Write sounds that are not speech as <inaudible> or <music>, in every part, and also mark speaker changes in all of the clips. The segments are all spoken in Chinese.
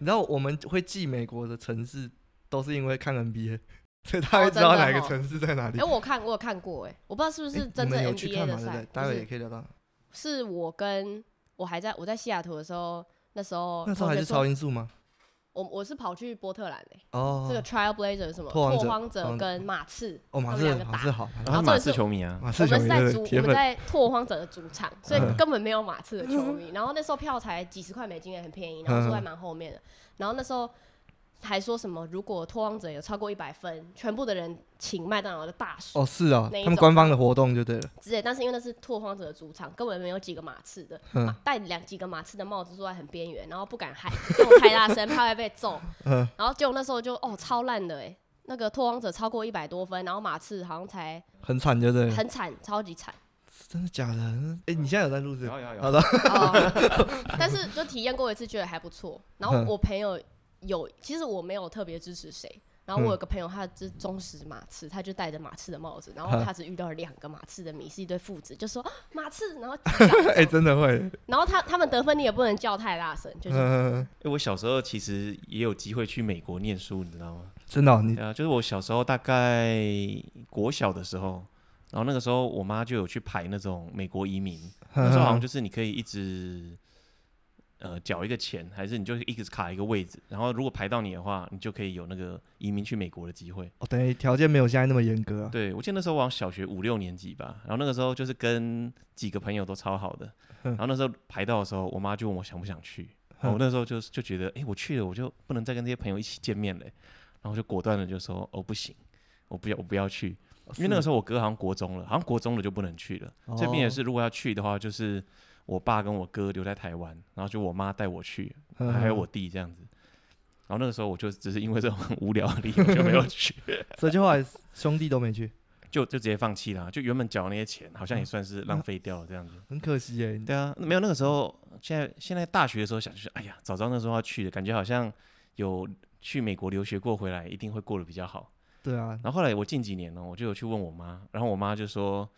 Speaker 1: 你知道我们会记美国的城市，都是因为看 NBA，所以 <laughs> 他会知道
Speaker 2: 真的
Speaker 1: 哪个
Speaker 2: 哦
Speaker 1: 城市在哪里。
Speaker 2: 哎、我看我有看过、哎，我不知道是不
Speaker 1: 诶
Speaker 2: 是真
Speaker 1: 你
Speaker 2: 正
Speaker 1: 们有去
Speaker 2: NBA
Speaker 1: 看吗？
Speaker 2: 的
Speaker 1: 对不
Speaker 2: 赛
Speaker 1: 对？，待
Speaker 2: 不
Speaker 1: 会
Speaker 2: 是哦
Speaker 1: 也可以聊到。
Speaker 2: 是我跟我还在我在西雅图的时候，那时候
Speaker 1: 那时候还
Speaker 2: 同学
Speaker 1: 是超
Speaker 2: 说
Speaker 1: 音速吗？
Speaker 2: 我我是跑去波特兰诶、
Speaker 1: 哦
Speaker 2: 这，个 Trailblazer 什么
Speaker 1: 拓荒者
Speaker 2: 荒
Speaker 1: 拓
Speaker 2: 者
Speaker 1: 荒者
Speaker 2: 跟马刺，
Speaker 1: 哦，马
Speaker 2: 他们
Speaker 1: 刺
Speaker 2: 两个
Speaker 1: 马
Speaker 2: 打
Speaker 1: 刺好，
Speaker 2: 然
Speaker 1: 马
Speaker 2: 后
Speaker 1: 刺
Speaker 2: 这
Speaker 3: 马
Speaker 2: 个
Speaker 3: 刺
Speaker 2: 是
Speaker 3: 球迷啊，
Speaker 1: 马
Speaker 2: 我
Speaker 1: 刺球
Speaker 2: 们是
Speaker 1: 迷
Speaker 2: 在
Speaker 1: 对
Speaker 2: 主
Speaker 1: 对
Speaker 2: 我
Speaker 1: 铁
Speaker 2: 们
Speaker 1: 粉，
Speaker 2: 在拓荒者的主场，所以
Speaker 1: 嗯
Speaker 2: 根本没有马刺的球
Speaker 1: <laughs>
Speaker 2: 迷。然后那时候票才几十块美金，也很
Speaker 1: 嗯
Speaker 2: 便宜，然后坐在蛮后面的。然后那时候还说什么，如果拓荒者有超过一百分，全部的人请麦当劳的大薯
Speaker 1: 哦是哦
Speaker 2: 那，一
Speaker 1: 他们
Speaker 2: 种
Speaker 1: 官方的活动就对了，
Speaker 2: 之类。但是因为那是拓荒者的主场，根本没有几个马刺的，
Speaker 1: 嗯
Speaker 2: 马戴两几个马刺的帽子坐在很边缘，然后不敢喊，用太大声，怕会被揍。
Speaker 1: 嗯
Speaker 2: 然后结果那时候就哦超烂的哎、那个拓荒者超过一百多分，然后马刺好像才
Speaker 1: 很惨就对了，
Speaker 2: 很惨，超级惨。
Speaker 1: 真的假的？哎，你现在有在录制？
Speaker 3: 有有
Speaker 1: 好
Speaker 3: 有，
Speaker 1: 的，
Speaker 2: 哦，但是就体验过一次，觉得还不错。然后
Speaker 1: 嗯
Speaker 2: 我朋友有，其实我没有特别支持谁。然后我有个朋友，他是忠实马刺，他就戴着马刺的帽子，然后
Speaker 1: 嗯
Speaker 2: 他只遇到了两个马刺的迷，是一对父子，就说啊马刺，然后击掌这
Speaker 1: 哎，
Speaker 2: 样
Speaker 1: 真的会，
Speaker 2: 然后他他们得分你也不能叫太大声，就是
Speaker 1: 嗯，
Speaker 3: 哎，我小时候其实也有机会去美国念书，你知道吗？
Speaker 1: 真的哦，你
Speaker 3: 对啊，就是我小时候大概国小的时候，然后那个时候我妈就有去排那种美国移民，
Speaker 1: 嗯
Speaker 3: 那时候好像就是你可以一直呃缴一个钱，还是你就一直卡一个位置，然后如果排到你的话，你就可以有那个移民去美国的机会。
Speaker 1: 哦，等于条件没有现在那么严格啊。
Speaker 3: 对，我记得那时候我好像小学五六年级吧，然后那个时候就是跟几个朋友都超好的，
Speaker 1: 嗯
Speaker 3: 然后那时候排到的时候，我妈就问我想不想去，然后我那时候就就觉得，诶，我去了我就不能再跟这些朋友一起见面了、然后我就果断的就说，哦不行，我不要我不要去，
Speaker 1: 哦
Speaker 3: 因为那个时候我哥好像国中了，好像国中了就不能去了，
Speaker 1: 候
Speaker 3: 这边也是如果要去的话，就是我爸跟我哥留在台湾，然后就我妈带我去，
Speaker 1: 嗯
Speaker 3: 还有我，弟这样子。然后那个时候我就只是因为这种 <laughs> 很无聊的理由就没有去，
Speaker 1: 所以就后来兄弟都没去，
Speaker 3: 就就直接放弃了，就原本缴那些钱，好像也算是浪费掉了这样子。
Speaker 1: 很可惜耶。
Speaker 3: 嗯对啊，没有那个时候，现在现在大学的时候想就是，哎呀，早知道那时候要去的，感觉好像有去美国留学过回来，一定会过得比较好。
Speaker 1: 对啊，
Speaker 3: 然后后来我近几年呢、哦我就有去问我妈，然后我妈就说，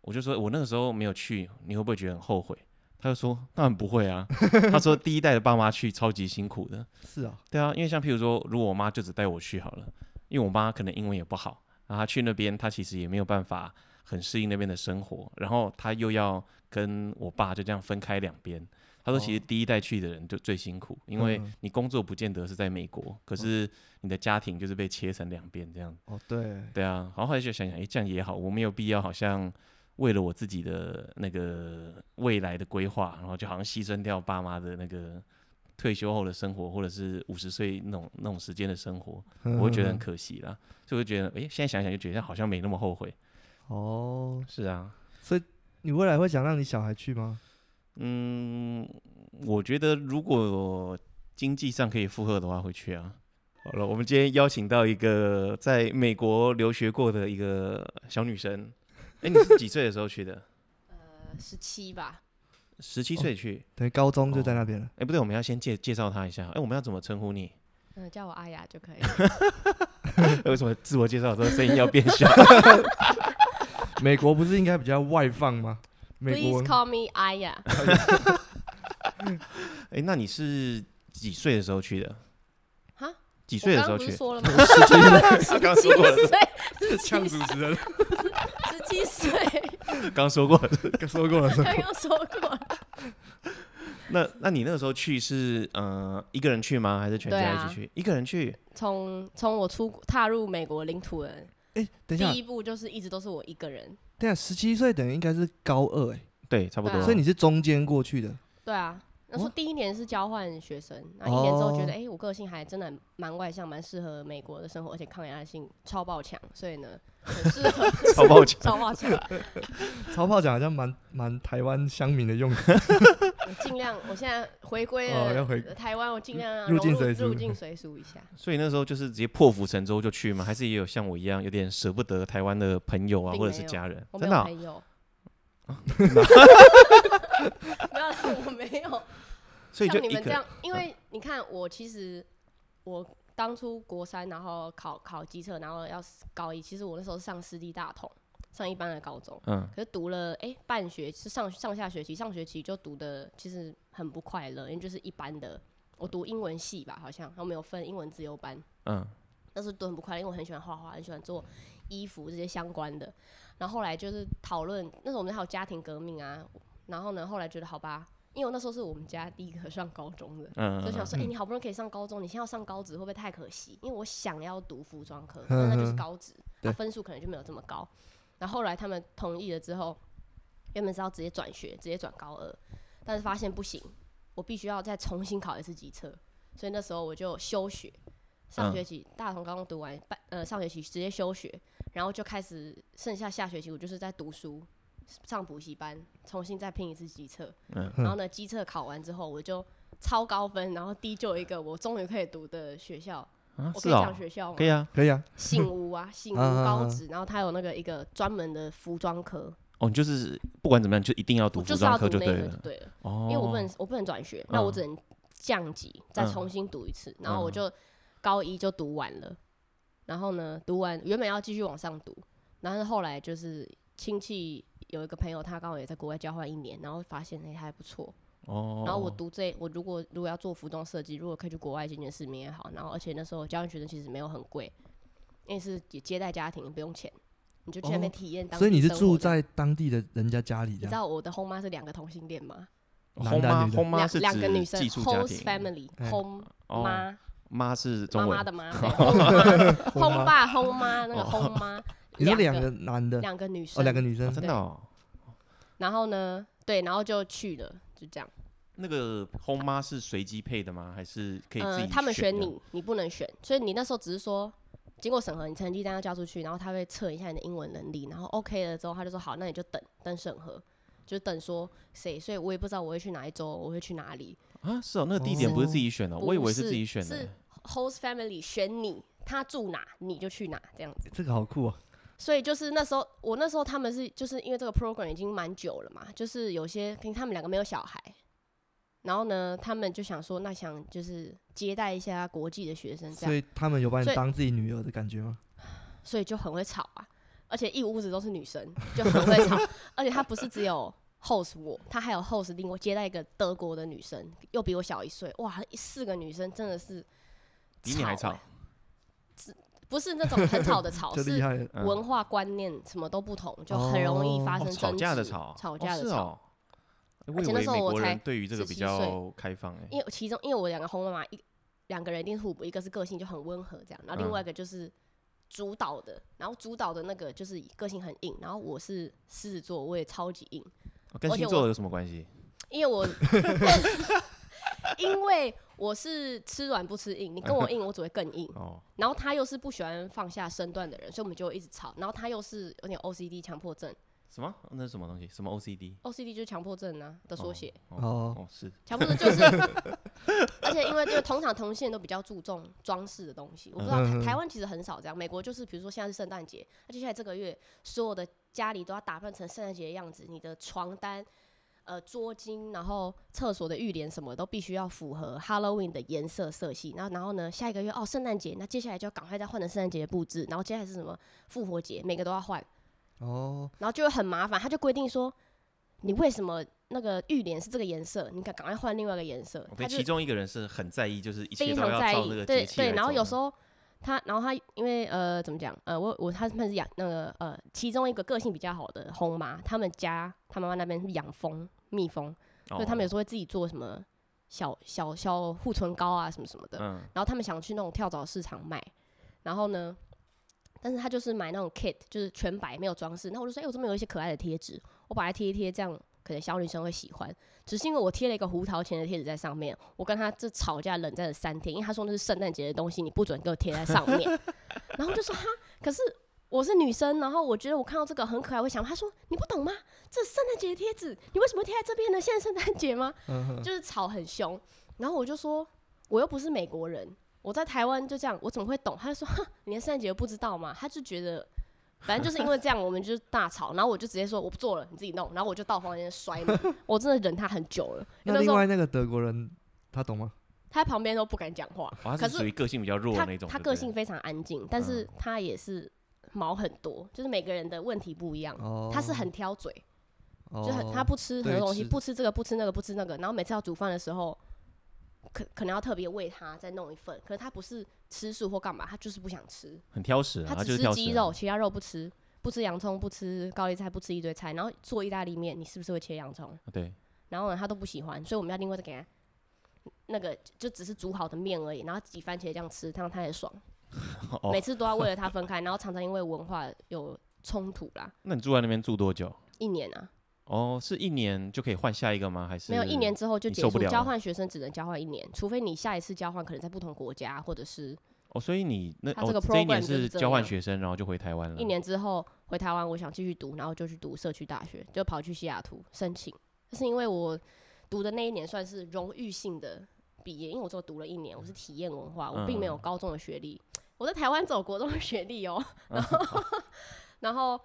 Speaker 3: 我就说我那个时候没有去，你会不会觉得很后悔？她就说，当然不会啊。 <laughs> 她说第一代的爸妈去超级辛苦的，
Speaker 1: 是啊，
Speaker 3: 对啊，因为像譬如说，如果我妈就只带我去好了，因为我妈可能英文也不好，然后她去那边，她其实也没有办法很适应那边的生活，然后她又要跟我爸就这样分开两边。她说，其实
Speaker 1: 哦
Speaker 3: 第一代去的人就最辛苦，因为
Speaker 1: 嗯
Speaker 3: 你工作不见得是在美国，可是你的家庭就是被切成两边这样。
Speaker 1: 哦对，
Speaker 3: 对啊，然后后来就想想，诶，这样也好，我没有必要好像为了我自己的那个未来的规划，然后就好像牺牲掉爸妈的那个退休后的生活，或者是五十岁那种那种时间的生活，我会觉得
Speaker 1: 嗯
Speaker 3: 很可惜啦。所以我就觉得，诶，现在想想就觉得好像没那么后悔。
Speaker 1: 哦。
Speaker 3: 是啊，
Speaker 1: 你未来会想让你小孩去吗？
Speaker 3: 嗯，我觉得如果经济上可以负荷的话，会去啊。好了，我们今天邀请到一个在美国留学过的一个小女生。诶，你是几岁的时候去的？
Speaker 2: 十七吧，
Speaker 3: 十
Speaker 1: 哦
Speaker 3: 七岁去，
Speaker 1: 等于高中就在那边了
Speaker 3: 哎、。不对，我们要先介介绍他一下。哎、我们要怎么称呼你？ <laughs>
Speaker 2: 嗯，叫我阿雅就可以。
Speaker 3: 为什么自我介绍的时候声音要变小？ <laughs>
Speaker 1: 美国不是应该比较外放吗？ <laughs> 美国
Speaker 2: Please
Speaker 1: 文
Speaker 2: call me 阿雅，
Speaker 3: 哎、那你是几岁的时候去的？
Speaker 2: 哈，
Speaker 3: 几
Speaker 2: 我
Speaker 3: 岁的
Speaker 2: 刚刚
Speaker 3: 时候
Speaker 2: 不
Speaker 3: 去
Speaker 2: 是？说了吗？
Speaker 3: <laughs> 他刚说过了，
Speaker 2: 十 <laughs> 七岁，
Speaker 1: 持人，
Speaker 2: 十七岁，
Speaker 3: <laughs>
Speaker 1: <laughs>
Speaker 3: 刚刚说过了。
Speaker 1: 说过了，说
Speaker 2: 刚刚说过了，
Speaker 3: 那那你那个时候去是呃一个人去吗？还是全家
Speaker 2: 对
Speaker 3: 一
Speaker 2: 啊
Speaker 3: 起去？一个人去？
Speaker 2: 从从我出国踏入美国领土人，
Speaker 1: 哎，等一下
Speaker 2: 第，一步就是一直都是我一个人。
Speaker 1: 等一下，十七岁等于应该是高二哎，
Speaker 3: 对，差不
Speaker 2: 对
Speaker 3: 多。
Speaker 2: 啊
Speaker 1: 所以你是中间过去的。
Speaker 2: 对啊，那时候
Speaker 1: 哦
Speaker 2: 第一年是交换学生，然后一年之后觉得，
Speaker 1: 哦
Speaker 2: 哎、我个性还真的蛮外向，蛮适合美国的生活，而且抗压性超爆强，所以呢，很适合
Speaker 3: <laughs> 超抱
Speaker 2: <laughs>
Speaker 3: 歉。
Speaker 2: 超爆强。
Speaker 1: 超炮讲好像蛮蛮台湾乡民的用
Speaker 2: <laughs>
Speaker 1: 词，
Speaker 2: 我尽量，我现在回归
Speaker 1: 哦要
Speaker 2: 了、呃
Speaker 1: 回
Speaker 2: 台湾，我尽量让
Speaker 1: 入
Speaker 2: 融
Speaker 1: 境
Speaker 2: 入
Speaker 1: 随俗
Speaker 2: 入境随俗一下，
Speaker 3: 所以那时候就是直接破釜沉舟就去吗？还是也有像我一样有点舍不得台湾的朋友啊，
Speaker 2: 并
Speaker 3: 或者是
Speaker 2: 没有
Speaker 3: 家人？
Speaker 2: 我没有
Speaker 3: 真的啊、
Speaker 2: 朋友。 <laughs> 没有啦，我没有。
Speaker 3: 所以就
Speaker 2: 像你
Speaker 3: 一
Speaker 2: 们这
Speaker 3: 个
Speaker 2: 样，因为你看我其实我当初国三，然后考考机测，然后要高一，其实我那时候是上私立大同，上一般的高中，
Speaker 3: 嗯
Speaker 2: 可是读了哎、半学是上上下学期，上学期就读的其实很不快乐，因为就是一般的我读英文系吧，好像他们有分英文自由班，
Speaker 3: 嗯，
Speaker 2: 但是都很不快乐，因为我很喜欢画画，很喜欢做衣服这些相关的。然后后来就是讨论，那时候我们还有家庭革命啊，然后呢，后来觉得好吧，因为我那时候是我们家第一个上高中的，
Speaker 3: 嗯，
Speaker 2: 所以想说，哎、你好不容易可以上高中，你现在要上高职会不会太可惜？因为我想要读服装科，但那
Speaker 3: 嗯
Speaker 2: 就是高职，
Speaker 1: 对
Speaker 2: 那分数可能就没有这么高。然后后来他们同意了之后，原本是要直接转学，直接转高二，但是发现不行，我必须要再重新考一次机测，所以那时候我就休学。上
Speaker 3: 嗯
Speaker 2: 学期、大同高中读完，半呃上学期直接休学，然后就开始剩下下学期我就是在读书，上补习班，重新再拼一次机测。
Speaker 3: 嗯
Speaker 2: 然后呢，机测考完之后，我就超高分，然后低就一个我终于可以读的学校。
Speaker 3: 啊
Speaker 2: 我可
Speaker 3: 是
Speaker 2: 以讲
Speaker 3: 哦，
Speaker 2: 学校吗？
Speaker 3: 可以啊，
Speaker 1: 可以啊，
Speaker 2: 信屋啊，信屋
Speaker 3: 嗯
Speaker 1: 啊啊啊
Speaker 2: 高职，然后它有那个一个专门的服装科，
Speaker 3: 哦，你就是不管怎么样，你就一定要读
Speaker 2: 我就
Speaker 3: 服
Speaker 2: 是要
Speaker 3: 装
Speaker 2: 读
Speaker 3: 科
Speaker 2: 那
Speaker 3: 就对
Speaker 2: 个就
Speaker 3: 了，
Speaker 2: 对了，
Speaker 3: 哦，
Speaker 2: 因为我不能我不能转学，那我
Speaker 3: 嗯
Speaker 2: 只能降级，再
Speaker 3: 嗯
Speaker 2: 重新读一次，然后我
Speaker 3: 嗯
Speaker 2: 就高一就读完了，然后呢，读完原本要继续往上读，然后后来就是亲戚有一个朋友，他刚好也在国外交换一年，然后发现哎还不错，
Speaker 3: 哦，
Speaker 2: 然后我读这，我如果如果要做服装设计，如果可以去国外见见世面也好。然后而且那时候交换学生其实没有很贵，因为是也接待家庭，不用钱，你就去那边
Speaker 1: 哦
Speaker 2: 体验当地、
Speaker 1: <laughs> 所以你是住？在当地的人家家里
Speaker 2: 你
Speaker 1: 这
Speaker 2: 知
Speaker 1: 样，
Speaker 2: 道我的 home 妈是两个同性恋吗？
Speaker 1: 男
Speaker 3: 红
Speaker 1: 的
Speaker 3: 妈
Speaker 1: 女的
Speaker 3: 红妈
Speaker 2: 两
Speaker 3: 是
Speaker 2: 两个
Speaker 3: 指
Speaker 2: 女生
Speaker 3: 寄宿家
Speaker 2: ，host
Speaker 3: 庭，
Speaker 1: 哎
Speaker 2: family，home
Speaker 3: 哦
Speaker 2: 妈、
Speaker 3: 妈是
Speaker 2: 妈
Speaker 3: 中
Speaker 2: 妈
Speaker 3: 文，
Speaker 2: 的
Speaker 3: <laughs>
Speaker 2: 妈
Speaker 1: <laughs>
Speaker 2: 对
Speaker 1: 我
Speaker 2: ，home
Speaker 1: 妈，
Speaker 2: 爸 home 妈那个 home 妈，
Speaker 1: 哦你说两
Speaker 2: 个
Speaker 1: 个男的，
Speaker 2: 两个女
Speaker 1: 哦，
Speaker 2: 生，
Speaker 1: 两个女
Speaker 3: 啊
Speaker 1: 生，
Speaker 3: 真的哦，
Speaker 2: 然后呢，对，然后就去了，就这样。
Speaker 3: 那个红妈是随机配的吗？还是可以自己
Speaker 2: 呃，
Speaker 3: 的？
Speaker 2: 他们选你，你不能选，所以你那时候只是说，经过审核，你成绩单要交出去，然后他会测一下你的英文能力，然后 OK 了之后，他就说好，那你就等等审核，就等说谁，所以我也不知道我会去哪一周，我会去哪里，
Speaker 3: 啊？是哦，那个地点不是自己选的，
Speaker 2: 哦
Speaker 3: 我以为
Speaker 2: 不是
Speaker 3: 自己选
Speaker 2: 是
Speaker 3: 的。
Speaker 2: host family 选你，他住哪你就去哪这样子。
Speaker 1: 这个好酷啊，
Speaker 2: 所以就是那时候，我那时候他们是就是因为这个 program 已经蛮久了嘛，就是有些凭他们两个没有小孩，然后呢，他们就想说，那想就是接待一下国际的学生这样
Speaker 1: 所。以他们有把
Speaker 2: 所
Speaker 1: 你
Speaker 2: 以
Speaker 1: 当自己女儿的感觉吗？
Speaker 2: 所以就很会吵啊，而且一屋子都是女生，就很会吵。 <laughs> 而且他不是只有 host 我，他还有 host 另外接待一个德国的女生，又比我小一岁，哇，四个女生真的是
Speaker 3: 比你还吵
Speaker 2: 欸，不是那种很吵的
Speaker 1: <laughs>
Speaker 2: 吵，
Speaker 1: 这厉
Speaker 2: 哦是
Speaker 1: 害了，
Speaker 3: 嗯
Speaker 2: 文化观念什么都不同，就很容易发生
Speaker 3: 哦
Speaker 2: 争执、
Speaker 3: 吵架的吵，
Speaker 2: 吵
Speaker 3: 哦
Speaker 2: 架的
Speaker 3: 是
Speaker 2: 吵。
Speaker 3: 哦。我以
Speaker 2: 且那
Speaker 3: 为
Speaker 2: 时候
Speaker 3: 美
Speaker 2: 我
Speaker 3: 国人
Speaker 2: 才
Speaker 3: 对于这个比
Speaker 2: 17岁
Speaker 3: 较开放哎，
Speaker 2: 因为其中因为我两个红妈妈一两个人一定是互补，一个是个性就很温和这样，然后另
Speaker 3: 嗯
Speaker 2: 外一个就是主导的，然后主导的那个就是个性很硬，然后我是狮子座，我也超级硬。
Speaker 3: 哦跟
Speaker 2: 而且
Speaker 3: 星
Speaker 2: 我
Speaker 3: 座有什么关系？
Speaker 2: 因为我因为我是吃软不吃硬，你跟我硬，我只会更硬。
Speaker 3: 哦，
Speaker 2: 然后他又是不喜欢放下身段的人，所以我们就一直吵。然后他又是有点 OCD 强迫症
Speaker 3: 什么？那是什么东西？什么 OCD？
Speaker 2: ，OCD 就是强迫症啊的缩写。
Speaker 3: 哦
Speaker 1: 哦，
Speaker 3: 哦，是
Speaker 2: 强迫症就是， <laughs> 而且因为就是同场同线都比较注重装饰的东西，我不知道
Speaker 1: 嗯嗯
Speaker 2: 台
Speaker 1: 嗯
Speaker 2: 台湾其实很少这样，美国就是比如说现在是圣诞节，那接下来这个月所有的家里都要打扮成圣诞节的样子，你的床单、呃桌巾，然后厕所的浴帘什么都必须要符合 Halloween 的颜色色系，然后然后呢下一个月哦圣诞节，那接下来就要赶快再换成圣诞节的布置，然后接下来是什么复活节，每个都要换，
Speaker 1: 哦，
Speaker 2: 然后就会很麻烦。他就规定说，你为什么那个浴帘是这个颜色，你赶赶快换另外一个颜色。
Speaker 3: ，OK。
Speaker 2: 他就
Speaker 3: 哦其中一个人是很在意，就是一切
Speaker 2: 非
Speaker 3: 都
Speaker 2: 常
Speaker 3: 要
Speaker 2: 在
Speaker 3: 照
Speaker 2: 意
Speaker 3: 那个，
Speaker 2: 对
Speaker 3: 节气
Speaker 2: 对。
Speaker 3: 来
Speaker 2: 然后
Speaker 3: 走
Speaker 2: 有
Speaker 3: 的
Speaker 2: 时候他，然后他因为呃怎么讲呃，我我他们是养那个呃，其中一个个性比较好的红妈，他们家他妈妈那边是养蜂蜜蜂，所以他们有
Speaker 3: 哦
Speaker 2: 时候会自己做什么小小小护唇膏啊什么什么的。
Speaker 3: 嗯
Speaker 2: 然后他们想去那种跳蚤市场卖，然后呢，但是他就是买那种 kit，就是全白没有装饰。那我就说，哎、我这边有一些可爱的贴纸，我把它贴一贴，这样可能小女生会喜欢。只是因为我贴了一个胡桃钳的贴纸在上面，我跟他这吵架冷战了三天，因为他说那是圣诞节的东西，你不准给我贴在上面。然后我就说哈，可是。我是女生，然后我觉得我看到这个很可爱，我想他说你不懂吗？这是圣诞节的贴纸，你为什么贴在这边呢？现在圣诞节吗？
Speaker 1: 嗯哼
Speaker 2: 就是吵很凶。然后我就说，我又不是美国人，我在台湾就这样，我怎么会懂？他就说，哼你连圣诞节都不知道吗？他就觉得，反正就是因为这样，我们就大吵。然后我就直接说，我不做了，你自己弄。然后我就到房间摔门，我真的忍他很久
Speaker 3: <laughs>
Speaker 2: 了，
Speaker 1: 那
Speaker 2: 因为那时
Speaker 1: 另
Speaker 2: 候
Speaker 1: 外那个德国人他懂吗？
Speaker 2: 他在旁边都不敢讲话。
Speaker 3: 哦，
Speaker 2: 可
Speaker 3: 他
Speaker 2: 是
Speaker 3: 是属于个性比较弱
Speaker 2: 他
Speaker 3: 的那种，
Speaker 2: 他
Speaker 3: 对不对嗯
Speaker 2: 个性非常安静，但是他也是毛很多，就是每个人的问题不一样。
Speaker 1: 哦，
Speaker 2: 他是很挑嘴，
Speaker 1: 哦，
Speaker 2: 就很他不吃很多
Speaker 1: 对
Speaker 2: 东西，
Speaker 1: 吃
Speaker 2: 不吃这个不吃那个不吃那个，然后每次要煮饭的时候，可可能要特别为他再弄一份，可是他不是吃素或干嘛，他就是不想吃，
Speaker 3: 很挑食啊，
Speaker 2: 他
Speaker 3: 他就
Speaker 2: 只
Speaker 3: 是挑
Speaker 2: 吃
Speaker 3: 食啊
Speaker 2: 鸡肉，其他肉不吃，不吃洋葱，不吃高丽菜，不吃一堆菜，然后做意大利面，你是不是会切洋葱？
Speaker 3: 对，
Speaker 2: 然后呢，他都不喜欢，所以我们要另外再给他那个就只是煮好的面而已，然后挤番茄酱吃，这样他也爽。
Speaker 3: 哦
Speaker 2: 每，次都要为了他分开，然后常常因为文化有冲突啦，
Speaker 3: 那你住在那边住多久？
Speaker 2: 一年啊，
Speaker 3: 哦，是一年就可以换下一个吗？还是
Speaker 2: 没有一年？之后就
Speaker 3: 你
Speaker 2: 结
Speaker 3: 受
Speaker 2: 束
Speaker 3: 不了
Speaker 2: 交
Speaker 3: 了
Speaker 2: 换学生，只能交换一年，除非你下一次交换可能在不同国家，或者是
Speaker 3: 哦，所以你那
Speaker 2: 他这个
Speaker 3: 哦、这一
Speaker 2: program
Speaker 3: 年
Speaker 2: 就是
Speaker 3: 是
Speaker 2: 这
Speaker 3: 交换
Speaker 2: 样
Speaker 3: 学生，然后就回台湾了。
Speaker 2: 一年之后回台湾，我想继续读，然后就去读社区大学，就跑去西雅图申请。但是因为我读的那一年算是荣誉性的毕业，因为我只有读了一年，我是体验文化，我并没有
Speaker 3: 嗯
Speaker 2: 高中的学历，我在台湾走国中的学历
Speaker 3: <laughs>
Speaker 2: 哦、然后，然后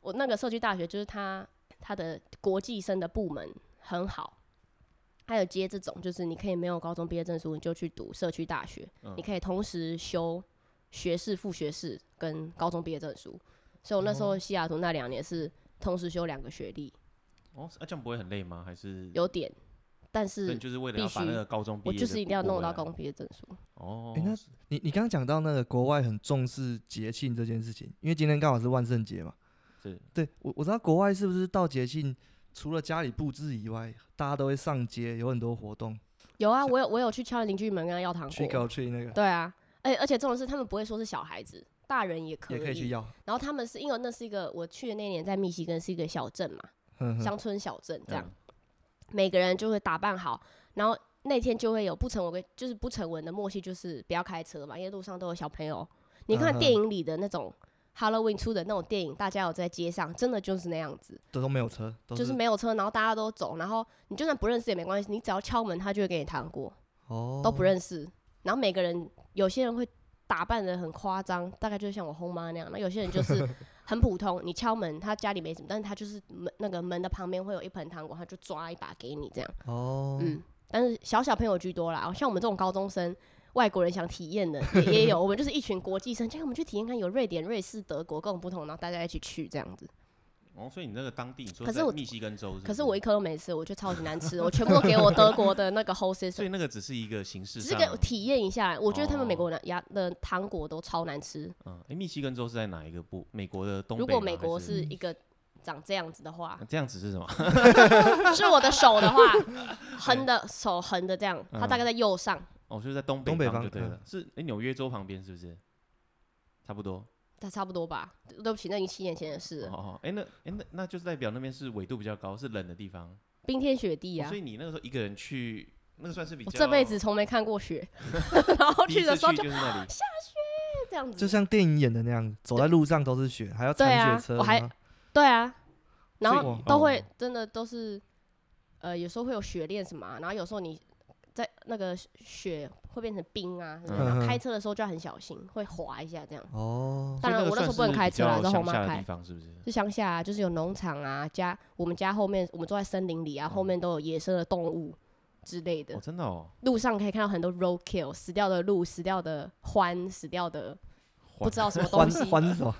Speaker 2: 我那个社区大学就是它它的国际生的部门很好。还有接这种，就是你可以没有高中毕业证书，你就去读社区大学，
Speaker 3: 嗯
Speaker 2: 你可以同时修学士、副学士跟高中毕业证书。所以我那时候西雅图那两年是同时修两个学历，
Speaker 3: 哦，啊，这样不会很累吗？还是
Speaker 2: 有点，但
Speaker 3: 所以你
Speaker 2: 是
Speaker 3: 就是为了
Speaker 2: 必
Speaker 3: 要把
Speaker 2: 须
Speaker 3: 那个高中毕
Speaker 2: 我
Speaker 3: 业
Speaker 2: 就是
Speaker 3: 的
Speaker 2: 一定要
Speaker 3: 补过
Speaker 2: 弄到
Speaker 3: 来
Speaker 2: 高中毕业证书。
Speaker 3: 哦，
Speaker 1: 诶那
Speaker 3: 是
Speaker 1: 你你刚刚讲到那个国外很重视节庆这件事情，因为今天刚好是万圣节嘛。
Speaker 3: 是
Speaker 1: 对我我知道国外是不是到节庆，除了家里布置以外，大家都会上街，有很多活动，
Speaker 2: 有啊，我有我有去敲邻居门跟他要糖
Speaker 1: 去搞
Speaker 2: 果，
Speaker 1: 去那个
Speaker 2: 对啊，而而且这种事他们不会说是小孩子，大人也可
Speaker 1: 也可以去
Speaker 2: 以。
Speaker 1: 要。
Speaker 2: 然后他们是因为那是一个我去的那年在密西根是一个小镇嘛，
Speaker 1: 嗯哼哼
Speaker 2: 乡村小镇这样，
Speaker 3: 嗯
Speaker 2: 每个人就会打扮好，然后那天就会有不成文规，就是不成文的默契，就是不要开车嘛，因为路上都有小朋友。你
Speaker 1: 嗯
Speaker 2: 看
Speaker 1: 哼
Speaker 2: 电影里的那种 Halloween 出的那种电影，大家有在街上，真的就是那样子，
Speaker 1: 都都没有车，都
Speaker 2: 就是没有车，然后大家都走，然后你就算不认识也没关系，你只要敲门，他就会给你糖果，
Speaker 1: 哦
Speaker 2: 都不认识。然后每个人，有些人会打扮的很夸张，大概就是像我后妈那样，那有些人就是
Speaker 1: <laughs>
Speaker 2: 很普通，你敲门，他家里没什么，但是他就是门那个门的旁边会有一盆糖果，他就抓一把给你这样。
Speaker 1: 哦，
Speaker 2: 嗯，但是小小朋友居多啦，哦像我们这种高中生。外国人想体验的也也有，我 <laughs> 们就是一群国际生，这样我们去体验看，有瑞典、瑞士、德国各种不同，然后大家一起去这样子。
Speaker 3: 哦，所以你那个当地，你说
Speaker 2: 可是
Speaker 3: 在
Speaker 2: 我
Speaker 3: 密西根州
Speaker 2: 可是
Speaker 3: 是
Speaker 2: 我一颗都没吃，我觉得超级难吃，我全部都给我德国的那个 whole
Speaker 3: 所
Speaker 2: system，
Speaker 3: 以那个只是一个形式
Speaker 2: 只是
Speaker 3: 上，
Speaker 2: 给我体验一下。我觉得他们美
Speaker 3: 哦
Speaker 2: 国的牙的糖果都超难吃。
Speaker 3: 嗯，哎、密西根州是在哪一个部？美国的东北
Speaker 2: 如
Speaker 3: 吗？
Speaker 2: 果美国
Speaker 3: 还
Speaker 2: 是一个长这样子的话，
Speaker 3: 这样子是什么？
Speaker 2: 是我的手的话， <laughs> 横的手横的这样，
Speaker 3: 嗯
Speaker 2: 它大概在右上，
Speaker 3: 哦，就是在东
Speaker 1: 东北
Speaker 3: 方
Speaker 1: 方
Speaker 3: 就对
Speaker 1: 嗯
Speaker 3: 了，是哎纽、约州旁边是不是？差不多。
Speaker 2: 它差不多吧？对不起，那已经七年前的事
Speaker 3: 哦
Speaker 2: 了，
Speaker 3: 哦，哎、那哎、那那就是代表那边是纬度比较高，是冷的地方、
Speaker 2: 冰天雪地
Speaker 3: 哦
Speaker 2: 啊
Speaker 3: 所。以你那个时候一个人去，那个算是比
Speaker 2: 我
Speaker 3: 较
Speaker 2: 这辈子从没看过
Speaker 3: <laughs>
Speaker 2: 雪， <laughs> 然后
Speaker 3: 第一
Speaker 2: 去
Speaker 3: 次
Speaker 2: 的时候
Speaker 3: 去
Speaker 2: 就
Speaker 3: 就是那里。
Speaker 2: 这样
Speaker 1: 就
Speaker 2: 子，
Speaker 1: 像电影演的那样，走在路上都是雪，还要
Speaker 2: 对啊
Speaker 1: 铲雪车
Speaker 2: 我还
Speaker 1: 吗
Speaker 2: 对啊，然
Speaker 3: 所以
Speaker 2: 后
Speaker 3: 你
Speaker 2: 都会
Speaker 3: 哦
Speaker 2: 真的都是，呃，有时候会有雪链什么啊、然后有时候你在那个雪会变成冰啊，
Speaker 3: 嗯
Speaker 2: 然后开车的时候就要很小心，会滑一下这样。
Speaker 1: 哦，
Speaker 2: 当然，
Speaker 3: 所以
Speaker 2: 我那时
Speaker 3: 个
Speaker 2: 候
Speaker 3: 算
Speaker 2: 不能
Speaker 3: 是
Speaker 2: 开
Speaker 3: 比
Speaker 2: 车啦，
Speaker 3: 较
Speaker 2: 让我
Speaker 3: 乡
Speaker 2: 妈
Speaker 3: 下的
Speaker 2: 开
Speaker 3: 地。方是不是？
Speaker 2: 就乡下、啊，就是有农场啊，家我们家后面，我们住在森林里啊，后面都有野生的动物之类的
Speaker 3: 嗯哦，。真的哦，
Speaker 2: 路上可以看到很多 roadkill，死掉的鹿、死掉的獾、死掉的不知道什么东
Speaker 1: 欢
Speaker 2: 西，
Speaker 1: 欢是什么？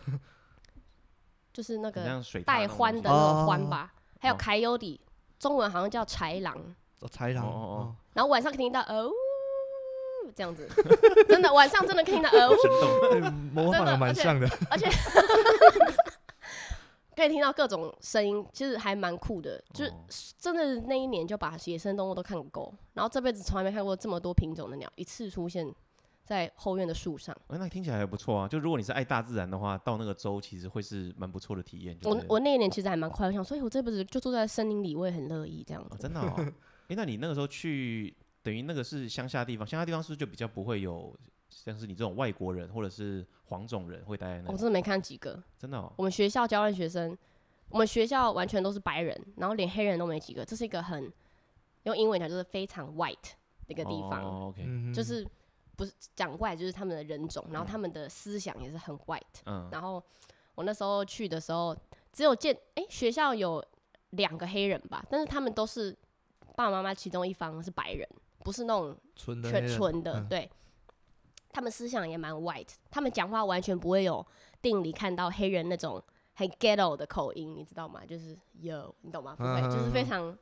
Speaker 2: 就是那
Speaker 3: 很
Speaker 2: 个
Speaker 3: 像水
Speaker 2: 带
Speaker 3: 欢
Speaker 2: 獾的那种
Speaker 1: 哦
Speaker 2: 獾吧，还有
Speaker 3: 哦
Speaker 2: 凯尤里，中文好像叫豺狼。
Speaker 1: 哦豺狼
Speaker 3: 哦哦哦
Speaker 1: 哦，
Speaker 2: 然后晚上可以听到哦这样子， <laughs> 真的晚上真的可以听到哦，
Speaker 3: 震动。
Speaker 1: 哎模仿的蛮像的，
Speaker 2: 而且可以听到各种声音，其实还蛮酷的。 <laughs> 就是
Speaker 3: 哦
Speaker 2: 真的那一年就把野生动物都看够，然后这辈子从来没看过这么多品种的鸟一次出现在后院的树上。
Speaker 3: 哎、那听起来还不错啊！就如果你是爱大自然的话，到那个州其实会是蛮不错的体验。就
Speaker 2: 我
Speaker 3: 对了
Speaker 2: 我那一年其实还蛮快乐，想说，哎、我这辈子就住在森林里，我也很乐意这样
Speaker 3: 哦，
Speaker 2: 子。
Speaker 3: 真的、哦。
Speaker 2: <laughs>
Speaker 3: 哎、那你那个时候去，等于那个是乡下地方，乡下地方是不是就比较不会有像是你这种外国人或者是黄种人会待在那
Speaker 2: 我
Speaker 3: 里？
Speaker 2: 真的没看几个，
Speaker 3: 真的哦，
Speaker 2: 我们学校交换学生，我们学校完全都是白人，然后连黑人都没几个，这是一个很用英文讲就是非常 white 的一个地方，
Speaker 3: 哦、OK，嗯
Speaker 1: 嗯，
Speaker 2: 就是不是讲 white 就是他们的人种，然后他们的思想也是很 white。然
Speaker 3: 嗯
Speaker 2: 后我那时候去的时候，只有见哎、学校有两个黑人吧，但是他们都是爸爸妈妈其中一方是白人，不是那种
Speaker 1: 纯的
Speaker 2: 全
Speaker 1: 黑人
Speaker 2: 纯的，
Speaker 1: 嗯
Speaker 2: 对。他们思想也蛮 white，他们讲话完全不会有电影里看到黑人那种很 ghetto 的口音，你知道吗？就是 yo，你懂吗？不会，就是非常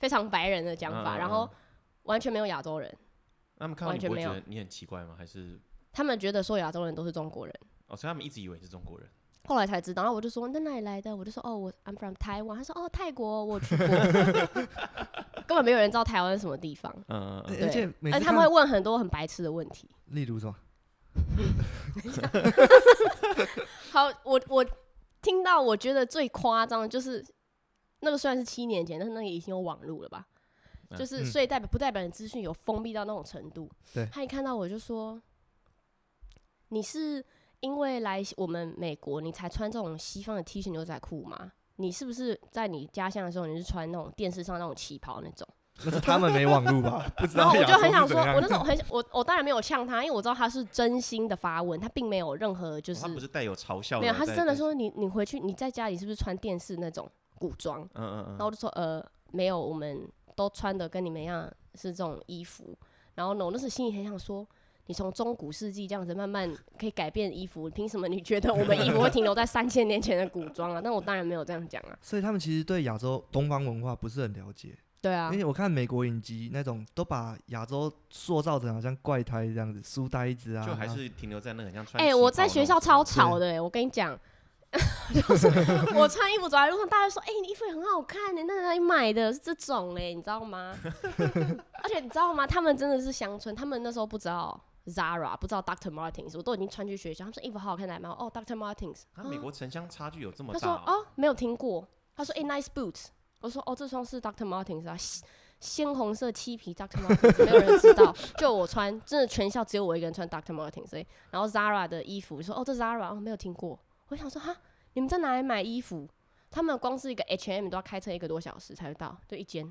Speaker 2: 非常白人的讲法，然后完全没有亚洲人，
Speaker 3: 嗯他们看到
Speaker 2: 完
Speaker 3: 你
Speaker 2: 全
Speaker 3: 不会
Speaker 2: 没
Speaker 3: 觉
Speaker 2: 有
Speaker 3: 得你很奇怪吗？还是
Speaker 2: 他们觉得说亚洲人都是中国人，
Speaker 3: 哦，所以他们一直以为你是中国人，
Speaker 2: 后来才知道。然后我就说你在哪里来的？我就说哦，我 I'm from 台湾。他说哦，泰国我有去过， <laughs> 根本没有人知道台湾是什么地方。
Speaker 3: 嗯嗯嗯，
Speaker 1: 哎而而且每
Speaker 2: 而
Speaker 1: 次
Speaker 2: 且他
Speaker 1: 看
Speaker 2: 们会问很多很白痴的问题。
Speaker 1: 例如
Speaker 2: <laughs>
Speaker 1: 什么，
Speaker 2: 好，我我听到我觉得最夸张的就是那个虽然是七年前，但是那个已经有网络了吧？
Speaker 3: 嗯
Speaker 2: 就是
Speaker 1: 嗯
Speaker 2: 所以代表不代表你资讯有封闭到那种程度？
Speaker 1: 对
Speaker 2: 他一看到我就说：“你是因为来我们美国你才穿这种西方的 T 恤牛仔裤吗？你是不是在你家乡的时候你是穿那种电视上那种旗袍那种？”
Speaker 1: 那是他们没网路
Speaker 2: <laughs>
Speaker 1: 吧？不知
Speaker 2: 然
Speaker 1: 道
Speaker 2: 后哦我
Speaker 1: 亚
Speaker 2: 就
Speaker 1: 洲
Speaker 2: 很
Speaker 1: 是
Speaker 2: 想
Speaker 1: 怎
Speaker 2: 说，
Speaker 1: 样
Speaker 2: 我那时候很想我我当然没有呛他，因为我知道他是真心的发问，他并没有任何就
Speaker 3: 就是
Speaker 1: 哦
Speaker 3: 他不是带有嘲笑的，
Speaker 2: 没有，他是
Speaker 3: 在
Speaker 2: 真的
Speaker 3: 在
Speaker 2: 说你你回去你在家里是不是穿电视那种古装？
Speaker 3: 嗯嗯
Speaker 2: 然后
Speaker 3: 嗯，
Speaker 2: 我就说呃没有，我们都穿的跟你们一样是这种衣服。然后呢，我那时候心里很想说，你从中古世纪这样子慢慢可以改变衣服，凭什么你觉得我们衣服会停留在三千年前的古装啊？但我当然没有这样讲啊，
Speaker 1: <laughs> 所以他们其实对亚洲东方文化不是很了解，
Speaker 2: <laughs> 对啊
Speaker 1: 因，为我看美国影集那种都把亚洲塑造成好像怪胎这样子，书呆子啊，
Speaker 3: 就还是停留在那个很像穿旗
Speaker 2: 嗯
Speaker 3: 袍
Speaker 2: 哎、
Speaker 3: 那种。
Speaker 2: 我在学校超吵
Speaker 1: 是
Speaker 2: 的、欸，我跟你
Speaker 3: <laughs>
Speaker 2: 讲。就是我穿衣服走在路上，大家说：“哎、你衣服也很好看你那哪里买的？是这种嘞，你知道
Speaker 3: <laughs>
Speaker 2: 吗？”而且你知道吗？他们真的是乡村，他们那时候不知道 Zara，不知道 Dr. Martens，我都已经穿去学校，他们说衣服好好看，来买。哦，Dr. Martens，
Speaker 3: 啊，美国城乡差距有这么
Speaker 2: 他
Speaker 3: 大
Speaker 2: 说
Speaker 3: 啊？
Speaker 2: 哦，没有听过。他说哎、nice boots。我说哦，这双是 Dr. Martens 啊，鲜鲜红色漆皮 Dr. Martens，没有 <laughs> 人知道，就我穿，真的全校只有我一个人穿 Dr. Martens，所以然后 Zara 的衣服，说哦，这 Zara 哦，没有听过。我想说哈，你们在哪里买衣服？他们光是一个 H&M 都要开车一个多小时才会到，就一间。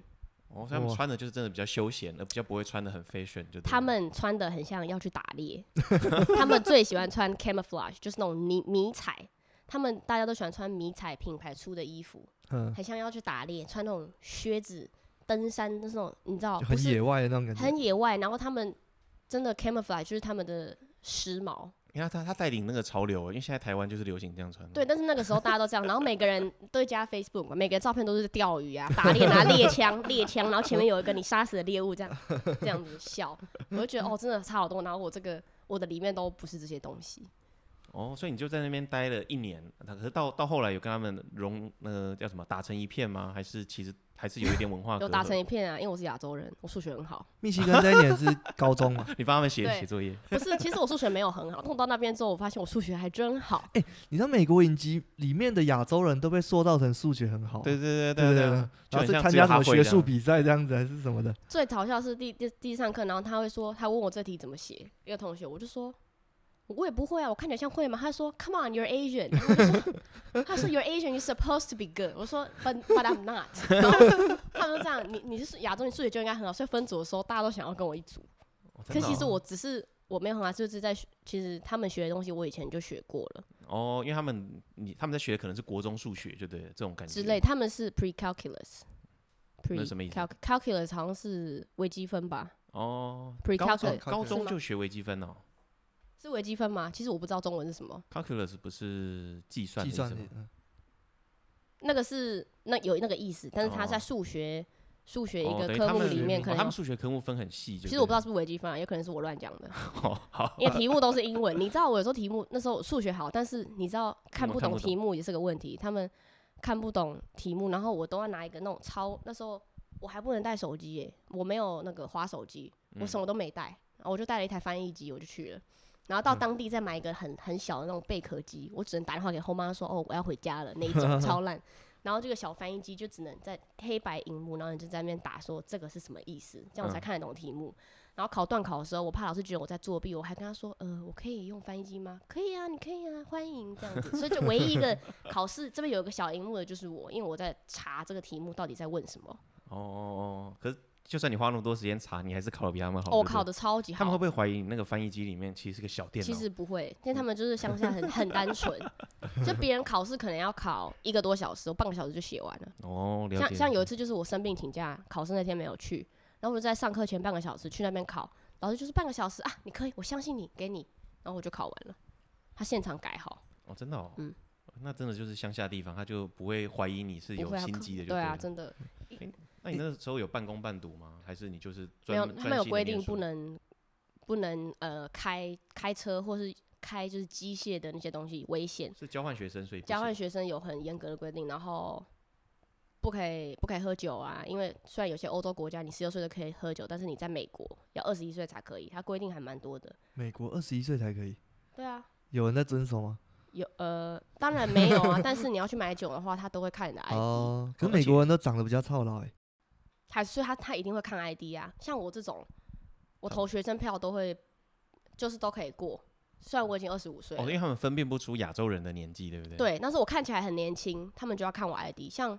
Speaker 3: 哦，所以他们
Speaker 1: 哇
Speaker 3: 穿的就是真的比较休闲，而比较不会穿的很 fashion，就对了
Speaker 2: 他们穿的很像要去打猎， <laughs> 他们最喜欢穿 camouflage，就是那种迷迷彩。他们大家都喜欢穿迷彩品牌出的衣服，
Speaker 1: 嗯，
Speaker 2: 很像要去打猎，穿那种靴子登山，就是那种你知道，
Speaker 1: 就
Speaker 2: 哦不
Speaker 1: 很
Speaker 2: 是
Speaker 1: 野外的那种感觉。
Speaker 2: 很野外。然后他们真的 camouflage 就是他们的时
Speaker 1: 嗯
Speaker 2: 髦，
Speaker 3: 你看他他带领那个潮流，因为现在台湾就是流行这样穿。
Speaker 2: 对。，但是那个时候大家都这样，然后每
Speaker 1: <laughs>
Speaker 2: 个人都会加 Facebook，嘛每个照片都是钓鱼啊、打猎拿猎枪、猎枪，然后前面有一个你杀死的猎物，这样这样子笑，我就觉得哦，真的差好多。然后我这个我的里面都不是这些东西，
Speaker 3: 哦，所以你就在那边待了一年，他可是到到后来有跟他们融那个叫什么打成一片吗？还是其实还是有一点文化隔
Speaker 2: 有
Speaker 3: 阂
Speaker 2: 打成一片啊，因为我是亚洲人，我数学很好。
Speaker 1: 密西根这一年是高中
Speaker 2: <laughs>
Speaker 1: 嘛？
Speaker 3: 你帮他们写
Speaker 2: 对
Speaker 3: 写作业，
Speaker 2: 不是，其实我数学没有很好，但我到那边之后，我发现我数学还真好。
Speaker 1: 你知道美国影集里面的亚洲人都被塑造成数学很好，啊
Speaker 3: 对哦对对
Speaker 1: 对
Speaker 3: 对
Speaker 1: 对，然后
Speaker 3: 就很
Speaker 1: 去
Speaker 3: 像
Speaker 1: 参
Speaker 3: 只
Speaker 1: 加
Speaker 3: 有
Speaker 1: 什
Speaker 3: 他
Speaker 1: 么
Speaker 3: 会
Speaker 1: 学
Speaker 3: 这
Speaker 1: 术
Speaker 3: 样
Speaker 1: 比赛这样子还是什么的，
Speaker 2: 最嘲笑是第第第一上课，然后他会说，他问我这题怎么写，一个同学，我就说。我也不会啊，我看起来像会吗？他说，Come on, you're Asian 然后我就说。 <laughs> 他说，You're Asian, you're supposed to be good。我说，But but I'm not。然后他们就这样，你你是亚洲，你数学就应该很好，所以分组的时候大家都想要跟我一组。
Speaker 3: 哦
Speaker 2: 可
Speaker 3: 真的
Speaker 2: 其实
Speaker 3: 哦
Speaker 2: 我只是我没有很好，就是在学其实他们学的东西我以前就学过了
Speaker 3: 哦，因为他们你他们在学的可能是国中数学，就对了这种感觉
Speaker 2: 之类。。他们是 pre calculus。
Speaker 3: 那是什么意思
Speaker 2: calc- calculus 好像是微积分吧？
Speaker 3: 哦，
Speaker 2: Pre
Speaker 3: 高
Speaker 2: calculus
Speaker 3: 中高
Speaker 2: 是
Speaker 3: 中
Speaker 2: 吗
Speaker 3: 就学微积分哦
Speaker 2: 是微积分吗？其实我不知道中文是什么。
Speaker 3: ，calculus 不是计算
Speaker 1: 计
Speaker 3: 的意
Speaker 1: 算
Speaker 3: 思
Speaker 1: 的
Speaker 3: 吗？
Speaker 1: 嗯
Speaker 2: 那个是那有那个意思，但是它
Speaker 3: 哦
Speaker 2: 在数学数、学一
Speaker 3: 哦
Speaker 2: 个
Speaker 3: 等于
Speaker 2: 科
Speaker 3: 他
Speaker 2: 目
Speaker 3: 们
Speaker 2: 里面
Speaker 3: 哦
Speaker 2: 可能
Speaker 3: 他
Speaker 2: 有、
Speaker 3: 们数学科目分很细，
Speaker 2: 其实我不知道是不是微积分啊，有可能是我乱讲的，
Speaker 3: 道。好哦好，
Speaker 2: 因为题目都是英文。你知道我有时候题目那时候数学好，但是你知道看不
Speaker 3: 嗯看
Speaker 2: 懂
Speaker 3: 不懂
Speaker 2: 题目也是个问题，他们看不懂题目，然后我都要拿一个那种超那时候我还不能带手机耶、我没有那个花手机，我
Speaker 3: 嗯
Speaker 2: 什么都没带，然后我就带了一台翻译机，我就去了。然后
Speaker 3: 嗯
Speaker 2: 到当地再买一个很很小的那种贝壳机，我只能打电话给后妈说哦我要回家了那一
Speaker 3: <laughs>
Speaker 2: 种超烂。然后这个小翻译机就只能在黑白荧幕，然后你就在那边打说这个是什么意思，这样我才
Speaker 3: 嗯
Speaker 2: 看得懂题目。然后考段考的时候，我怕老师觉得我在作弊，我还跟他说呃我可以用翻译机吗？可以啊，你可以啊，欢迎这样子。所以就唯一一
Speaker 3: <laughs>
Speaker 2: 个考试这边有一个小荧幕的就是我，因为我在查这个题目到底在问什么。
Speaker 3: 哦哦哦，可是就算你花那么多时间查，你还是考的比他们好。
Speaker 2: 哦，我
Speaker 3: 对不
Speaker 2: 考
Speaker 3: 对
Speaker 2: 的超级好。
Speaker 3: 他们会不会怀疑你那个翻译机里面其实是个小电脑？
Speaker 2: 其实不会，因为他们
Speaker 3: <laughs>
Speaker 2: 就是乡下很很单纯，就别人考试可能要考一个多小时，我半个小时就写完了。
Speaker 3: 哦，了
Speaker 2: 像
Speaker 3: 解。
Speaker 2: 像有一次就是我生病请假，考试那天没有去，然后我就在上课前半个小时去那边考，老师就是半个小时啊，你可以，我相信你，给你，然后我就考完了。他现场改好，
Speaker 3: 哦，真的哦，
Speaker 2: 嗯
Speaker 3: 那真的就是乡下地方，他就不会怀疑你是
Speaker 2: 不
Speaker 3: 有
Speaker 2: 会啊，
Speaker 3: 心
Speaker 2: 可
Speaker 3: 机的就
Speaker 2: 对啊，嗯
Speaker 3: 了
Speaker 2: 真的
Speaker 3: 那你那时候有半工半读吗？还是你就是
Speaker 2: 没有，
Speaker 3: 专
Speaker 2: 他们有规定不，
Speaker 3: 专心地念
Speaker 2: 能
Speaker 3: 书
Speaker 2: 不能呃开开车或是开就是机械的那些东西危险。
Speaker 3: 是交换学生，所以不
Speaker 2: 交换
Speaker 3: 行
Speaker 2: 学生有很严格的规定，然后不可以不可以喝酒啊，因为虽然有些欧洲国家你十六岁就可以喝酒，但是你在美国要二十一岁才可以，它规定还蛮多的。
Speaker 1: 美国二十一岁才可以，
Speaker 2: 对啊，
Speaker 1: 有人在遵守吗？
Speaker 2: 有呃，当然没有 <laughs> 啊，但是你要去买酒的话，他都会看你的 ID，、
Speaker 1: 哦，可
Speaker 3: 而
Speaker 1: 美
Speaker 3: 且
Speaker 1: 国人都长得比较操劳哎。
Speaker 2: 还所以他他一定会看 ID 啊。像我这种，我投学生票都会，就是都可以过，虽然我已经二十五岁
Speaker 3: 哦，因
Speaker 2: 了。
Speaker 3: 为他们分辨不出亚洲人的年纪，对不对？，
Speaker 2: 对，但是我看起来很年轻，他们就要看我 ID。像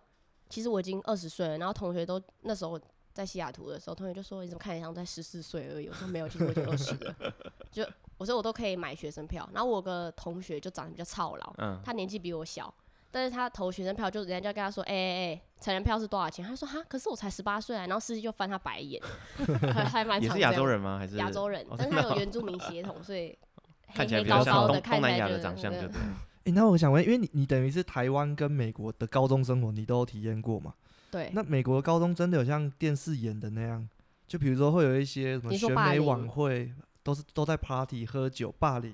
Speaker 2: 其实我已经二十岁了，然后同学都那时候在西雅图的时候，同学就说你怎么看起来像在十四岁而已？我说没有，其实我已经二十了。 <laughs> 就我说我都可以买学生票。然后我有个同学就长得比较操劳，
Speaker 3: 嗯，
Speaker 2: 他年纪比我小，但是他投学生票，就人家就跟他说，哎哎哎，成人票是多少钱？他说哈，可是我才十八岁啊。然后司机就翻他白眼， <laughs> 还还蛮
Speaker 3: 也
Speaker 2: 常
Speaker 3: 是
Speaker 2: 这
Speaker 3: 亚洲
Speaker 2: 样，
Speaker 3: 人吗？还是
Speaker 2: 亚洲人
Speaker 3: 哦，
Speaker 2: 但是
Speaker 3: 真
Speaker 2: 他
Speaker 3: 的
Speaker 2: 有
Speaker 3: 哦
Speaker 2: 原住民血统，所以
Speaker 3: <laughs> 看
Speaker 2: 黑
Speaker 3: 起来
Speaker 2: 黑
Speaker 3: 比较
Speaker 2: 高
Speaker 3: 像
Speaker 2: 高的，
Speaker 3: 东
Speaker 2: 看
Speaker 3: 东
Speaker 2: 起
Speaker 3: 南
Speaker 2: 来
Speaker 3: 亚
Speaker 2: 就
Speaker 3: 的长相，
Speaker 2: 对
Speaker 3: 就对了。
Speaker 1: 哎，那我想问，因为你你等于是台湾跟美国的高中生活你都有体验过嘛？
Speaker 2: 对。
Speaker 1: 那美国的高中真的有像电视演的那样？就比如说会有一些什么
Speaker 2: 你说
Speaker 1: 选
Speaker 2: 霸
Speaker 1: 美
Speaker 2: 凌
Speaker 1: 晚会，都是都在 party 喝酒霸凌，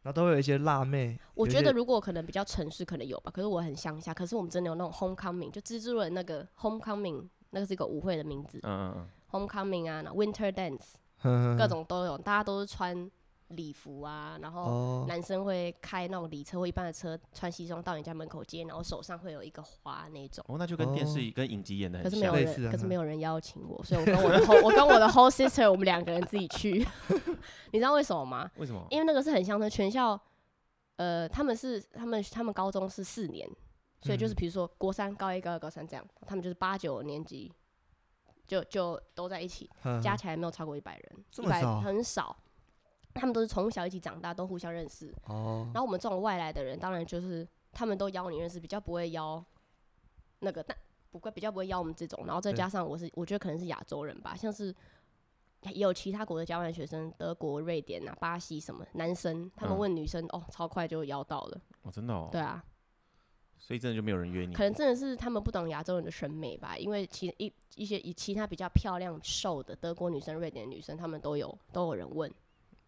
Speaker 1: 然后都会有一些辣妹。
Speaker 2: 我
Speaker 1: 有一
Speaker 2: 觉得
Speaker 1: 些
Speaker 2: 如果可能比较城市可能有吧，可是我很乡下。可是我们真的有那种 homecoming，就蜘蛛人那个 homecoming，那个是一个舞会的名字
Speaker 3: 嗯嗯嗯，
Speaker 2: ，homecoming 啊然后，winter dance，
Speaker 1: 呵呵
Speaker 2: 各
Speaker 1: 呵
Speaker 2: 种都有，大家都是穿礼服啊，然后
Speaker 1: 哦，
Speaker 2: 男生会开那种礼车或一般的车，穿西装到你家门口接，然后手上会有一个花那种。
Speaker 3: 哦，那就跟电视
Speaker 1: 哦
Speaker 3: 跟影集演的
Speaker 2: 可
Speaker 3: 很
Speaker 2: 是没
Speaker 3: 像
Speaker 2: 有
Speaker 1: 类。
Speaker 2: 人，
Speaker 1: 似啊
Speaker 2: 可是
Speaker 1: 哈
Speaker 2: 没有人邀请我，所以我跟我的 whole 我跟我的 whole sister 我们两个人自己去。 <laughs> 你知道为什么吗？
Speaker 3: 为什么？
Speaker 2: 因为那个是很乡村，全校，呃，他们是他们他们高中是四年，所以就是
Speaker 1: 嗯
Speaker 2: 比如说国三、高一、高二、高三这样，他们就是八九年级就就都在一起，
Speaker 1: 呵
Speaker 2: 加
Speaker 1: 呵
Speaker 2: 起来没有超过一百人，
Speaker 1: 嗯这
Speaker 2: 一
Speaker 1: 么
Speaker 2: 百
Speaker 1: 少啊
Speaker 2: 很少。他们都是从小一起长大，都互相认识。
Speaker 1: 哦
Speaker 2: 然，后我们这种外来的人，当然就是他们都邀你认识，比较不会邀那个，但不会比较不会邀我们这种。然后再
Speaker 1: 对
Speaker 2: 加上我是，我觉得可能是亚洲人吧，像是也有其他国的交换学生，德国、瑞典啊、巴西什么男生，他们
Speaker 3: 嗯
Speaker 2: 问女生、哦，超快就邀到了。
Speaker 3: 哦，真的哦。
Speaker 2: 对啊，
Speaker 3: 所以真的就没有人约你。
Speaker 2: 可能真的是他们不懂亚洲人的审美吧，因为其一一些以其他比较漂亮瘦的德国女生、瑞典女生，他们都有都有人问。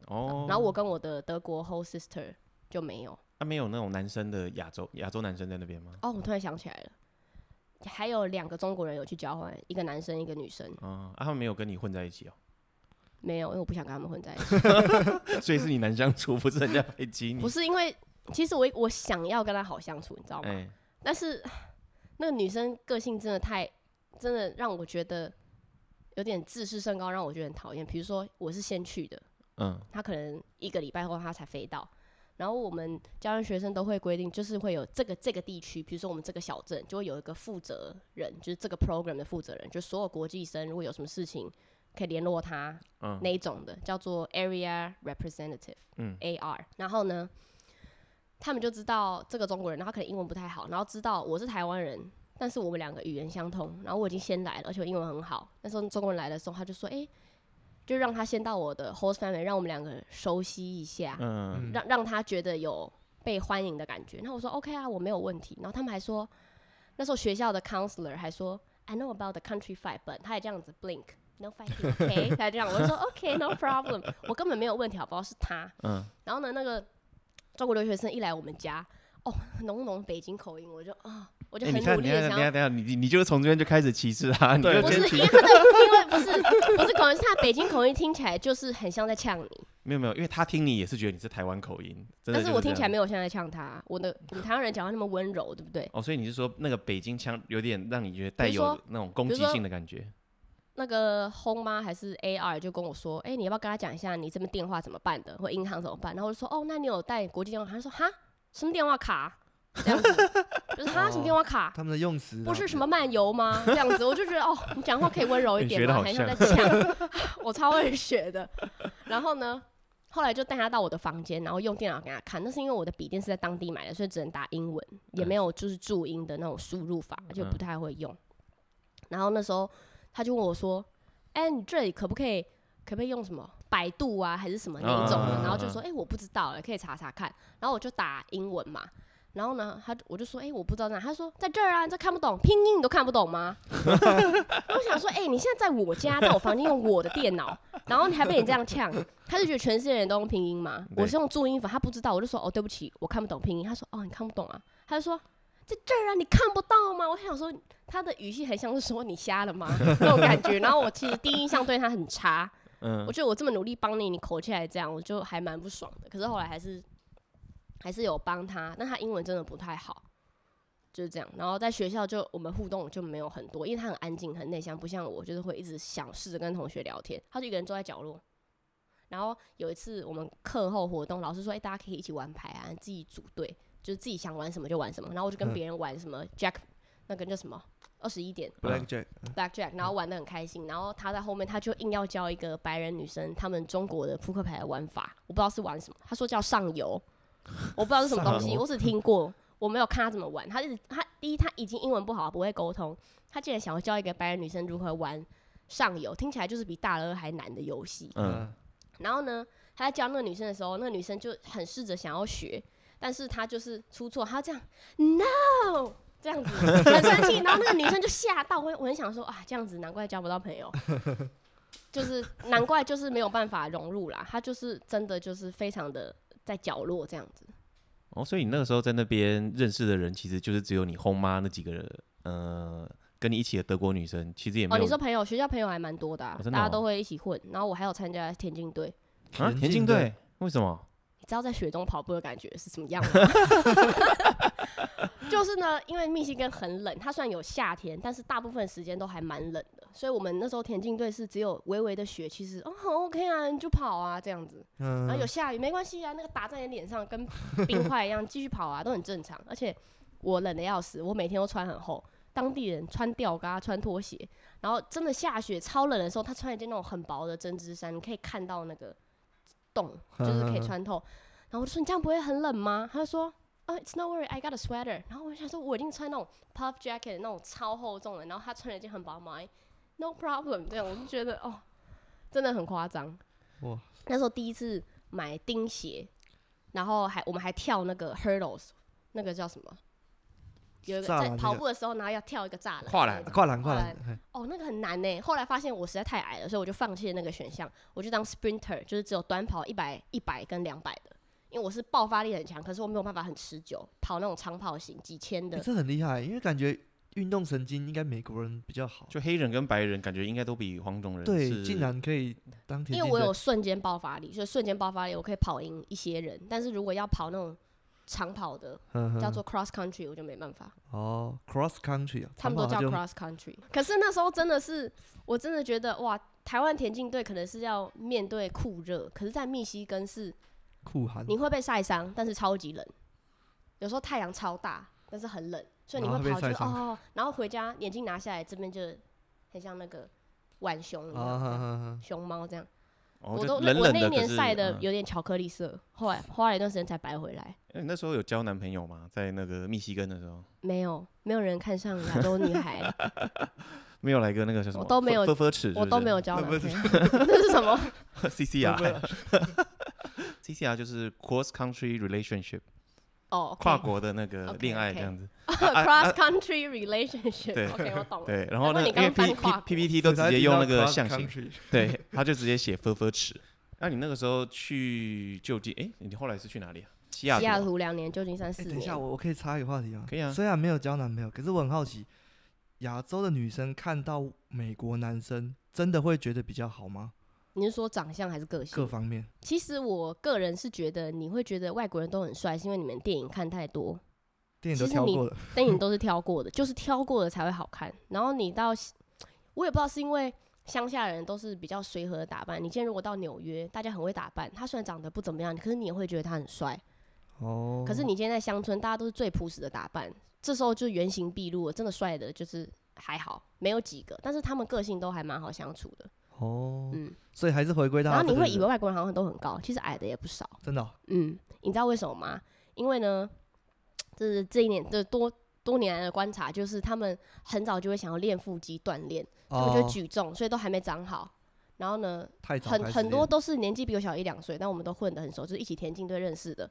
Speaker 3: 哦，
Speaker 2: 然后我跟我的德国 whole sister 就没有。
Speaker 3: 他没有那种男生的亚洲亚洲男生在那边吗？
Speaker 2: 哦，我突然想起来了，还有两个中国人有去交换，一个男生，一个女生。
Speaker 3: 啊，啊他们没有跟你混在一起哦， <laughs>
Speaker 2: 没有，因为我不想跟他们混在一起。
Speaker 3: 所以是你难相处，不是人家排挤你
Speaker 2: 不。是因为，其实我我想要跟他好相处，你知道吗？
Speaker 3: 哎，
Speaker 2: 但是那个女生个性真的太，真的让我觉得有点自视甚高，让我觉得很讨厌。比如说，我是先去的，
Speaker 3: 嗯，
Speaker 2: 他可能一个礼拜后他才飞到。然后我们教换学生都会规定，就是会有这个这个地区，比如说我们这个小镇，就会有一个负责人，就是这个
Speaker 3: 嗯
Speaker 2: program 的负责人，就所有国际生如果有什么事情可以联络他，
Speaker 3: 嗯
Speaker 2: 那一种的，叫做 area representative，
Speaker 3: 嗯
Speaker 2: a r 然后呢，他们就知道这个中国人，然后他可能英文不太好，然后知道我是台湾人，但是我们两个语言相通，然后我已经先来了，而且我英文很好。那时候中国人来的时候，他就说，哎、就让他先到我的 host family，让我们两个熟悉一下，
Speaker 3: 嗯，
Speaker 1: 嗯
Speaker 2: 让让他觉得有被欢迎的感觉。然后我说 OK 啊，我没有问题。然后他们还说，那时候学校的 counselor 还说 I know about the country fight，but 他也这样子 blink。No fighting,
Speaker 3: <laughs>
Speaker 2: OK？他还这样，我就说 OK, no problem。我根本没有问题，好不好？是他。
Speaker 3: 嗯
Speaker 2: 然后呢，那个中国留学生一来我们家，哦，浓浓北京口音，我就啊、我就
Speaker 3: 哎，
Speaker 2: 很
Speaker 3: 你看，
Speaker 2: 努
Speaker 3: 你
Speaker 2: 力的
Speaker 3: 看，
Speaker 2: 想
Speaker 3: 等
Speaker 2: 要
Speaker 3: 下，等下，你你就从这边就开始歧视他，你
Speaker 1: 对
Speaker 3: 就
Speaker 2: 不
Speaker 3: 先
Speaker 2: 是
Speaker 3: 歧
Speaker 2: 因为他的，因为不是不是口音，是他北京口音听起来就是很像在呛你，
Speaker 3: 没有没有，因为他听你也是觉得你是台湾口音，
Speaker 2: 但
Speaker 3: 真的就是是
Speaker 2: 我听起来
Speaker 3: 没
Speaker 2: 没有像在呛他。我的我们台湾人讲话那么温柔，对不对？
Speaker 3: 哦，所以你是说那个北京腔有点让你觉得带
Speaker 2: 比如说
Speaker 3: 有那种攻
Speaker 2: 比如
Speaker 3: 击
Speaker 2: 说
Speaker 3: 性的感觉？
Speaker 2: 那个轰妈还是 AR 就跟我说，哎、你要不要跟他讲一下你这边电话怎么办的，或银行怎么办？然后我就说，哦，那你有带国际电话卡？他说，哈，什么电话卡？这样子，就是哈，什么电话卡？
Speaker 3: 哦
Speaker 1: 他们的用词啊
Speaker 2: 不
Speaker 1: 啦
Speaker 2: 是什么漫游吗？这样子，我就觉得哦，你讲话可以温柔一
Speaker 3: 你
Speaker 2: 点
Speaker 3: 学得
Speaker 2: 嘛，
Speaker 3: 好
Speaker 2: 还像在 <laughs> 呛，啊我超会学的。然后呢，后来就带他到我的房间，然后用电脑给他看。那是因为我的笔电是在当地买的，所以只能打英文，也
Speaker 3: 嗯
Speaker 2: 没有就是注音的那种输入法，而且
Speaker 3: 嗯
Speaker 2: 不太会用。然后那时候他就问我说：“哎、你这里可不可以？”可不可以用什么百度啊，还是什么那一种
Speaker 1: 嗯嗯
Speaker 2: 的？
Speaker 1: 嗯嗯
Speaker 2: 然后就说，哎、我不知道、哎，可以查查看。然后我就打英文嘛，然后呢，他就我就说，哎、我不知道在哪。他说在这儿啊，你这看不懂，拼 <laughs> 音你都看不懂吗？我想说，哎、你现在在我家，在我房间用我的电脑，然后你还被你这样呛，他就觉得全世界人都用拼音嘛，
Speaker 3: 对
Speaker 2: 我是用注音法，他不知道，我就说哦对不起，我看不懂拼音，他说哦你看不懂啊，他就说在这儿啊你看不到吗？我想说他的语气很像是说你瞎了吗 <laughs> 那种感觉，然后我其实第一印象对他很差，
Speaker 3: 嗯
Speaker 2: 我，觉得我这么努力帮你，你口气还这样，我就还蛮不爽的，可是后来还是还是有帮他，但他英文真的不太好。就是这样，然后在学校就我们互动就没有很多，因为他很安静、很内向，不像我，就是会一直想试着跟同学聊天。他就一个人坐在角落。然后有一次我们课后活动，老师说：“哎、大家可以一起玩牌啊，自己组队，就是自己想玩什么就玩什么。”然后我就跟
Speaker 1: 嗯
Speaker 2: 别人玩什么 Jack，那个叫什么二十一点
Speaker 1: Black Jack，
Speaker 2: Blackjack，然后玩的很开心。然后他在后面，他就硬要教一个白人女生他们中国的扑克牌的玩法，我不知道是玩什么，他说叫上游，我不知道是什么东
Speaker 1: 上
Speaker 2: 西，
Speaker 1: 游
Speaker 2: 我只听过，我没有看他怎么玩。他一直他第一他已经英文不好，不会沟通，他竟然想要教一个白人女生如何玩上游，听起来就是比大乐还难的游戏。
Speaker 3: 嗯，
Speaker 1: 嗯，
Speaker 2: 然后呢，他在教那个女生的时候，那个女生就很试着想要学，但是她就是出错，她这样 no 这样子很生气，然后那个女生就吓到，我我很想说啊，这样子难怪交不到朋友， <laughs> 就是难怪就是没有办法融入啦，她就是真的就是非常的在角落这样子，
Speaker 3: 哦，所以你那个时候在那边认识的人，其实就是只有你后妈那几个人，呃，跟你一起的德国女生，其实也没
Speaker 2: 哦，
Speaker 3: 有。
Speaker 2: 你说朋友，学校朋友还蛮多的、啊，
Speaker 3: 哦真的
Speaker 2: 大家
Speaker 3: 哦
Speaker 2: 都会一起混。然后我还有参加田径队，
Speaker 3: 啊，田径队为什么？
Speaker 2: 你知道在雪中跑步的感觉是什么样吗？ <laughs> 就是呢，因为密西根很冷，它虽然有夏天，但是大部分时间都还蛮冷的，所以我们那时候田径队是只有微微的雪，其实哦很 OK 啊，你就跑啊这样子，
Speaker 1: 嗯，
Speaker 2: 然后有下雨没关系啊，那个打在你脸上跟冰块一样， <laughs> 继续跑啊都很正常。而且我冷的要死，我每天都穿很厚，当地人穿吊嘎穿拖鞋，然后真的下雪超冷的时候，他穿一件那种很薄的针织衫，你可以看到那个洞，就是可以穿透。然后我就说你这样不会很冷吗？他就说。啊、i t s no worry, I got a sweater。然后我就想说，我已经穿那种 puff jacket 那种超厚重的，然后他穿了一件很薄的毛衣，no problem。这样我就觉得哦，真的很夸张。
Speaker 1: 哇，
Speaker 2: 那时候第一次买钉鞋，然后还我们还跳那个 hurdles，那个叫什么？有一个
Speaker 1: 栅栏
Speaker 2: 在
Speaker 1: 那个
Speaker 2: 跑步的时候，然后要跳一个栅栏，
Speaker 3: 跨栏
Speaker 1: 啊跨栏跨
Speaker 2: 跨
Speaker 1: 栏
Speaker 2: 栏，哦，那个很难呢。后来发现我实在太矮了，所以我就放弃了那个选项，我就当 sprinter，就是只有短跑一百、一百跟两百的。因为我是爆发力很强，可是我没有办法很持久，跑那种长跑型几千
Speaker 1: 嘿
Speaker 2: 的
Speaker 1: 欸。这很厉害，因为感觉运动神经应该美国人比较好，
Speaker 3: 就黑人跟白人，感觉应该都比黄种人
Speaker 1: 对，
Speaker 3: 是
Speaker 1: 竟然可以当田
Speaker 2: 因为
Speaker 1: 径
Speaker 2: 我
Speaker 1: 队
Speaker 2: 有瞬间爆发力，所以瞬间爆发力我可以跑赢一些人。但是如果要跑那种长跑的，
Speaker 1: 嗯哼
Speaker 2: 叫做 cross country，我就没办法。
Speaker 1: 哦，cross country 啊，
Speaker 2: 他们
Speaker 1: 长
Speaker 2: 都
Speaker 1: 跑
Speaker 2: 叫
Speaker 1: 就
Speaker 2: cross country。可是那时候真的是，我真的觉得哇，台湾田径队可能是要面对酷热，可是，在密西根是
Speaker 1: 酷寒，
Speaker 2: 你会被晒伤，但是超级冷，有时候太阳超大，但是很冷，所以你
Speaker 1: 然
Speaker 2: 会
Speaker 1: 后被
Speaker 2: 跑就
Speaker 1: 晒伤
Speaker 2: 哦，然后回家眼镜拿下来，这边就很像那个浣熊一
Speaker 1: 啊哈
Speaker 2: 样，
Speaker 1: 哈哈，
Speaker 2: 熊猫这样。
Speaker 3: 哦
Speaker 2: 我
Speaker 3: 就
Speaker 2: 都
Speaker 3: 冷
Speaker 2: 我
Speaker 3: 冷
Speaker 2: 那一
Speaker 3: 的，
Speaker 2: 年
Speaker 3: 可是
Speaker 2: 晒的
Speaker 3: 嗯
Speaker 2: 有点巧克力色，后来花了一段时间才白回来。
Speaker 3: 哎你那时候有交男朋友吗？在那个密西根的时候，
Speaker 2: 没有，没有人看上亚洲女孩，
Speaker 3: 没有来个那个叫什么？
Speaker 2: 我都没有
Speaker 3: 分分尺，
Speaker 2: 我都没有。交
Speaker 1: 那
Speaker 2: 男
Speaker 1: 不
Speaker 2: 朋友。 <laughs> 这是什么？
Speaker 1: 会
Speaker 3: CCR，CCR
Speaker 1: 不会
Speaker 3: 就是 cross country relationship， <laughs>
Speaker 2: 哦，
Speaker 3: 跨
Speaker 2: <laughs>
Speaker 3: 国的那个
Speaker 2: OK，
Speaker 3: 恋爱
Speaker 2: OK
Speaker 3: 这样子。
Speaker 2: cross country relationship
Speaker 3: 对
Speaker 2: OK，我懂了。
Speaker 3: 对，然后那
Speaker 2: 难怪你
Speaker 3: 个因
Speaker 2: 刚
Speaker 3: 为
Speaker 2: 翻
Speaker 3: P
Speaker 2: 跨
Speaker 3: P
Speaker 2: 国
Speaker 3: P P T 都直接用那个象形， <laughs>
Speaker 1: 形，
Speaker 3: 对，他就直接写分分尺。那你那个时候去旧金，哎，你后来是去哪里啊？西雅
Speaker 2: 西雅
Speaker 3: 图吗。
Speaker 2: 图两年，旧金山四
Speaker 1: 哎，等一下，
Speaker 2: 年。
Speaker 1: 我我可以插一个话题吗？
Speaker 3: 可以啊
Speaker 1: 虽然没有交男朋友，可是我很好奇，亚洲的女生看到美国男生，真的会觉得比较好吗？
Speaker 2: 你是说长相还是个
Speaker 1: 各
Speaker 2: 性？
Speaker 1: 方面，
Speaker 2: 其实我个人是觉得，你会觉得外国人都很帅，是因为你们电影看太多，
Speaker 1: 电影都
Speaker 2: 其实
Speaker 1: 跳
Speaker 2: 你
Speaker 1: 过了，
Speaker 2: 电影都是挑过的， <laughs> 就是挑过的才会好看。然后你到，我也不知道是因为乡下人都是比较随和的打扮，你今天如果到纽约，大家很会打扮，他虽然长得不怎么样，可是你也会觉得他很帅。
Speaker 1: 哦，
Speaker 2: 可是你今天在乡村，大家都是最朴实的打扮，这时候就原形毕露了。真的帅的，就是还好，没有几个，但是他们个性都还蛮好相处的。
Speaker 1: 哦，
Speaker 2: 嗯，
Speaker 1: 所以还是回归到
Speaker 2: 然后
Speaker 1: 他这
Speaker 2: 你
Speaker 1: 个人，
Speaker 2: 会以为外国人好像都很高，其实矮的也不少。
Speaker 1: 真的哦
Speaker 2: 嗯，你知道为什么吗？因为呢，这是这一年这多多年来的观察，就是他们很早就会想要练腹肌锻炼，他们就
Speaker 1: 哦
Speaker 2: 举重，所以都还没长好。然后呢，
Speaker 1: 太早
Speaker 2: 很
Speaker 1: 开始
Speaker 2: 很多
Speaker 1: 练
Speaker 2: 都是年纪比我小一两岁，但我们都混得很熟，就是一起田径队认识的。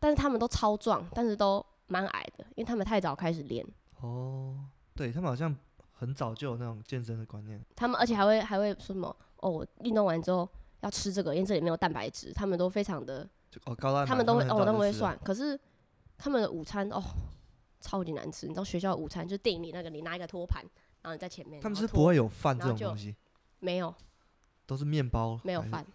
Speaker 2: 但是他们都超壮，但是都蛮矮的，因为他们太早开始练。
Speaker 1: 哦，对他们好像很早就有那种健身的观念，
Speaker 2: 他们而且还会还会说什么哦，我运动完之后要吃这个，因为这里面有蛋白质，他们都非常的，
Speaker 1: 就哦高蛋白，
Speaker 2: 他们都会
Speaker 1: 很
Speaker 2: 哦，
Speaker 1: 早
Speaker 2: 他
Speaker 1: 就
Speaker 2: 们会
Speaker 1: 吃了
Speaker 2: 算，可是他们的午餐哦超级难吃，你知道学校的午餐就电影里那个，你拿一个托盘，然后你在前面，
Speaker 1: 他们
Speaker 2: 然后
Speaker 1: 是
Speaker 2: 托
Speaker 1: 不会有饭这
Speaker 2: 然
Speaker 1: 种
Speaker 2: 后就
Speaker 1: 东西，
Speaker 2: 没有
Speaker 1: 都是面包，
Speaker 2: 没有
Speaker 1: 还是
Speaker 2: 饭。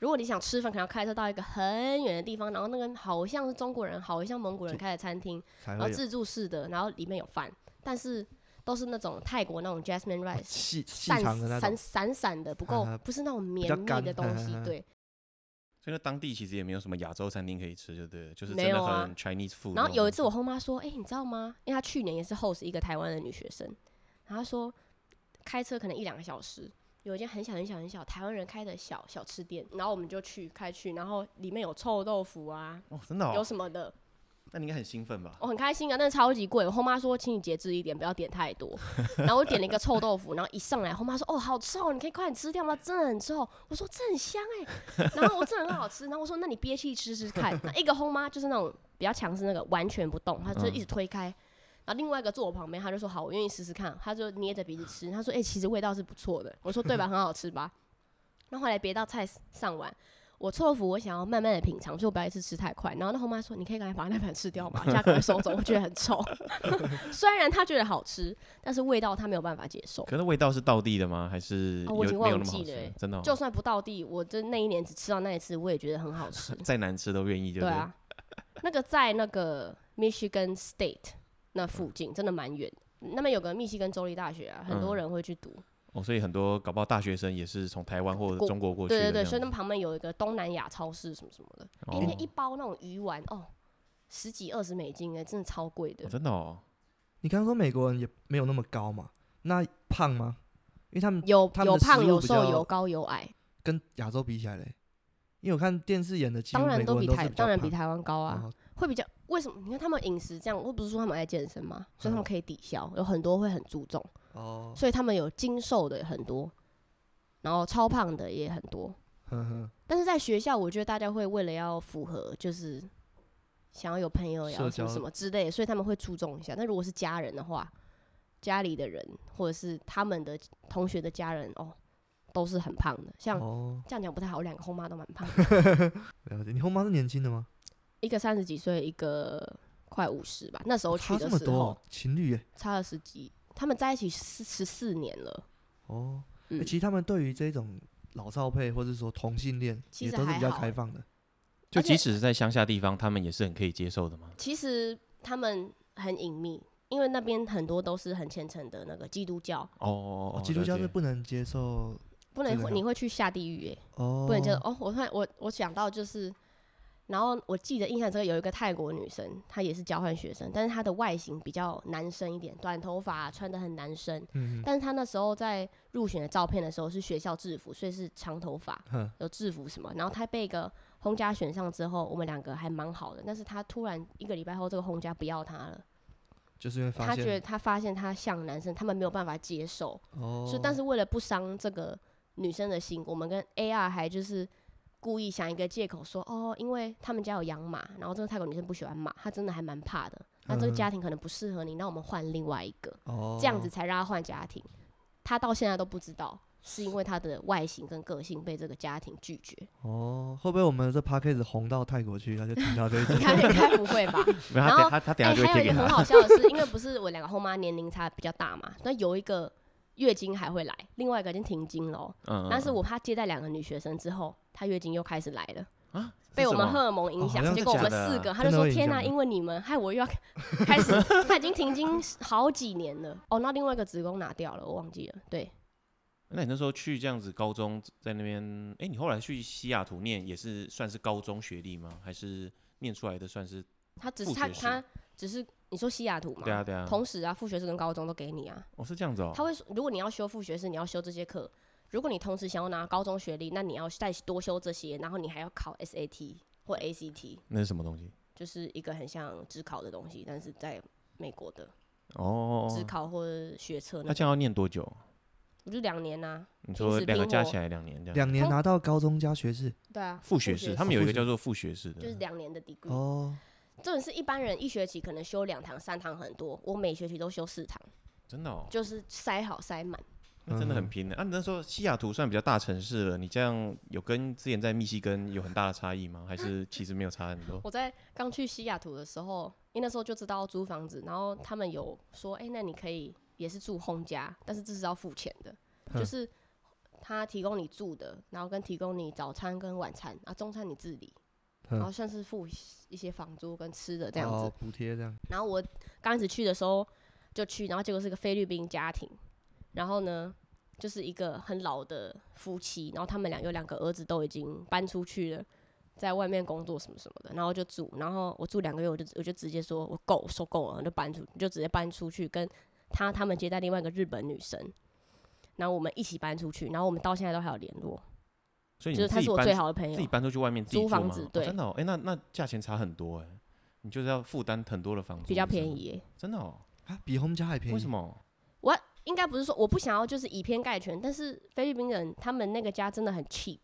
Speaker 2: 如果你想吃饭，可能要开车到一个很远的地方，然后那个好像是中国人，好像蒙古人
Speaker 1: 就
Speaker 2: 开的餐厅，
Speaker 1: 才
Speaker 2: 然后
Speaker 1: 会有哦
Speaker 2: 自助式的，然后里面有饭，但是都是那种泰国那种 jasmine
Speaker 1: 哦
Speaker 2: rice，
Speaker 1: 细细
Speaker 2: 散
Speaker 1: 长的那
Speaker 2: 散
Speaker 1: 种，
Speaker 2: 散散的，不够
Speaker 1: 嗯嗯
Speaker 2: 不是那种
Speaker 1: 较
Speaker 2: 绵密
Speaker 1: 干
Speaker 2: 的东西
Speaker 1: 嗯嗯嗯，
Speaker 2: 对。
Speaker 3: 所以当地其实也没有什么亚洲餐厅可以吃，就对了，就是
Speaker 2: 没
Speaker 3: 真的
Speaker 2: 有啊
Speaker 3: 很 Chinese food 那种东西。
Speaker 2: 然后有一次我后妈说：“哎、你知道吗？因为她去年也是 host 一个台湾的女学生，然后她说开车可能一两个小时，有一间很小很小很小台湾人开的小小吃店，然后我们就去开去，然后里面有臭豆腐啊，
Speaker 3: 哦，真的
Speaker 2: 有
Speaker 3: 哦，
Speaker 2: 什么的，
Speaker 3: 那你应该很兴奋吧？
Speaker 2: 我很开心啊，但是超级贵。我后妈说，请你节制一点，不要点太多。然后我点了一个臭豆腐，然后一上来，后妈说，哦，好臭，你可以快点吃掉吗？真的很臭。我说这很香哎、然后我真的很好吃。然后我说，那你憋气吃吃看。那一个后妈就是那种比较强势那个，完全不动，她就一直推开。然后另外一个坐我旁边，她就说好，我愿意试试看。她就捏着鼻子吃，她说，哎、其实味道是不错的。我说对吧，很好吃吧。然后后来别到菜上完，我臭豆腐我想要慢慢的品尝，所以我不要一次吃太快。然后那后妈说：“你可以赶紧把那盘吃掉嘛，下赶快收走，我觉得很臭。” <laughs> 虽然她觉得好吃，但是味道她没有办法接受。
Speaker 3: 可是味道是道地的吗？还是
Speaker 2: 哦
Speaker 3: 有
Speaker 2: 我已经
Speaker 3: 没有那
Speaker 2: 忘
Speaker 3: 么好
Speaker 2: 记
Speaker 3: 吃？
Speaker 2: 了欸
Speaker 3: 真的哦、。
Speaker 2: 就算不到地，我这那一年只吃到那一次，我也觉得很好吃
Speaker 3: 再难吃都愿意就
Speaker 2: 对
Speaker 3: 对了。
Speaker 2: 啊，那个在那个 Michigan State 那附近，真的蛮远。那边有个密西根州立大学啊，很多
Speaker 3: 嗯
Speaker 2: 人会去读。
Speaker 3: 哦，所以很多搞不好大学生也是从台湾或者
Speaker 2: 过
Speaker 3: 中国过去
Speaker 2: 对
Speaker 3: 的
Speaker 2: 对对，
Speaker 3: 这
Speaker 2: 所以他
Speaker 3: 样
Speaker 2: 们旁边有一个东南亚超市什么什么的，
Speaker 3: 哦
Speaker 2: 哎、那一包那种鱼丸哦，十几二十美金哎、真的超贵的
Speaker 3: 哦。真的哦，
Speaker 1: 你刚刚说美国人也没有那么高嘛，那胖吗？因为他们
Speaker 2: 有
Speaker 1: 他们
Speaker 2: 有
Speaker 1: 的
Speaker 2: 胖
Speaker 1: 食物
Speaker 2: 有
Speaker 1: 比
Speaker 2: 瘦
Speaker 1: 较
Speaker 2: 有高有矮，
Speaker 1: 跟亚洲比起来嘞，因为我看电视演的，几乎
Speaker 2: 当然
Speaker 1: 美国
Speaker 2: 比
Speaker 1: 人
Speaker 2: 台
Speaker 1: 是
Speaker 2: 当然比
Speaker 1: 较
Speaker 2: 台湾
Speaker 1: 胖哦
Speaker 2: 高啊，
Speaker 1: 然后
Speaker 2: 会比较为什么？你看他们饮食这样，我不是说他们爱健身吗？所以他们
Speaker 1: 嗯
Speaker 2: 可以抵消，有很多会很注重，
Speaker 1: 哦，
Speaker 2: 所以他们有精瘦的也很多，然后超胖的也很多。
Speaker 1: 呵呵，
Speaker 2: 但是在学校，我觉得大家会为了要符合，就是想要有朋友，然
Speaker 1: 社
Speaker 2: 后什么
Speaker 1: 交
Speaker 2: 什么之类的，所以他们会注重一下。但如果是家人的话，家里的人或者是他们的同学的家人，哦，都是很胖的。像
Speaker 1: 哦， <laughs>
Speaker 2: 这样讲不太好，我两个后妈都蛮胖的， <laughs>
Speaker 1: 了解。你后妈是年轻的吗？
Speaker 2: 一个三十几岁，一个快五十吧。那时候去
Speaker 1: 差
Speaker 2: 的
Speaker 1: 这么
Speaker 2: 时
Speaker 1: 多
Speaker 2: 候
Speaker 1: 哦，情侣耶，
Speaker 2: 差了十几，他们在一起十十四年了。
Speaker 1: 哦，欸
Speaker 2: 嗯
Speaker 1: 其实他们对于这种老少配或者说同性恋
Speaker 2: 其
Speaker 1: 也
Speaker 2: 实
Speaker 1: 都是
Speaker 2: 还
Speaker 1: 比较
Speaker 2: 好
Speaker 1: 开放的，
Speaker 3: 就
Speaker 2: 而且
Speaker 3: 即使是在乡下地方，他们也是很可以接受的嘛。
Speaker 2: 其实他们很隐秘，因为那边很多都是很虔诚的那个基督教，
Speaker 3: 哦哦
Speaker 1: 哦
Speaker 3: 哦，
Speaker 1: 基督教
Speaker 3: 了
Speaker 1: 是
Speaker 3: 解
Speaker 1: 不能接受
Speaker 2: 不
Speaker 1: 真的
Speaker 2: 能
Speaker 1: 吗
Speaker 2: 你会去下地狱耶、
Speaker 1: 哦，
Speaker 2: 不然就哦，我突然我我想到就是，然后我记得印象这个有一个泰国女生，她也是交换学生，但是她的外形比较男生一点，短头发，穿的很男生。
Speaker 1: 嗯，嗯
Speaker 2: 但是她那时候在入选的照片的时候是学校制服，所以是长头发，
Speaker 1: 哼
Speaker 2: 有制服什么。然后她被一个轰家选上之后，我们两个还蛮好的，但是她突然一个礼拜后，这个轰家不要她了，
Speaker 1: 就是因为发
Speaker 2: 她
Speaker 1: 现
Speaker 2: 觉得她发现她像男生，他们没有办法接受。
Speaker 1: 哦，
Speaker 2: 所以，但是为了不伤这个女生的心，我们跟 AR 还就是故意想一个借口说，哦，因为他们家有养马，然后这个泰国女生不喜欢马，她真的还蛮怕的。那这个
Speaker 1: 嗯
Speaker 2: 家庭可能不适合你，那我们换另外一个，
Speaker 1: 哦
Speaker 2: 这样子才让她换家庭。她到现在都不知道，是因为她的外形跟个性被这个家庭拒绝。
Speaker 1: 哦，会不会我们这 p a c a s e 红到泰国去，他就听到这一集
Speaker 2: 应？ <laughs> 该应该不会吧？
Speaker 3: 没有他
Speaker 2: 然后
Speaker 3: 等他 <laughs> 他等
Speaker 2: 哎、
Speaker 3: 下就会
Speaker 2: 还有
Speaker 3: 贴
Speaker 2: 一
Speaker 3: 给
Speaker 2: 个很
Speaker 3: 他。
Speaker 2: 好笑的是，因为不是我两个后妈年龄差比较大嘛，那有一个月经还会来，另外一个已经停经了哦。
Speaker 3: 嗯，嗯
Speaker 2: 但是
Speaker 3: 嗯
Speaker 2: 我怕接待两个女学生之后，她月经又开始来了，
Speaker 3: 啊
Speaker 2: 被我们荷
Speaker 3: 喝
Speaker 2: 尔蒙影
Speaker 1: 哦好
Speaker 2: 响，
Speaker 1: 像
Speaker 2: 结
Speaker 1: 是
Speaker 2: 果我
Speaker 3: 假
Speaker 2: 们
Speaker 3: 的啊
Speaker 2: 四个，她就
Speaker 1: 真的
Speaker 2: 说：“
Speaker 1: 会影
Speaker 2: 天
Speaker 1: 响
Speaker 2: 哪、
Speaker 1: 的
Speaker 2: 因为你们害我又要开始，她已经停经好几年了。”哦，那另外一个子宫拿掉了，我忘记了。对，
Speaker 3: 那你那时候去这样子高中在那边，哎，你后来去西雅图念也是算是高中学历吗？还是念出来的算是？
Speaker 2: 她只是
Speaker 3: 复
Speaker 2: 她
Speaker 3: 学士
Speaker 2: 她只是你说西雅图嘛，
Speaker 3: 对啊对啊，
Speaker 2: 同时啊，副学士跟高中都给你啊。
Speaker 3: 哦是这样子哦
Speaker 2: 他。会说，如果你要修副学士，你要修这些课。如果你同时想要拿高中学历，那你要再多修这些，然后你还要考 SAT 或 ACT，
Speaker 3: 那是什么东西？
Speaker 2: 就是一个很像职考的东西，但是在美国的。
Speaker 3: 哦，
Speaker 2: 职考或者学测
Speaker 3: 那
Speaker 2: 那
Speaker 3: 这
Speaker 2: 种，
Speaker 3: 样要念多久？
Speaker 2: 我就两年啊呐、
Speaker 3: 你
Speaker 2: 平
Speaker 3: 说
Speaker 2: 时
Speaker 3: 两个
Speaker 2: 拼
Speaker 3: 加
Speaker 2: 搏
Speaker 3: 起来两年这样？
Speaker 1: 两年
Speaker 2: 通
Speaker 1: 拿到高中加学
Speaker 2: <laughs>
Speaker 1: 士
Speaker 2: 对啊，
Speaker 3: 副学士，他们有一个叫做副学士的，
Speaker 2: 就是两年的 degree，、
Speaker 1: 哦，
Speaker 2: 这种是一般人一学期可能修两堂、三堂很多，我每学期都修四堂，
Speaker 3: 真的哦，
Speaker 2: 就是塞好塞满。
Speaker 3: 那真的
Speaker 1: 嗯
Speaker 3: 很拼的、啊！你那时候西雅图算比较大城市了，你这样有跟之前在密西根有很大的差异吗？还是其实没有差很多？
Speaker 2: 我在刚去西雅图的时候，因为那时候就知道要租房子，然后他们有说，哎、那你可以也是住轰家，但是这是要付钱的，
Speaker 1: 嗯
Speaker 2: 就是他提供你住的，然后跟提供你早餐跟晚餐，啊，中餐你自理，
Speaker 1: 嗯
Speaker 2: 然后算是付一些房租跟吃的这样子
Speaker 1: 哦。补贴这样，
Speaker 2: 然后我刚开始去的时候就去，然后结果是个菲律宾家庭，然后呢就是一个很老的夫妻，然后他们俩有两个儿子都已经搬出去了，在外面工作什么什么的，然后就住，然后我住两个月，我就我就直接说我够，我受够了，我就搬出，就直接搬出去，跟他他们接待另外一个日本女生。然后我们一起搬出去，然后我们到现在都还有联络，
Speaker 3: 所以
Speaker 2: 就是
Speaker 3: 你们
Speaker 2: 他
Speaker 3: 自
Speaker 2: 是
Speaker 3: 己
Speaker 2: 我
Speaker 3: 搬
Speaker 2: 最好的朋
Speaker 3: 自
Speaker 2: 友
Speaker 3: 己。搬出去外面自己
Speaker 2: 租
Speaker 3: 住
Speaker 2: 房
Speaker 3: 吗
Speaker 2: 子
Speaker 3: 哦
Speaker 2: 对
Speaker 3: 真的哦，哎、那那价钱差很多哎、你就是要负担很多的房租，
Speaker 2: 比较
Speaker 3: 是不是
Speaker 2: 便，宜、欸。
Speaker 3: 真的哦，
Speaker 1: 啊，比 home 家还便宜，
Speaker 3: 为什？么？
Speaker 2: 我应该不是说我不想要就是以偏概全，但是菲律宾人他们那个家真的很 cheap，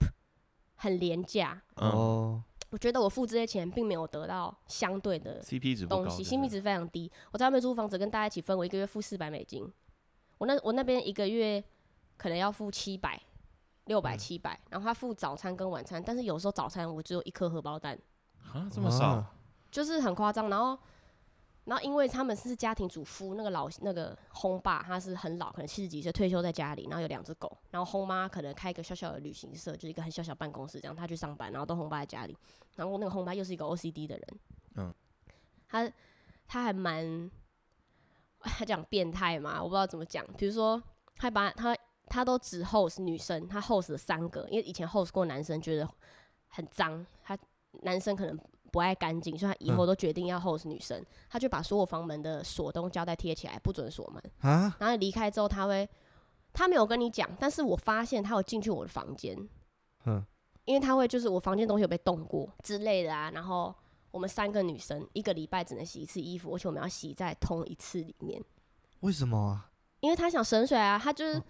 Speaker 2: 很廉价。
Speaker 3: 嗯、
Speaker 1: 哦，
Speaker 2: 我觉得我付这些钱并没有得到相对的
Speaker 3: c p 值不
Speaker 2: 东
Speaker 3: 高，
Speaker 2: 西，
Speaker 3: 就是
Speaker 2: 心理值非常低。我在外面租房子跟大家一起分，我一个月付四百美金，我那我那边一个月可能要付七百、六
Speaker 3: 嗯
Speaker 2: 百、七百，然后他付早餐跟晚餐，但是有时候早餐我只有一颗荷包蛋，
Speaker 3: 啊这么少，
Speaker 1: 啊
Speaker 2: 就是很夸张。然后，然后因为他们是家庭主夫，那个老那个轰爸他是很老，可能七十几岁退休在家里，然后有两只狗，然后轰妈可能开一个小小的旅行社，就是一个很小小办公室这样，他去上班，然后都轰爸在家里，然后那个轰爸又是一个 OCD 的人，
Speaker 3: 嗯，
Speaker 2: 他他还蛮他讲变态嘛，我不知道怎么讲，比如说他把他。他都只 host 女生，他 host 了三个，因为以前 host 过男生，觉得很脏，他男生可能不爱干净，所以他以后都决定要 host 女生。他就把所有房门的锁都用胶带贴起来，不准锁门。
Speaker 1: 啊，
Speaker 2: 然后你离开之后，他会，他没有跟你讲，但是我发现他有进去我的房间，
Speaker 1: 嗯，
Speaker 2: 因为他会就是我房间东西有被动过之类的啊。然后我们三个女生一个礼拜只能洗一次衣服，而且我们要洗在同一次里面，
Speaker 1: 为什么啊？
Speaker 2: 因为他想省水啊，他就是
Speaker 1: 哦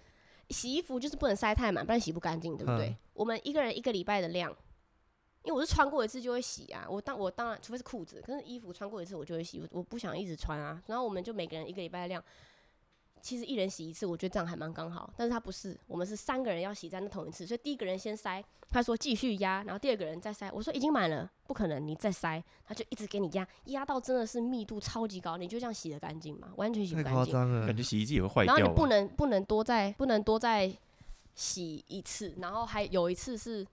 Speaker 2: 洗衣服就是不能塞太满，不然洗不干净，对不对？
Speaker 1: 嗯
Speaker 2: 我们一个人一个礼拜的量，因为我是穿过一次就会洗啊，我当我当然除非是裤子，可是衣服穿过一次我就会洗，我我不想一直穿啊。然后我们就每个人一个礼拜的量，其实一人洗一次，我觉得这样还蛮刚好。但是他不是，我们是三个人要洗在那同一次，所以第一个人先塞，他说继续压，然后第二个人再塞，我说已经满了，不可能，你再塞，他就一直给你压，压到真的是密度超级高，你就这样洗的干净吗？完全洗不
Speaker 1: 太
Speaker 2: 干
Speaker 1: 夸
Speaker 2: 净。
Speaker 1: 张了
Speaker 3: 感，觉洗衣机也会坏
Speaker 2: 然后
Speaker 3: 掉
Speaker 2: 你不
Speaker 3: 吧？
Speaker 2: 能不能多再不能多再洗一次，然后还有一次是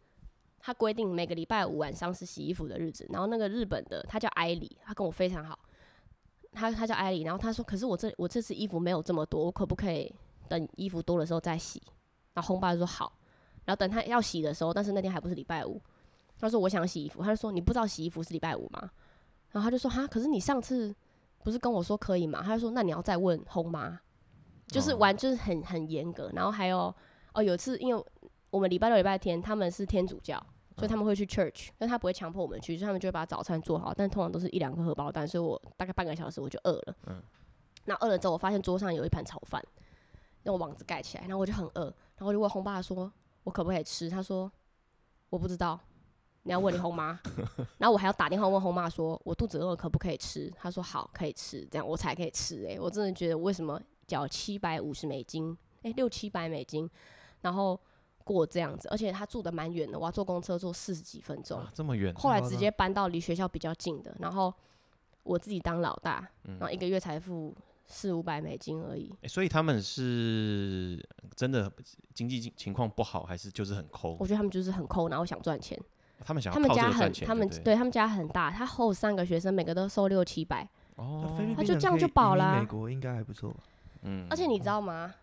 Speaker 2: 他规定每个礼拜五晚上是洗衣服的日子，然后那个日本的他叫艾里，他跟我非常好，他他叫艾里，然后他说，可是我这我这次衣服没有这么多，我可不可以等衣服多的时候再洗？然后红爸就说好，然后等他要洗的时候，但是那天还不是礼拜五，他说我想洗衣服，他就说你不知道洗衣服是礼拜五吗？然后他就说哈，可是你上次不是跟我说可以吗？他就说那你要再问红妈，就是
Speaker 3: 哦
Speaker 2: 玩就是很很严格。然后还有哦，有一次因为我们礼拜六礼拜天他们是天主教，所以他们会去 church，但他不会强迫我们去，所以他们就会把早餐做好，但通常都是一两个荷包蛋，所以我大概半个小时我就饿了。
Speaker 3: 嗯
Speaker 2: 那饿了之后，我发现桌上有一盘炒饭，用网子盖起来，然后我就很饿，然后我就问红爸说，我可不可以吃？他说我不知道，你要问你红妈。 <laughs> 然后我还要打电话问红妈说，我肚子饿了，可不可以吃？他说好，可以吃，这样我才可以吃、欸。我真的觉得为什么缴七百五十美金，哎、六七百美金，然后过这样子，而且他住的蛮远的，我要坐公车坐四十几分钟。
Speaker 3: 啊，这么远，
Speaker 2: 后来
Speaker 1: 夸
Speaker 2: 直
Speaker 1: 张
Speaker 2: 接搬到离学校比较近的，然后我自己当老大，
Speaker 3: 嗯
Speaker 2: 然后一个月才付四五百美金而已。
Speaker 3: 哎所以他们是真的经济情况不好，还是就是很抠
Speaker 2: 我？觉得他们就是很抠，然后想赚钱。
Speaker 3: 他们想
Speaker 2: 他
Speaker 3: 要
Speaker 2: 们
Speaker 3: 靠这
Speaker 2: 家
Speaker 3: 个
Speaker 2: 很
Speaker 3: 赚，钱，
Speaker 2: 他们
Speaker 3: 对不对
Speaker 2: 对他们家很大，他后三个学生每个都收六七百，
Speaker 1: 那
Speaker 3: 哦
Speaker 1: 菲律，
Speaker 2: 他
Speaker 1: 宾
Speaker 2: 就
Speaker 1: 人
Speaker 2: 这样
Speaker 1: 可以
Speaker 2: 就饱啊
Speaker 1: 移民
Speaker 2: 啦
Speaker 1: 美国应该还不错吧，
Speaker 3: 嗯
Speaker 2: 而且你知道吗？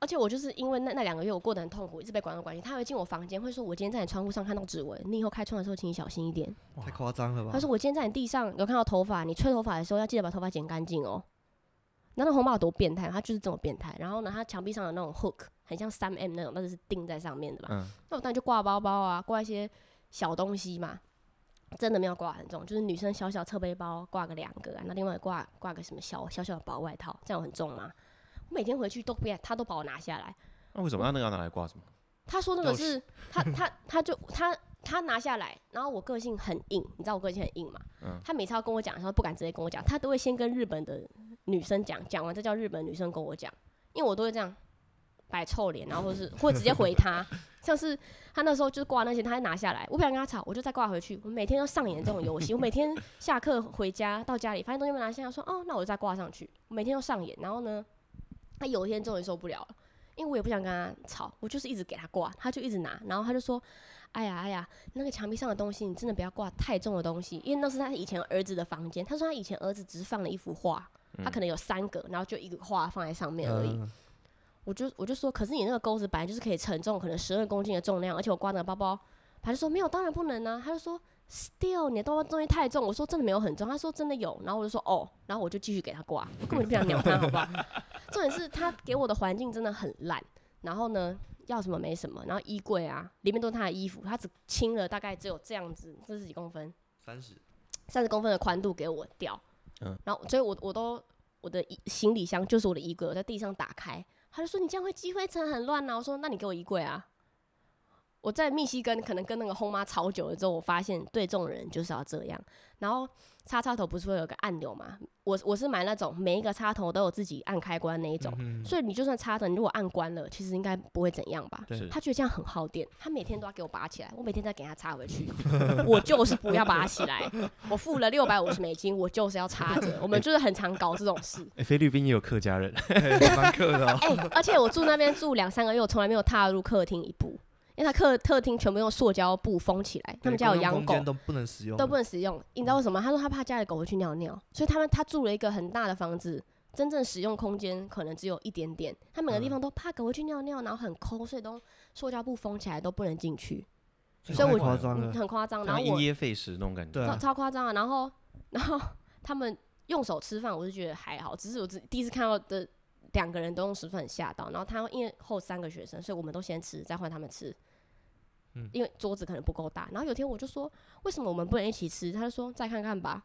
Speaker 2: 而且我就是因为那那两个月我过得很痛苦，一直被管到关心。他会进我房间，会说：“我今天在你窗户上看到指纹，你以后开窗的时候请你小心一点。”
Speaker 3: 哇
Speaker 1: 太夸张了吧？嗯
Speaker 2: 他说：“我今天在你地上有看到头发，你吹头发的时候要记得把头发剪干净哦。”那那红帽有多变态？他就是这么变态。然后呢，他墙壁上有那种 hook，很像三 M 那种，但是是钉在上面的嘛。
Speaker 3: 嗯，
Speaker 2: 那我当然就挂包包啊，挂一些小东西嘛，真的没有挂很重，就是女生小小侧背包挂个两个啊、那另外挂挂个什么小小小的薄外套，这样有很重吗？我每天回去都不要，他都把我拿下来。
Speaker 3: 那为什么他那个要拿来挂什么？
Speaker 2: 他说那个
Speaker 3: 要
Speaker 2: 是他他他就他他拿下来，然后我个性很硬，你知道我个性很硬嘛？
Speaker 3: 嗯
Speaker 2: 他每次要跟我讲的时候，不敢直接跟我讲，他都会先跟日本的女生讲，讲完再叫日本女生跟我讲，因为我都会这样摆臭脸，然后或是或直接回他，像是他那时候就是挂那些，他还拿下来，我不想跟他吵，我就再挂回去，我每天都上演这种游戏，我每天下课回家到家里发现东西没拿下来，说哦，那我再挂上去，我每天都上演，然后呢，他有一天终于受不了了。因为我也不想跟他吵，我就是一直给他挂，他就一直拿，然后他就说：“哎呀哎呀，那个墙壁上的东西，你真的不要挂太重的东西，因为那是他以前儿子的房间。他说他以前儿子只是放了一幅画，他可能有三个，然后就一个画放在上面而已。
Speaker 1: 嗯
Speaker 2: 我就我就说，可是你那个钩子本来就是可以承重可能十二公斤的重量，而且我挂那个包包，他就说没有，当然不能啊。他就说，still 你的包包东西太重。我说真的没有很重，他说真的有，然后我就说哦，然后我就继续给他挂，我根本就不想鸟他，好不 <laughs> 好？重点是他给我的环境真的很烂，然后呢，要什么没什么，然后衣柜啊里面都是他的衣服，他只清了大概只有这样子，这是几公分？
Speaker 1: 三
Speaker 2: <laughs>
Speaker 1: 十，
Speaker 2: 三十公分的宽度给我掉，
Speaker 3: 嗯
Speaker 2: 然后所以我我都我的衣行李箱就是我的衣柜，我在地上打开，他就说你这样会积灰尘很乱呐、啊我说那你给我衣柜啊。我在密西根可能跟那个轰妈吵久了之后，我发现对这种人就是要这样。然后插插头不是会有个按钮嘛？我我是买那种每一个插头都有自己按开关那一种，
Speaker 1: 嗯
Speaker 2: 所以你就算插着，你如果按关了，其实应该不会怎样吧？
Speaker 1: 对
Speaker 3: 是
Speaker 2: 他觉得这样很耗电，他每天都要给我拔起来，我每天再给他插回去， <laughs> 我就是不要拔起来。我付了六百五十美金，我就是要插着。我们就是很常搞这种事。
Speaker 3: 哎、菲律宾也有客家人，
Speaker 1: 嘿蛮客的哦。
Speaker 2: 哎、而且我住那边住两三个月，我从来没有踏入客厅一步，因为他客客厅全部用塑胶布封起来，他们
Speaker 1: <laughs>
Speaker 2: 家有
Speaker 1: 对公
Speaker 2: 养
Speaker 1: 共
Speaker 2: 狗
Speaker 1: 空间。都不能使用，
Speaker 2: 都不能使用，你知道为什么？他说他怕家里狗会去尿尿，所以他们他住了一个很大的房子，真正使用空间可能只有一点点。他每个地方都怕狗会去尿尿，然后很抠，所以都塑胶布封起来都不能进去，
Speaker 1: 这
Speaker 2: 所以
Speaker 1: 太
Speaker 2: 我
Speaker 1: 夸张了。
Speaker 2: 嗯很夸张。然
Speaker 3: 然
Speaker 2: 后
Speaker 3: 后因
Speaker 2: 我
Speaker 3: 噎废食那种感觉。
Speaker 1: 对
Speaker 2: 超
Speaker 1: 啊，
Speaker 2: 超夸张啊！然后然后 <laughs> 他们用手吃饭，我就觉得还好，只是我自第一次看到的两个人都用食饭很吓到。然后他因为后三个学生，所以我们都先吃，再换他们吃。
Speaker 1: 嗯
Speaker 2: 因为桌子可能不够大，然后有天我就说，为什么我们不能一起吃？他就说再看看吧，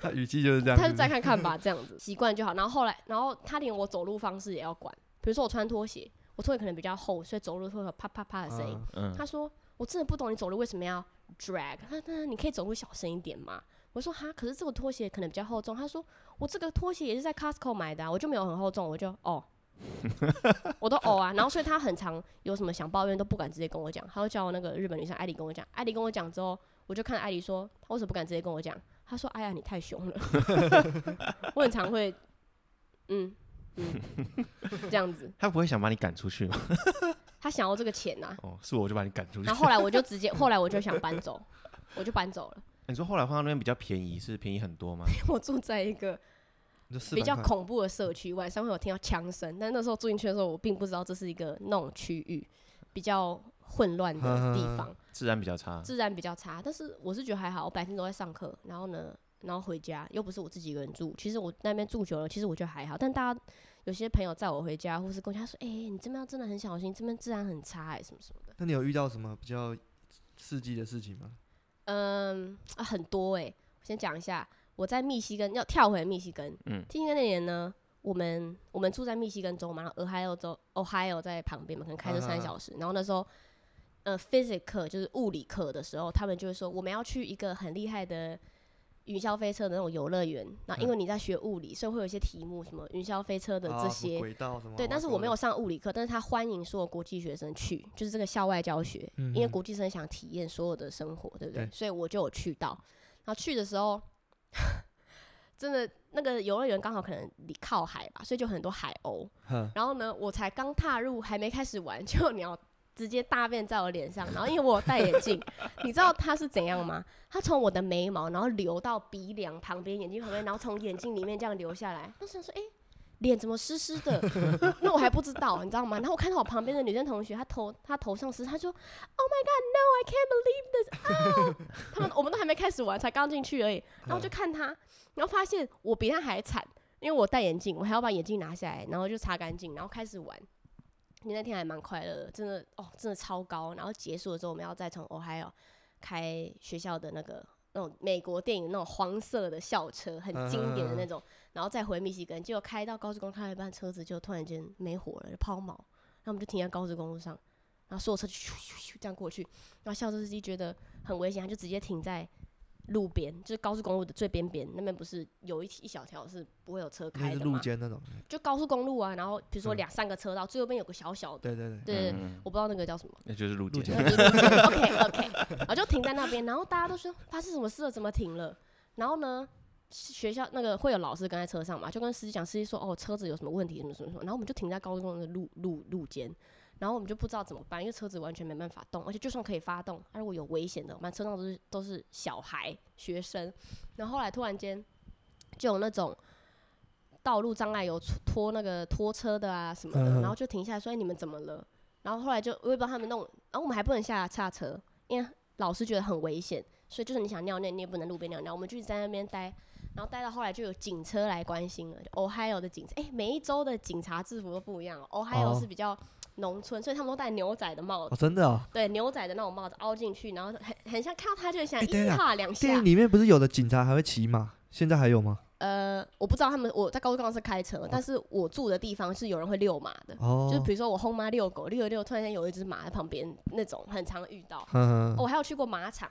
Speaker 1: 他语气就是这样。
Speaker 2: 他就是再看
Speaker 1: <laughs>
Speaker 2: 看吧，这样子习惯就好。然后后来，然后他连我走路方式也要管，比如说我穿拖鞋，我拖鞋可能比较厚，所以走路会有啪啪啪的声音。
Speaker 3: 嗯，
Speaker 2: 他说：“我真的不懂你走路为什么要 drag。”他说：“那你可以走路小声一点嘛。”我说：“哈，可是这个拖鞋可能比较厚重。”他说：“我这个拖鞋也是在 Costco 买的、啊，我就没有很厚重。”我就哦，我都哦啊。然后所以他很常有什么想抱怨都不敢直接跟我讲，他会叫我那个日本女生艾莉跟我讲。艾莉跟我讲之后，我就看艾莉说：“她为什么不敢直接跟我讲？”她说：“哎呀，你太凶了。” <laughs> 我很常会，嗯嗯，这样子。
Speaker 3: 他不会想把你赶出去吗？
Speaker 2: 他想要这个钱啊呐、
Speaker 3: 哦，是我就把你赶出去
Speaker 2: 然。后后来我就直接，后来我就想搬走，我就搬走了。 <laughs>
Speaker 3: 你说后来换到那边比较便宜，是便宜很多吗？
Speaker 2: 我住在一个
Speaker 1: 你就400
Speaker 2: 比较
Speaker 1: 块
Speaker 2: 恐怖的社区，晚上会有听到枪声，但那时候住进去的时候，我并不知道这是一个那种区域，比较混乱的地方，
Speaker 3: 治安比较差。
Speaker 2: 治安比较差。但是我是觉得还好，我白天都在上课，然后呢，然后回家又不是我自己一个人住，其实我那边住久了，其实我觉得还好。但大家有些朋友载我回家，或是跟我讲他说：“哎、你这边要真的很小心，这边治安很差、哎，什么什么的。”
Speaker 1: 那你有遇到什么比较刺激的事情吗？
Speaker 2: 嗯啊，很多哎、我先讲一下，我在密西根要跳回密西根，
Speaker 3: 嗯
Speaker 2: 嗯，密西根那年呢，我们我们住在密西根州嘛，然后俄亥俄州 Ohio 在旁边嘛，可能开
Speaker 1: 啊
Speaker 2: 车
Speaker 1: 啊
Speaker 2: 三
Speaker 1: 啊
Speaker 2: 小时，然后那时候。呃，physics 课就是物理课的时候，他们就会说我们要去一个很厉害的云霄飞车的那种游乐园。那因为你在学物理，所以会有一些题目，什么云霄飞车的
Speaker 1: 嗯啊
Speaker 2: 这
Speaker 1: 什么
Speaker 2: 些，
Speaker 1: 轨道什么？
Speaker 2: 对，但是我没有。上物理课，但是他欢迎所有国际学生去，就是这个校外教学，因为
Speaker 1: 嗯
Speaker 2: 国际生想体验所有的生活，对不对？
Speaker 1: 对
Speaker 2: 所以我就有去到，然后去的时候， <laughs> 真的那个游乐园刚好可能离靠海吧，所以就很多海鸥。
Speaker 1: 哼
Speaker 2: 然后呢，我才刚踏入，还没开始玩， <laughs> 就鸟直接大便在我脸上。然后因为我有戴眼镜，你知道它是怎样吗？它从我的眉毛，然后流到鼻梁旁边、眼睛旁边，然后从眼睛里面这样流下来。当时想说，哎、脸怎么湿湿的？ <laughs> 那我还不知道，你知道吗？然后我看到我旁边的女生同学，她头她头上湿，她说：“Oh my god, no, I can't believe this！” 啊，他们我们都还没开始玩，才刚进去而已。然后我就看她，然后发现我比她还惨，因为我戴眼镜，我还要把眼镜拿下来，然后就擦干净，然后开始玩。你那天还蛮快乐的，真的哦，真的超高。然后结束的时候，我们要再从 Ohio 开学校的那个那种美国电影那种黄色的校车，很经典的那种，然后再回密西根。结果开到高速公路开到一半，车子就突然间没火了，就抛锚。然后我们就停在高速公路上，然后所有车就咻咻咻这样过去。然后校车司机觉得很危险，他就直接停在路边，就是高速公路的最边边那边，不是有一一小条是不会有车
Speaker 1: 那
Speaker 2: 开
Speaker 1: 是
Speaker 2: 的
Speaker 1: 路
Speaker 2: 嘛？
Speaker 1: 肩那种，
Speaker 2: 就高速公路啊，然后比如说
Speaker 1: 嗯
Speaker 2: 两三个车道，最右边有个小小
Speaker 1: 对
Speaker 2: 的，
Speaker 1: 对对，
Speaker 2: 对，
Speaker 3: 嗯
Speaker 2: 我不知道那个叫什么。
Speaker 3: 那就是路
Speaker 1: 路
Speaker 2: <laughs>
Speaker 3: 肩
Speaker 1: 肩
Speaker 2: OK OK，然后就停在那边，然后大家都说发生什么事了，怎么停了？然后呢，学校那个会有老师跟在车上嘛，就跟司机讲，司机说哦车子有什么问题，什么什么什么，然后我们就停在高速公路的路路路肩，然后我们就不知道怎么办，因为车子完全没办法动，而且就算可以发动，啊如果有危险的，我们车上都是都是小孩学生，然后后来突然间就有那种。道路障碍有拖拖那个拖车的啊什么的，
Speaker 1: 嗯
Speaker 2: 然后就停下来说：“哎，你们怎么了？”然后后来就我也不知道他们弄，然后我们还不能下下车，因为老师觉得很危险，所以就是你想尿尿，你也不能路边尿尿。我们就一直在那边待，然后待到后来就有警车来关心了。就 Ohio 的警察，哎、每一州的警察制服都不一样哦。Ohio
Speaker 1: 哦
Speaker 2: 是比较农村，所以他们都戴牛仔的帽子，
Speaker 1: 哦，真的哦，
Speaker 2: 对，牛仔的那种帽子凹进去，然后很很像看到他就想
Speaker 1: 哎
Speaker 2: 一
Speaker 1: 等一下
Speaker 2: 踏两
Speaker 1: 电
Speaker 2: 下
Speaker 1: 影。里面不是有的警察还会骑马，现在还有吗？
Speaker 2: 呃，我不知道他们，我在高速公路上是开车，但是我住的地方是有人会遛马的。
Speaker 1: 哦，
Speaker 2: 就比如说我后妈遛狗，遛一遛，突然间有一只马在旁边，那种很常遇到。
Speaker 1: 嗯，
Speaker 2: 哦我还有去过马场，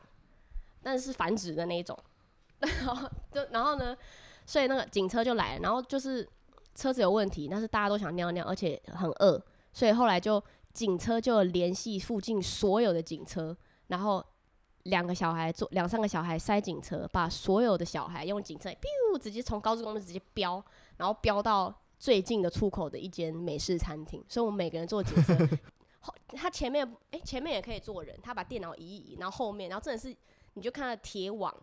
Speaker 2: 但是繁殖的那一种。 <laughs> 然后就然后呢，所以那个警车就来了，然后就是车子有问题，但是大家都想尿尿，而且很饿，所以后来就警车就联系附近所有的警车，然后两个小孩坐两三个小孩塞警车，把所有的小孩用警车 biu 直接从高速公路直接飙，然后飙到最近的出口的一间美式餐厅，所以我们每个人坐警车。后他前面哎、前面也可以坐人，他把电脑移一移，然后后面，然后真的是你就看到铁网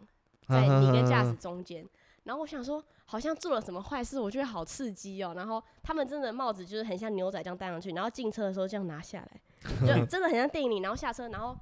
Speaker 2: 在你跟驾驶中间。然后我想说，好像做了什么坏事，我觉得好刺激哦。然后他们真的帽子就是很像牛仔这样戴上去，然后进车的时候这样拿下来，就真的很像电影里。然后下车，然后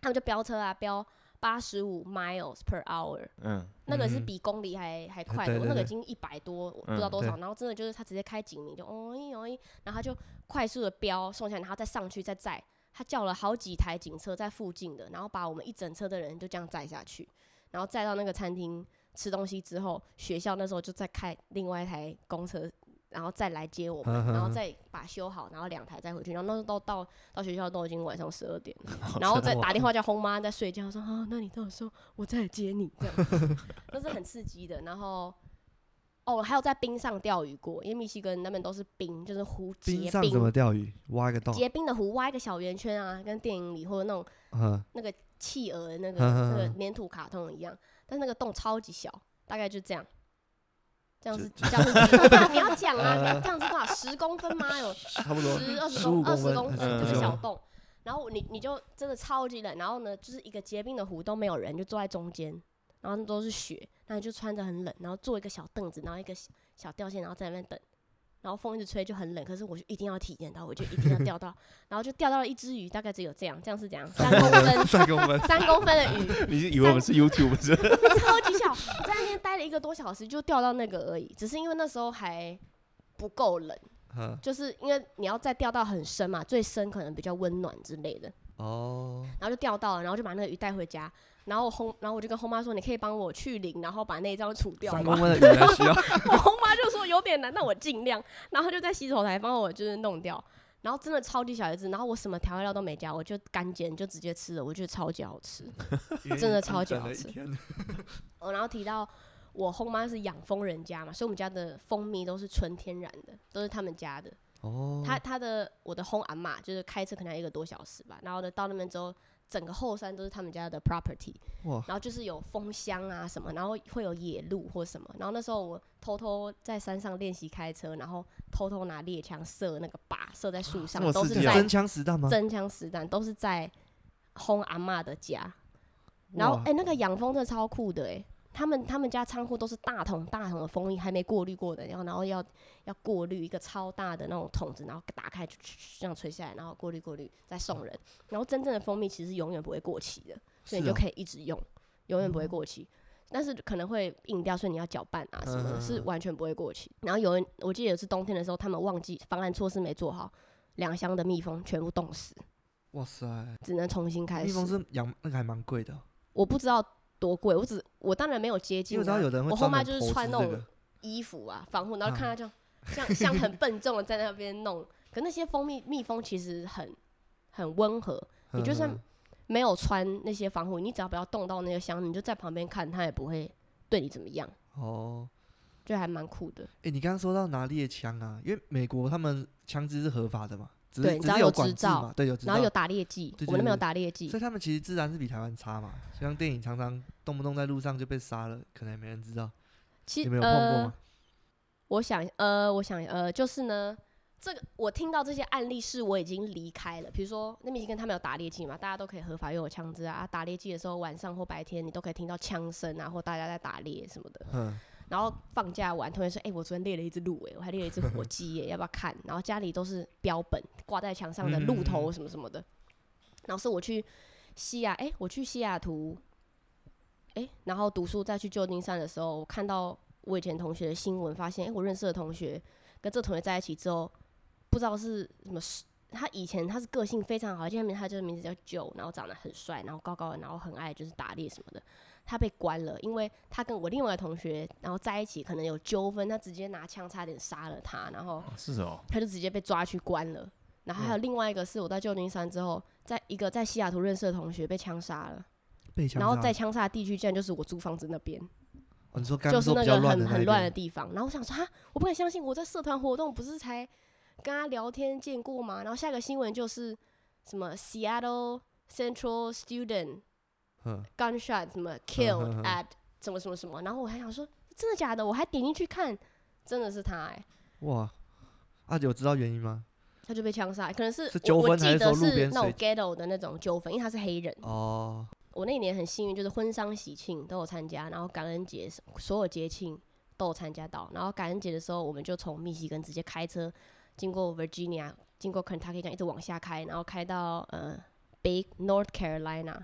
Speaker 2: 他们就飙车啊，飙八十五 miles per hour，
Speaker 3: 嗯，
Speaker 2: 那个是
Speaker 1: 嗯
Speaker 2: 比公里还还快的，
Speaker 1: 对
Speaker 2: 我
Speaker 1: 对
Speaker 2: 那个已
Speaker 1: 对
Speaker 2: 经一百多，我不知道
Speaker 3: 嗯
Speaker 2: 多少。然后真的就是他直接开警铃，就哦一哦一，然后他就快速的飙送下来，然后再上去再载。他叫了好几台警车在附近的，然后把我们一整车的人就这样载下去，然后载到那个餐厅吃东西之后，学校那时候就再开另外一台公车，然后再来接我们，然后
Speaker 1: 嗯
Speaker 2: 再把修好，然后两台再回去。然后那时候到到到学校都已经晚上十二点了，然后再
Speaker 1: 嗯
Speaker 2: 打电话叫轰妈在睡觉，说啊，那你到时候我再来接你，这样 <laughs> 那是很刺激的。然后哦，还有在冰上钓鱼过，因为密西根那边都是冰，就是湖
Speaker 1: 冰
Speaker 2: 结
Speaker 1: 上怎么
Speaker 2: 冰，
Speaker 1: 钓鱼？挖一个洞，
Speaker 2: 结冰的湖挖一个小圆圈啊，跟电影里或者那种 <laughs>
Speaker 1: 嗯，
Speaker 2: 那个企鹅那
Speaker 1: <laughs>
Speaker 2: 个
Speaker 1: 嗯嗯嗯
Speaker 2: 那个粘土卡通一样，但是那个洞超级小，大概就这样。这样
Speaker 1: 就呃
Speaker 2: 是这样是几 <laughs> 你要讲
Speaker 1: <laughs>
Speaker 2: 啊，这样是多少？十公分吗？有
Speaker 1: 差不多
Speaker 2: 十二十
Speaker 1: 十五
Speaker 2: 公二十
Speaker 1: 公
Speaker 2: 公
Speaker 1: 分，
Speaker 2: 分就是
Speaker 3: 嗯
Speaker 2: 小洞，然后你你就真的超级冷，然后呢就是一个结冰的湖都没有人，就坐在中间，然后那都是雪，然后你就穿着很冷，然后坐一个小凳子，然后一个小小吊线，然后在那边等，然后风一直吹就很冷，可是我就一定要体验到，我就一定要钓到，然后就钓到了一只鱼，大概只有这样，这样是怎样？三公分
Speaker 1: <laughs> 三公分，
Speaker 2: 三公分的鱼，
Speaker 3: <laughs> 你是以为我们是 YouTube <laughs> 是不是？
Speaker 2: 超级小，我在那边待了一个多小时就钓到那个而已，只是因为那时候还不够冷。 <laughs>
Speaker 1: 嗯，
Speaker 2: 就是因为你要再钓到很深嘛，最深可能比较温暖之类的，
Speaker 1: 哦，
Speaker 2: 然后就钓到了，然后就把那个鱼带回家，然后我轰，然后我就跟后妈说，你可以帮我去鳞，然后把那一张除掉
Speaker 1: 三公
Speaker 2: 吗？
Speaker 1: 分的
Speaker 2: <laughs>
Speaker 1: 鱼还需要，
Speaker 2: 我后妈就说有点难，那我尽量，然后她就在洗手台帮我就是弄掉，然后真的超级小一只，然后我什么调味料都没加，我就干煎就直接吃了，我觉得超级好吃。真的超级好
Speaker 1: 整
Speaker 2: 吃
Speaker 1: 了一
Speaker 2: <laughs>
Speaker 1: 天
Speaker 2: 哦，然后提到我后妈是养蜂人家嘛，所以我们家的蜂蜜都是纯天然的，都是他们家的。
Speaker 1: 哦，
Speaker 2: 他他的我的轰阿妈就是开车可能要一个多小时吧，然后呢到那边之后，整个后山都是他们家的 property，
Speaker 1: 哇，
Speaker 2: 然后就是有蜂箱啊什么，然后会有野鹿或什么，然后那时候我偷偷在山上练习开车，然后偷偷拿猎枪射那个靶，射在树
Speaker 3: 这么
Speaker 2: 上，都
Speaker 3: 刺
Speaker 2: 是
Speaker 3: 激啊
Speaker 2: 在
Speaker 1: 真枪实弹吗？
Speaker 2: 真枪实弹，都是在轰阿妈的家。然后
Speaker 1: 哇
Speaker 2: 哎、欸那个养蜂真的超酷的哎、他们他们家仓库都是大桶大桶的蜂蜜，还没过滤过的，然后然后要要过滤一个超大的那种桶子，然后打开就这样吹下来，然后过滤过滤再送人。然后真正的蜂蜜其实永远不会过期的，所以
Speaker 1: 是
Speaker 2: 你就
Speaker 1: 哦嗯
Speaker 2: 可以一直用，永远不会过期。但是可能会硬掉，所以你要搅拌啊什么的，
Speaker 1: 嗯
Speaker 2: 是完全不会过期。然后有人，我记得有一次冬天的时候，他们忘记方案措施没做好，两箱的蜜蜂全部冻死，
Speaker 1: 哇塞，
Speaker 2: 只能重新开始。
Speaker 1: 蜜蜂是养那个还蛮贵的哦，
Speaker 2: 我不知道多贵，我只我当然没有接
Speaker 1: 因为
Speaker 2: 近、
Speaker 1: 我知道
Speaker 2: 啊
Speaker 1: 有的人会
Speaker 2: 我后
Speaker 1: 专
Speaker 2: 妈
Speaker 1: 门
Speaker 2: 就是
Speaker 1: 投资
Speaker 2: 穿那
Speaker 1: 这
Speaker 2: 种
Speaker 1: 个
Speaker 2: 衣服啊防护，然后
Speaker 1: 啊 <laughs>
Speaker 2: 看她这样、像像很笨重的在那边弄，可那些蜂蜜蜜蜂其实很很温和，你就算
Speaker 1: 嗯
Speaker 2: 没有穿那些防护衣，你只要不要动到那个箱，你就在旁边看，它也不会对你怎么样，
Speaker 1: 哦，
Speaker 2: 就还蛮酷的。
Speaker 1: 哎、你刚刚说到拿猎枪啊，因为美国他们枪支是合法的嘛，只
Speaker 2: 对
Speaker 1: 是
Speaker 2: 只
Speaker 1: 只
Speaker 2: 要
Speaker 1: 是
Speaker 2: 有
Speaker 1: 管
Speaker 2: 执
Speaker 1: 制
Speaker 2: 照
Speaker 1: 嘛，对，有执
Speaker 2: 然后有
Speaker 1: 照，
Speaker 2: 打猎季，
Speaker 1: 对
Speaker 2: 我们那
Speaker 1: 对
Speaker 2: 边有
Speaker 1: 对
Speaker 2: 打猎季
Speaker 1: 所，以他们其实治安是比台湾差嘛。就像电影常常动不动在路上就被杀了，可能也没人知道，
Speaker 2: 其
Speaker 1: 你
Speaker 2: 实
Speaker 1: 们有碰过
Speaker 2: 呃
Speaker 1: 吗，？
Speaker 2: 我想呃，我想呃，就是呢，这个我听到这些案例是我已经离开了，比如说那边已经跟他们有打猎季嘛，大家都可以合法拥有枪支啊啊，打猎季的时候晚上或白天你都可以听到枪声啊，或大家在打猎什么的。
Speaker 1: 嗯，
Speaker 2: 然后放假完，同学说：“哎、我昨天猎了一只鹿、哎，我还猎了一只火鸡、耶，要不要看？”然后家里都是标本挂在墙上的鹿头什么什么的。然后是我去西雅，哎、我去西雅图，哎、然后读书再去旧金山的时候，我看到我以前同学的新闻，发现哎、我认识的同学跟这同学在一起之后，不知道是什么事。他以前他是个性非常好，现在名他就是名字叫 Joe，然后长得很帅，然后高高的，然后很爱就是打猎什么的。他被关了，因为他跟我另外的同学，然后在一起可能有纠纷，他直接拿枪差点杀了他，然后
Speaker 3: 哦是哦，
Speaker 2: 他就直接被抓去关了。然后还有
Speaker 1: 嗯
Speaker 2: 另外一个是我在旧金山之后，在一个在西雅图认识的同学被枪杀了，
Speaker 1: 被枪
Speaker 2: 然后
Speaker 1: 杀
Speaker 2: 在枪杀的地区竟然就是我租房子那边，
Speaker 1: 哦你说刚
Speaker 2: 就
Speaker 1: 刚
Speaker 2: 是
Speaker 1: 说
Speaker 2: 那
Speaker 1: 比较
Speaker 2: 个
Speaker 1: 乱
Speaker 2: 很
Speaker 1: 的
Speaker 2: 很
Speaker 1: 一
Speaker 2: 乱的
Speaker 1: 边
Speaker 2: 地方。然后我想说哈，我不敢相信，我在社团活动不是才跟他聊天见过吗？然后下一个新闻就是什么 Seattle Central Student
Speaker 1: 嗯，
Speaker 2: gunshot 什么 kill
Speaker 1: <laughs> 嗯
Speaker 2: at 什么什么什么，然后我还想说真的假的，我还点进去看，真的是他哎、
Speaker 1: 哇，啊，有知道原因吗？
Speaker 2: 他就被枪杀，可能是
Speaker 1: 是
Speaker 2: 我
Speaker 1: 纠
Speaker 2: 我
Speaker 1: 纷还
Speaker 2: 记
Speaker 1: 是
Speaker 2: 得
Speaker 1: 说路
Speaker 2: 是
Speaker 1: 边
Speaker 2: 那种
Speaker 1: 水
Speaker 2: ghetto 的那种纠纷，因为他是黑人。
Speaker 1: 哦，
Speaker 2: 我那一年很幸运，就是婚丧喜庆都有参加，然后感恩节所有节庆都有参加到。然后感恩节的时候，我们就从密西根直接开车经过 Virginia，经过 Kentucky 这样一直往下开，然后开到呃 Big North Carolina，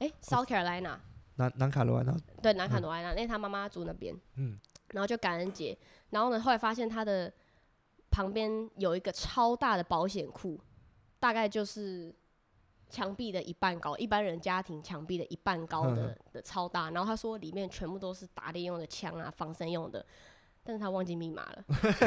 Speaker 2: 哎、South Carolina，
Speaker 1: 南南卡罗来纳，
Speaker 2: 对，南卡罗来纳，那是他妈妈住那边，
Speaker 1: 嗯
Speaker 2: 然后就感恩节，然后呢，后来发现他的旁边有一个超大的保险库，大概就是墙壁的一半高，一般人家庭墙壁的一半高
Speaker 1: 嗯
Speaker 2: 的
Speaker 1: 哼
Speaker 2: 的超大，然后他说里面全部都是打猎用的枪啊，防身用的。但是他忘记密码了，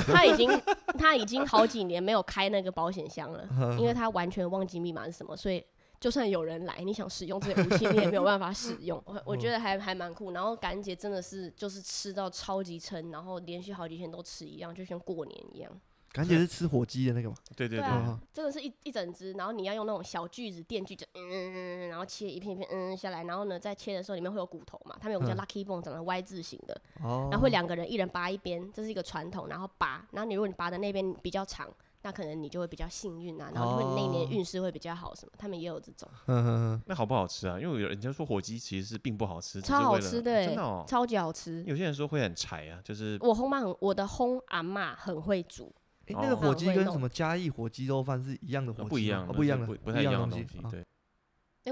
Speaker 2: 他
Speaker 1: <laughs>
Speaker 2: 已经他已经好几年没有开那个保险箱了，
Speaker 1: 嗯
Speaker 2: 因为他完全忘记密码是什么，所以就算有人来，你想使用这个武器，你也没有办法
Speaker 3: <laughs>
Speaker 2: 使用。我
Speaker 3: 嗯
Speaker 2: 我觉得还还蛮酷。然后感恩节真的是就是吃到超级撑，然后连续好几天都吃一样，就像过年一样。
Speaker 1: 感觉是吃火鸡的那个嘛，
Speaker 3: 对对
Speaker 2: 对
Speaker 3: 对，
Speaker 1: 哦，
Speaker 2: 啊真的是一一整只，然后你要用那种小锯子、电锯子，嗯嗯嗯，嗯然后切一片一片，嗯嗯下来，然后呢，在切的时候里面会有骨头嘛，他们有个叫
Speaker 1: 嗯
Speaker 2: lucky bone，长得 Y 字形的，
Speaker 1: 哦，
Speaker 2: 然后会两个人一人拔一边，这是一个传统，然后拔，然后你如果你拔的那边比较长，那可能你就会比较幸运啊，然后如果你那一年
Speaker 1: 哦
Speaker 2: 运势会比较好什么，他们也有这种。
Speaker 1: 嗯，嗯
Speaker 3: 那好不好吃啊？因为有人家说火鸡其实是并不好吃，只是
Speaker 2: 超好
Speaker 3: 为了
Speaker 2: 吃的欸、
Speaker 3: 真的哦。
Speaker 2: 超级好吃。
Speaker 3: 有些人说会很柴啊，就是
Speaker 2: 我烘妈很，我的烘阿嬷很会煮，
Speaker 1: 嗯，哎，那个
Speaker 3: 哦呃
Speaker 1: 火鸡
Speaker 2: 会
Speaker 1: 跟
Speaker 2: 弄
Speaker 1: 什么嘉义火鸡肉饭是一样的火鸡吗，
Speaker 3: 不一样
Speaker 1: 哦
Speaker 3: 的，
Speaker 1: 不一
Speaker 3: 就
Speaker 1: 样的，
Speaker 3: 不不太一
Speaker 1: 一
Speaker 3: 样
Speaker 1: 样
Speaker 3: 的
Speaker 1: 东
Speaker 3: 东西
Speaker 1: 啊，
Speaker 3: 对，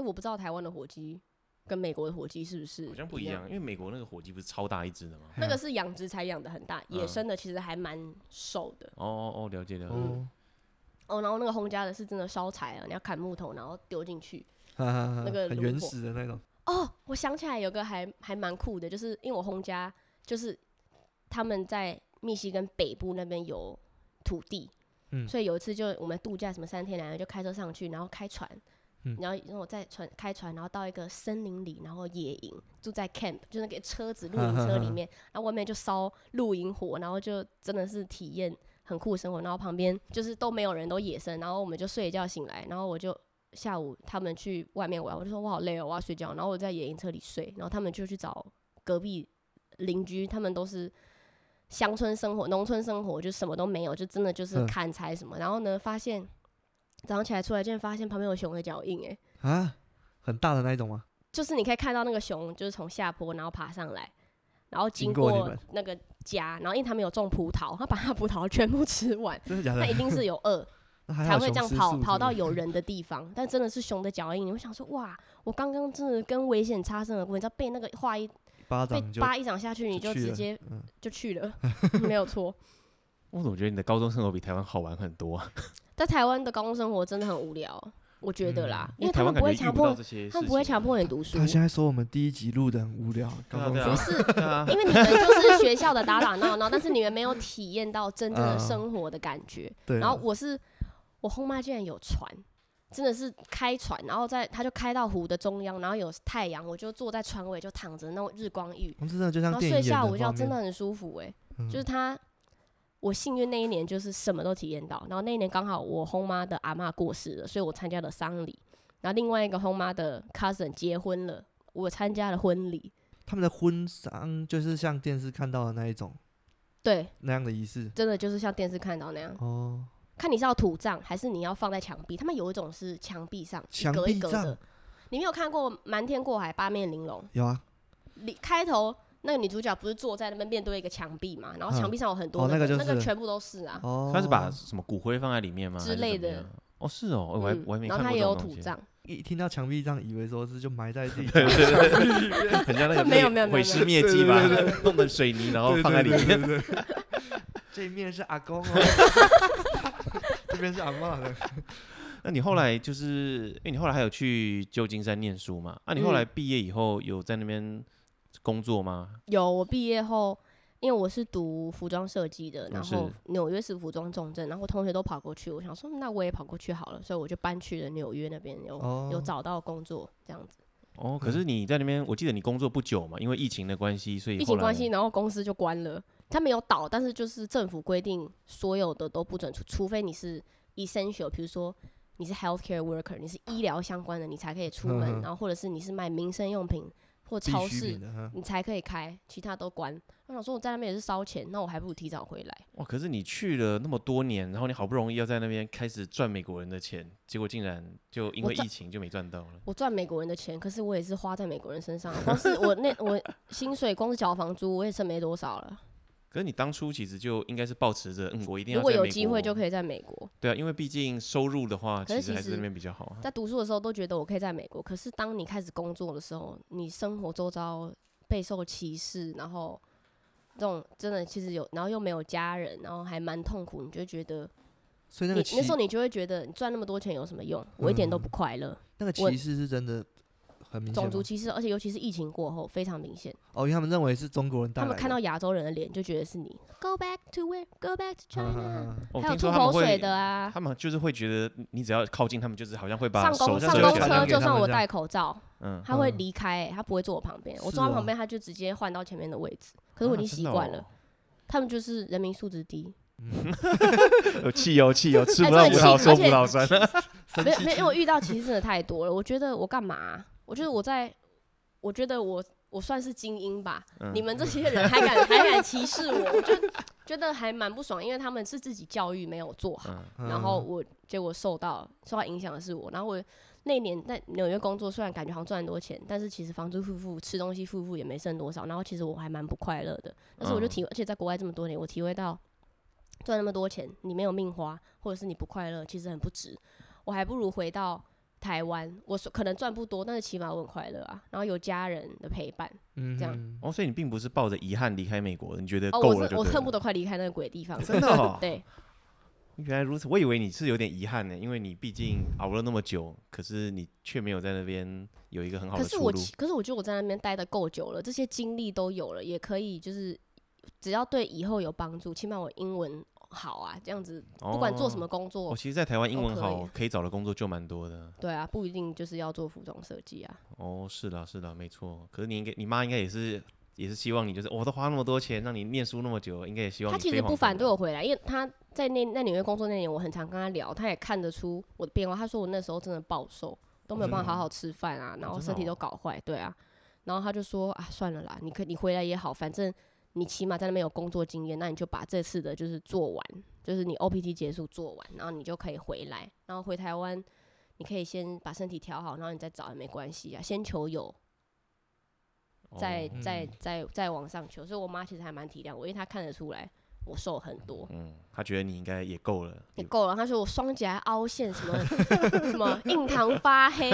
Speaker 2: 哎、我不知道台湾的火鸡跟美国的火鸡是不是
Speaker 3: 好像不一
Speaker 2: 一
Speaker 3: 样，。因为美国那个火鸡不是超大一只的吗？
Speaker 2: 那个
Speaker 1: 嗯
Speaker 2: 是养殖才养的很大，野
Speaker 3: 嗯
Speaker 2: 生的其实还蛮瘦的
Speaker 3: 哦哦哦，了解了解。
Speaker 1: 哦，
Speaker 2: 哦。然后那个烘家的是真的烧柴啊，你要砍木头然后丢进去。
Speaker 1: 哈哈哈
Speaker 2: 那个
Speaker 1: 很
Speaker 2: 炉
Speaker 1: 原
Speaker 2: 火
Speaker 1: 始的那种，
Speaker 2: 哦，我想起来有个还还蛮酷的，就是因为我烘家，就是他们在密西根北部那边有土地，
Speaker 1: 嗯
Speaker 2: 所以有一次就我们度假什么三天两夜就开车上去，然后开船，
Speaker 1: 嗯
Speaker 2: 然后然后我在船开船，然后到一个森林里，然后野营，住在 camp，就那个车子露营车里
Speaker 1: <laughs>
Speaker 2: 面，然后外面就烧露营火，然后就真的是体验很酷的生活，然后旁边就是都没有人，都野生，然后我们就睡一觉醒来，然后我就下午他们去外面玩，我就说我好累哦，我要睡觉，然后我在野营车里睡，然后他们就去找隔壁邻居，他们都是乡村生活、农村生活，就什么都没有，就真的就是
Speaker 1: 嗯
Speaker 2: 砍柴什么，然后呢发现。早上起来出来，竟然发现旁边有熊的脚印、欸，
Speaker 1: 啊，很大的那一种吗？ <laughs>
Speaker 2: 就是你可以看到那个熊，就是从下坡然后爬上来，然后
Speaker 1: 经
Speaker 2: 经
Speaker 1: 过你
Speaker 2: 过
Speaker 1: 们，
Speaker 2: 那个家，然后因为他们有种葡萄，他把他葡萄全部吃完
Speaker 1: <laughs> 真的假的
Speaker 2: 那？一定是有饿，
Speaker 1: 那还
Speaker 2: 才
Speaker 1: 好
Speaker 2: 会
Speaker 1: 雄
Speaker 2: 这样
Speaker 1: 狮
Speaker 2: 跑
Speaker 1: 树
Speaker 2: 跑
Speaker 1: 是
Speaker 2: 到
Speaker 1: 不是
Speaker 2: 有人的地方。但真的是熊的脚印，我想说，哇，我刚刚真的跟危险擦身而过，你知道被那个画一
Speaker 1: 巴
Speaker 2: 被
Speaker 1: 掌就
Speaker 2: 巴一掌下去，你就
Speaker 1: 去
Speaker 2: 直
Speaker 1: 了
Speaker 2: 接
Speaker 1: 嗯
Speaker 2: 就去
Speaker 3: <laughs>
Speaker 2: 了，没有错。
Speaker 3: 我怎么觉得你的高中生活比台湾好玩很多啊？
Speaker 2: 在台湾的高中生活真的很无聊，我觉得啦，因为他
Speaker 3: 嗯台
Speaker 2: 们
Speaker 3: 湾
Speaker 2: 不
Speaker 3: 感
Speaker 2: 会
Speaker 3: 觉遇
Speaker 2: 强
Speaker 3: 不到
Speaker 2: 迫，
Speaker 3: 这些事情啊，
Speaker 2: 他们不会强迫你读书
Speaker 1: 他。现在说我们第一集录的很无聊，高
Speaker 3: 对啊。
Speaker 1: 中生
Speaker 2: 不
Speaker 3: 对啊，
Speaker 2: 是，
Speaker 3: 对啊，
Speaker 2: 因为你们就是学校的打打闹闹，但是你们没有体验到真正的
Speaker 1: 嗯
Speaker 2: 生活的感觉。
Speaker 1: 对啊，
Speaker 2: 然后我是我后妈竟然有船，真的是开船，然后在他就开到湖的中央，然后有太阳，我就坐在船尾就躺着那种日光浴，
Speaker 1: 我真的就
Speaker 2: 然
Speaker 1: 像
Speaker 2: 后
Speaker 1: 电影
Speaker 2: 睡
Speaker 1: 演的
Speaker 2: 哦下午
Speaker 1: 画
Speaker 2: 觉，
Speaker 1: 面
Speaker 2: 真的很舒服哎、
Speaker 1: 嗯
Speaker 2: 就是他，我幸运那一年就是什么都体验到。然后那一年刚好我轰妈的阿嬷过世了，所以我参加了丧礼。然后另外一个轰妈的 cousin 结婚了，我参加了婚礼。
Speaker 1: 他们的婚丧就是像电视看到的那一种
Speaker 2: 对，
Speaker 1: 那样的仪式
Speaker 2: 真的就是像电视看到那样，
Speaker 1: 哦，
Speaker 2: 看你是要土葬还是你要放在墙壁。他们有一种是墙壁上一
Speaker 1: 墙
Speaker 2: 格一
Speaker 1: 壁
Speaker 2: 格
Speaker 1: 葬
Speaker 2: 的。你没有看过《瞒天过海》八面玲珑？
Speaker 1: 有啊，
Speaker 2: 里开头那个女主角不是坐在那边面对一个墙壁嘛，然
Speaker 1: 嗯
Speaker 2: 后墙壁上有很多
Speaker 1: 哦
Speaker 2: 那
Speaker 1: 那
Speaker 2: 个、
Speaker 1: 个就是
Speaker 2: 全部都是啊，
Speaker 1: 哦，
Speaker 3: 他是把什么骨灰放在里面吗？
Speaker 2: 之
Speaker 3: 还是
Speaker 2: 类
Speaker 3: 怎么
Speaker 2: 的
Speaker 3: 样。哦，是哦，我还
Speaker 2: 嗯
Speaker 3: 我还没
Speaker 2: 然后它
Speaker 3: 看过这
Speaker 2: 也有
Speaker 3: 种东
Speaker 2: 土
Speaker 3: 西。
Speaker 2: 葬，
Speaker 1: 一听到墙壁上，以为说是就埋在自己
Speaker 3: <laughs> 对对对， <laughs> 很像那
Speaker 2: <laughs>
Speaker 3: 个
Speaker 2: 没有没有没有
Speaker 3: 毁尸灭
Speaker 2: <laughs>
Speaker 3: 迹吧，弄的水泥然后放在里面。
Speaker 1: 面。 <laughs> 这一面是阿公
Speaker 2: <laughs>
Speaker 1: 哦，这边是阿嬷的。
Speaker 3: 那你后来就是，因为你后来还有去旧金山念书嘛？啊，你后来
Speaker 2: 嗯
Speaker 3: 毕业以后有在那边工作吗？
Speaker 2: 有，我毕业后，因为我是读服装设计的，
Speaker 3: 嗯
Speaker 2: 然后
Speaker 3: 是
Speaker 2: 纽约是服装重镇，然后同学都跑过去，我想说那我也跑过去好了，所以我就搬去了纽约那边，有、
Speaker 1: 哦
Speaker 2: 有找到工作这样子。
Speaker 3: 哦，可是你在那边，我记得你工作不久嘛，因为疫情的关系，所以
Speaker 2: 嗯疫
Speaker 3: 后
Speaker 2: 情
Speaker 3: 来
Speaker 2: 关系，然后公司就关了，它没有倒，但是就是政府规定所有的都不准出，除非你是 essential，比如说。你是 healthcare worker，你是医疗相关的，你才可以出门，
Speaker 1: 嗯嗯
Speaker 2: 然后或者是你是卖民生用品或
Speaker 1: 必
Speaker 2: 超
Speaker 1: 需
Speaker 2: 市
Speaker 1: 品，的哈，
Speaker 2: 你才可以开，其他都关。我想说我在那边也是烧钱，那我还不如提早回来。
Speaker 3: 哇，可是你去了那么多年，然后你好不容易要在那边开始赚美国人的钱，结果竟然就因
Speaker 2: 我
Speaker 3: 为
Speaker 2: 赚
Speaker 3: 疫情就没赚到了。
Speaker 2: 我赚美国人的钱，可是我也是花在美国人身上啊。光是我那 <laughs> 我薪水，光是缴房租，我也剩没多少了。
Speaker 3: 可是你当初其实就应该是抱持着，嗯，我一定要
Speaker 2: 如果
Speaker 3: 在
Speaker 2: 有
Speaker 3: 美
Speaker 2: 机会
Speaker 3: 国
Speaker 2: 就可以在美国。
Speaker 3: 对啊，因为毕竟收入的话，
Speaker 2: 可是
Speaker 3: 其实还
Speaker 2: 其
Speaker 3: 是在
Speaker 2: 实
Speaker 3: 那边比较好啊。
Speaker 2: 在读书的时候都觉得我可以在美国，可是当你开始工作的时候，你生活周遭备受歧视，然后这种真的其实有，然后又没有家人，然后还蛮痛苦，你就觉得
Speaker 1: 所以那
Speaker 2: 你
Speaker 1: 个
Speaker 2: 那
Speaker 1: 歧
Speaker 2: 时候你就会觉得你赚那么多钱有什么用？我一点
Speaker 3: 嗯
Speaker 2: 都不快乐。
Speaker 1: 那个
Speaker 2: 我
Speaker 1: 歧视是真的很明显
Speaker 2: 种
Speaker 1: 吗
Speaker 2: 族歧视，而且尤其是疫情过后非常明显。
Speaker 1: 哦，因为他们认为是中国人带
Speaker 2: 他
Speaker 1: 来的。
Speaker 2: 们看到亚洲人的脸就觉得是你。Go back to where? Go back to
Speaker 1: 哈哈
Speaker 2: China。
Speaker 1: 哈
Speaker 3: 哦，
Speaker 2: 还有
Speaker 3: 听
Speaker 2: 吐
Speaker 3: 说他们
Speaker 2: 口
Speaker 3: 会
Speaker 2: 水的啊，
Speaker 3: 他们就是会觉得你只要靠近他们，就是好像会把
Speaker 2: 上
Speaker 3: 手
Speaker 2: 公
Speaker 1: 这
Speaker 2: 上
Speaker 1: 样
Speaker 3: 遮
Speaker 2: 公
Speaker 3: 起来
Speaker 1: 这样
Speaker 2: 车就
Speaker 1: 给他
Speaker 2: 算
Speaker 1: 们
Speaker 2: 我
Speaker 1: 这样
Speaker 2: 戴口罩，
Speaker 3: 嗯，
Speaker 2: 他会
Speaker 1: 嗯
Speaker 2: 离开、欸，他不会坐我旁边。
Speaker 1: 是
Speaker 2: 我坐他
Speaker 1: 哦啊
Speaker 2: 旁边，他就直接换到前面的位置。可
Speaker 3: 啊
Speaker 2: 是我已经习
Speaker 3: 哦
Speaker 2: 惯了，他们就是人民素质低，
Speaker 3: <laughs> 有汽油，汽油哦吃
Speaker 2: 哎不到这很葡萄气说而且葡萄
Speaker 3: 酸。
Speaker 1: 生
Speaker 2: 没有
Speaker 1: 气
Speaker 2: 没有，因为我遇到歧视真的太多了。我觉得我干嘛啊、我觉得我在，我觉得我我算是精英吧，你们这些人还敢还敢歧视我，我就觉得还蛮不爽，因为他们是自己教育没有做好。
Speaker 3: 嗯，
Speaker 2: 然后
Speaker 1: 嗯
Speaker 2: 我结果受到受到影响的是我，然后我那年在纽约工作，虽然感觉好像赚很多钱，但是其实房租付付、吃东西付付也没剩多少，然后其实我还蛮不快乐的。但是我就
Speaker 3: 嗯
Speaker 2: 体，而且在国外这么多年，我体会到赚那么多钱，你没有命花，或者是你不快乐，其实很不值。我还不如回到台湾，我说可能赚不多，但是起码我很快乐啊，然后有家人的陪伴。
Speaker 1: 嗯
Speaker 2: 这样
Speaker 1: 哼
Speaker 3: <laughs> 哦，所以你并不是抱着遗憾离开美国的，你觉得
Speaker 2: 哦，
Speaker 3: 够
Speaker 2: 我
Speaker 3: 了
Speaker 2: 是
Speaker 3: 就
Speaker 2: 我
Speaker 3: 对
Speaker 2: 恨不
Speaker 3: 了。
Speaker 2: 得快离开那个鬼地方，
Speaker 3: 真的
Speaker 2: <laughs>
Speaker 3: 哦
Speaker 2: 对，
Speaker 3: 原来如此，我以为你是有点遗憾呢，因为你毕竟熬了那么久，可是你却没有在那边有一个很好
Speaker 2: 可
Speaker 3: 的
Speaker 2: 是
Speaker 3: 出
Speaker 2: 我
Speaker 3: 路
Speaker 2: 其，。可是我觉得我在那边待的够久了，这些经历都有了，也可以就是只要对以后有帮助，起码我英文好啊，这样子不管做什么
Speaker 3: 哦，
Speaker 2: 工作，
Speaker 3: 我其实，在台湾英
Speaker 2: 都
Speaker 3: 文
Speaker 2: 可以
Speaker 3: 好，可以找的工作就蛮多的。
Speaker 2: 对啊，不一定就是要做服装设计啊。
Speaker 3: 哦，是啦，是啦，没错。可是你应该，你妈应该也是，也是希望你，就是我、都花那么多钱让你念书那么久，应该也希望
Speaker 2: 他
Speaker 3: 你
Speaker 2: 其
Speaker 3: 飞
Speaker 2: 实
Speaker 3: 黄
Speaker 2: 不
Speaker 3: 腾
Speaker 2: 反对
Speaker 3: 达
Speaker 2: 我回来，因为他在那在纽约工作那年，我很常跟他聊，他也看得出我的变化。他说我那时候真的暴瘦，都没有
Speaker 3: 哦真的
Speaker 2: 办法
Speaker 3: 哦
Speaker 2: 好好吃饭啊，然后
Speaker 3: 哦真的
Speaker 2: 身体
Speaker 3: 哦
Speaker 2: 都搞坏，对啊。然后他就说啊，算了啦，你可你回来也好，反正你起码在那边有工作经验，那你就把这次的就是做完，就是你 OPT 结束做完，然后你就可以回来，然后回台湾。你可以先把身体调好，然后你再找也没关系啊。先求有，再
Speaker 3: 哦
Speaker 2: 再
Speaker 1: 嗯
Speaker 2: 再再往上求。所以我妈其实还蛮体谅我，因为她看得出来我瘦很多。
Speaker 3: 嗯，他觉得你应该也够
Speaker 2: <laughs>
Speaker 3: 了。
Speaker 2: 也
Speaker 3: 你
Speaker 2: 够了。他说我双颊凹陷，什么什么印堂发黑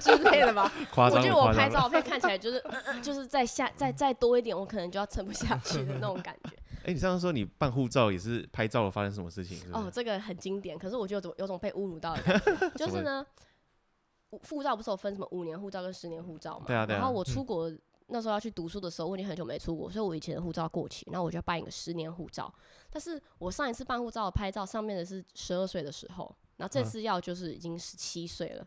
Speaker 2: 之类的吧。
Speaker 3: 夸
Speaker 2: 我
Speaker 3: 张
Speaker 2: 觉
Speaker 3: 了，
Speaker 2: 得我
Speaker 3: 夸
Speaker 2: 拍
Speaker 3: 张了。
Speaker 2: 照片看起来就是呃就是再下再再多一点，我可能就要撑不下去的那种感
Speaker 3: <laughs>
Speaker 2: 觉。
Speaker 3: 哎，你上次说你办护照也是拍照了，发生什么事情？是不
Speaker 2: 哦，
Speaker 3: 是，
Speaker 2: 这个很经典，可是我就有种有种被侮辱到的感
Speaker 3: <laughs>
Speaker 2: 觉。就是呢，护护照不是有分什么五年护照跟十年护照嘛？
Speaker 3: 对啊对啊
Speaker 2: 然后我出国。那时候要去读书的时候，我已经很久没出国，所以我以前的护照过期，然后我就要办一个十年护照。但是我上一次办护照的拍照上面的是十二岁的时候，然后这次要就是已经十七岁了。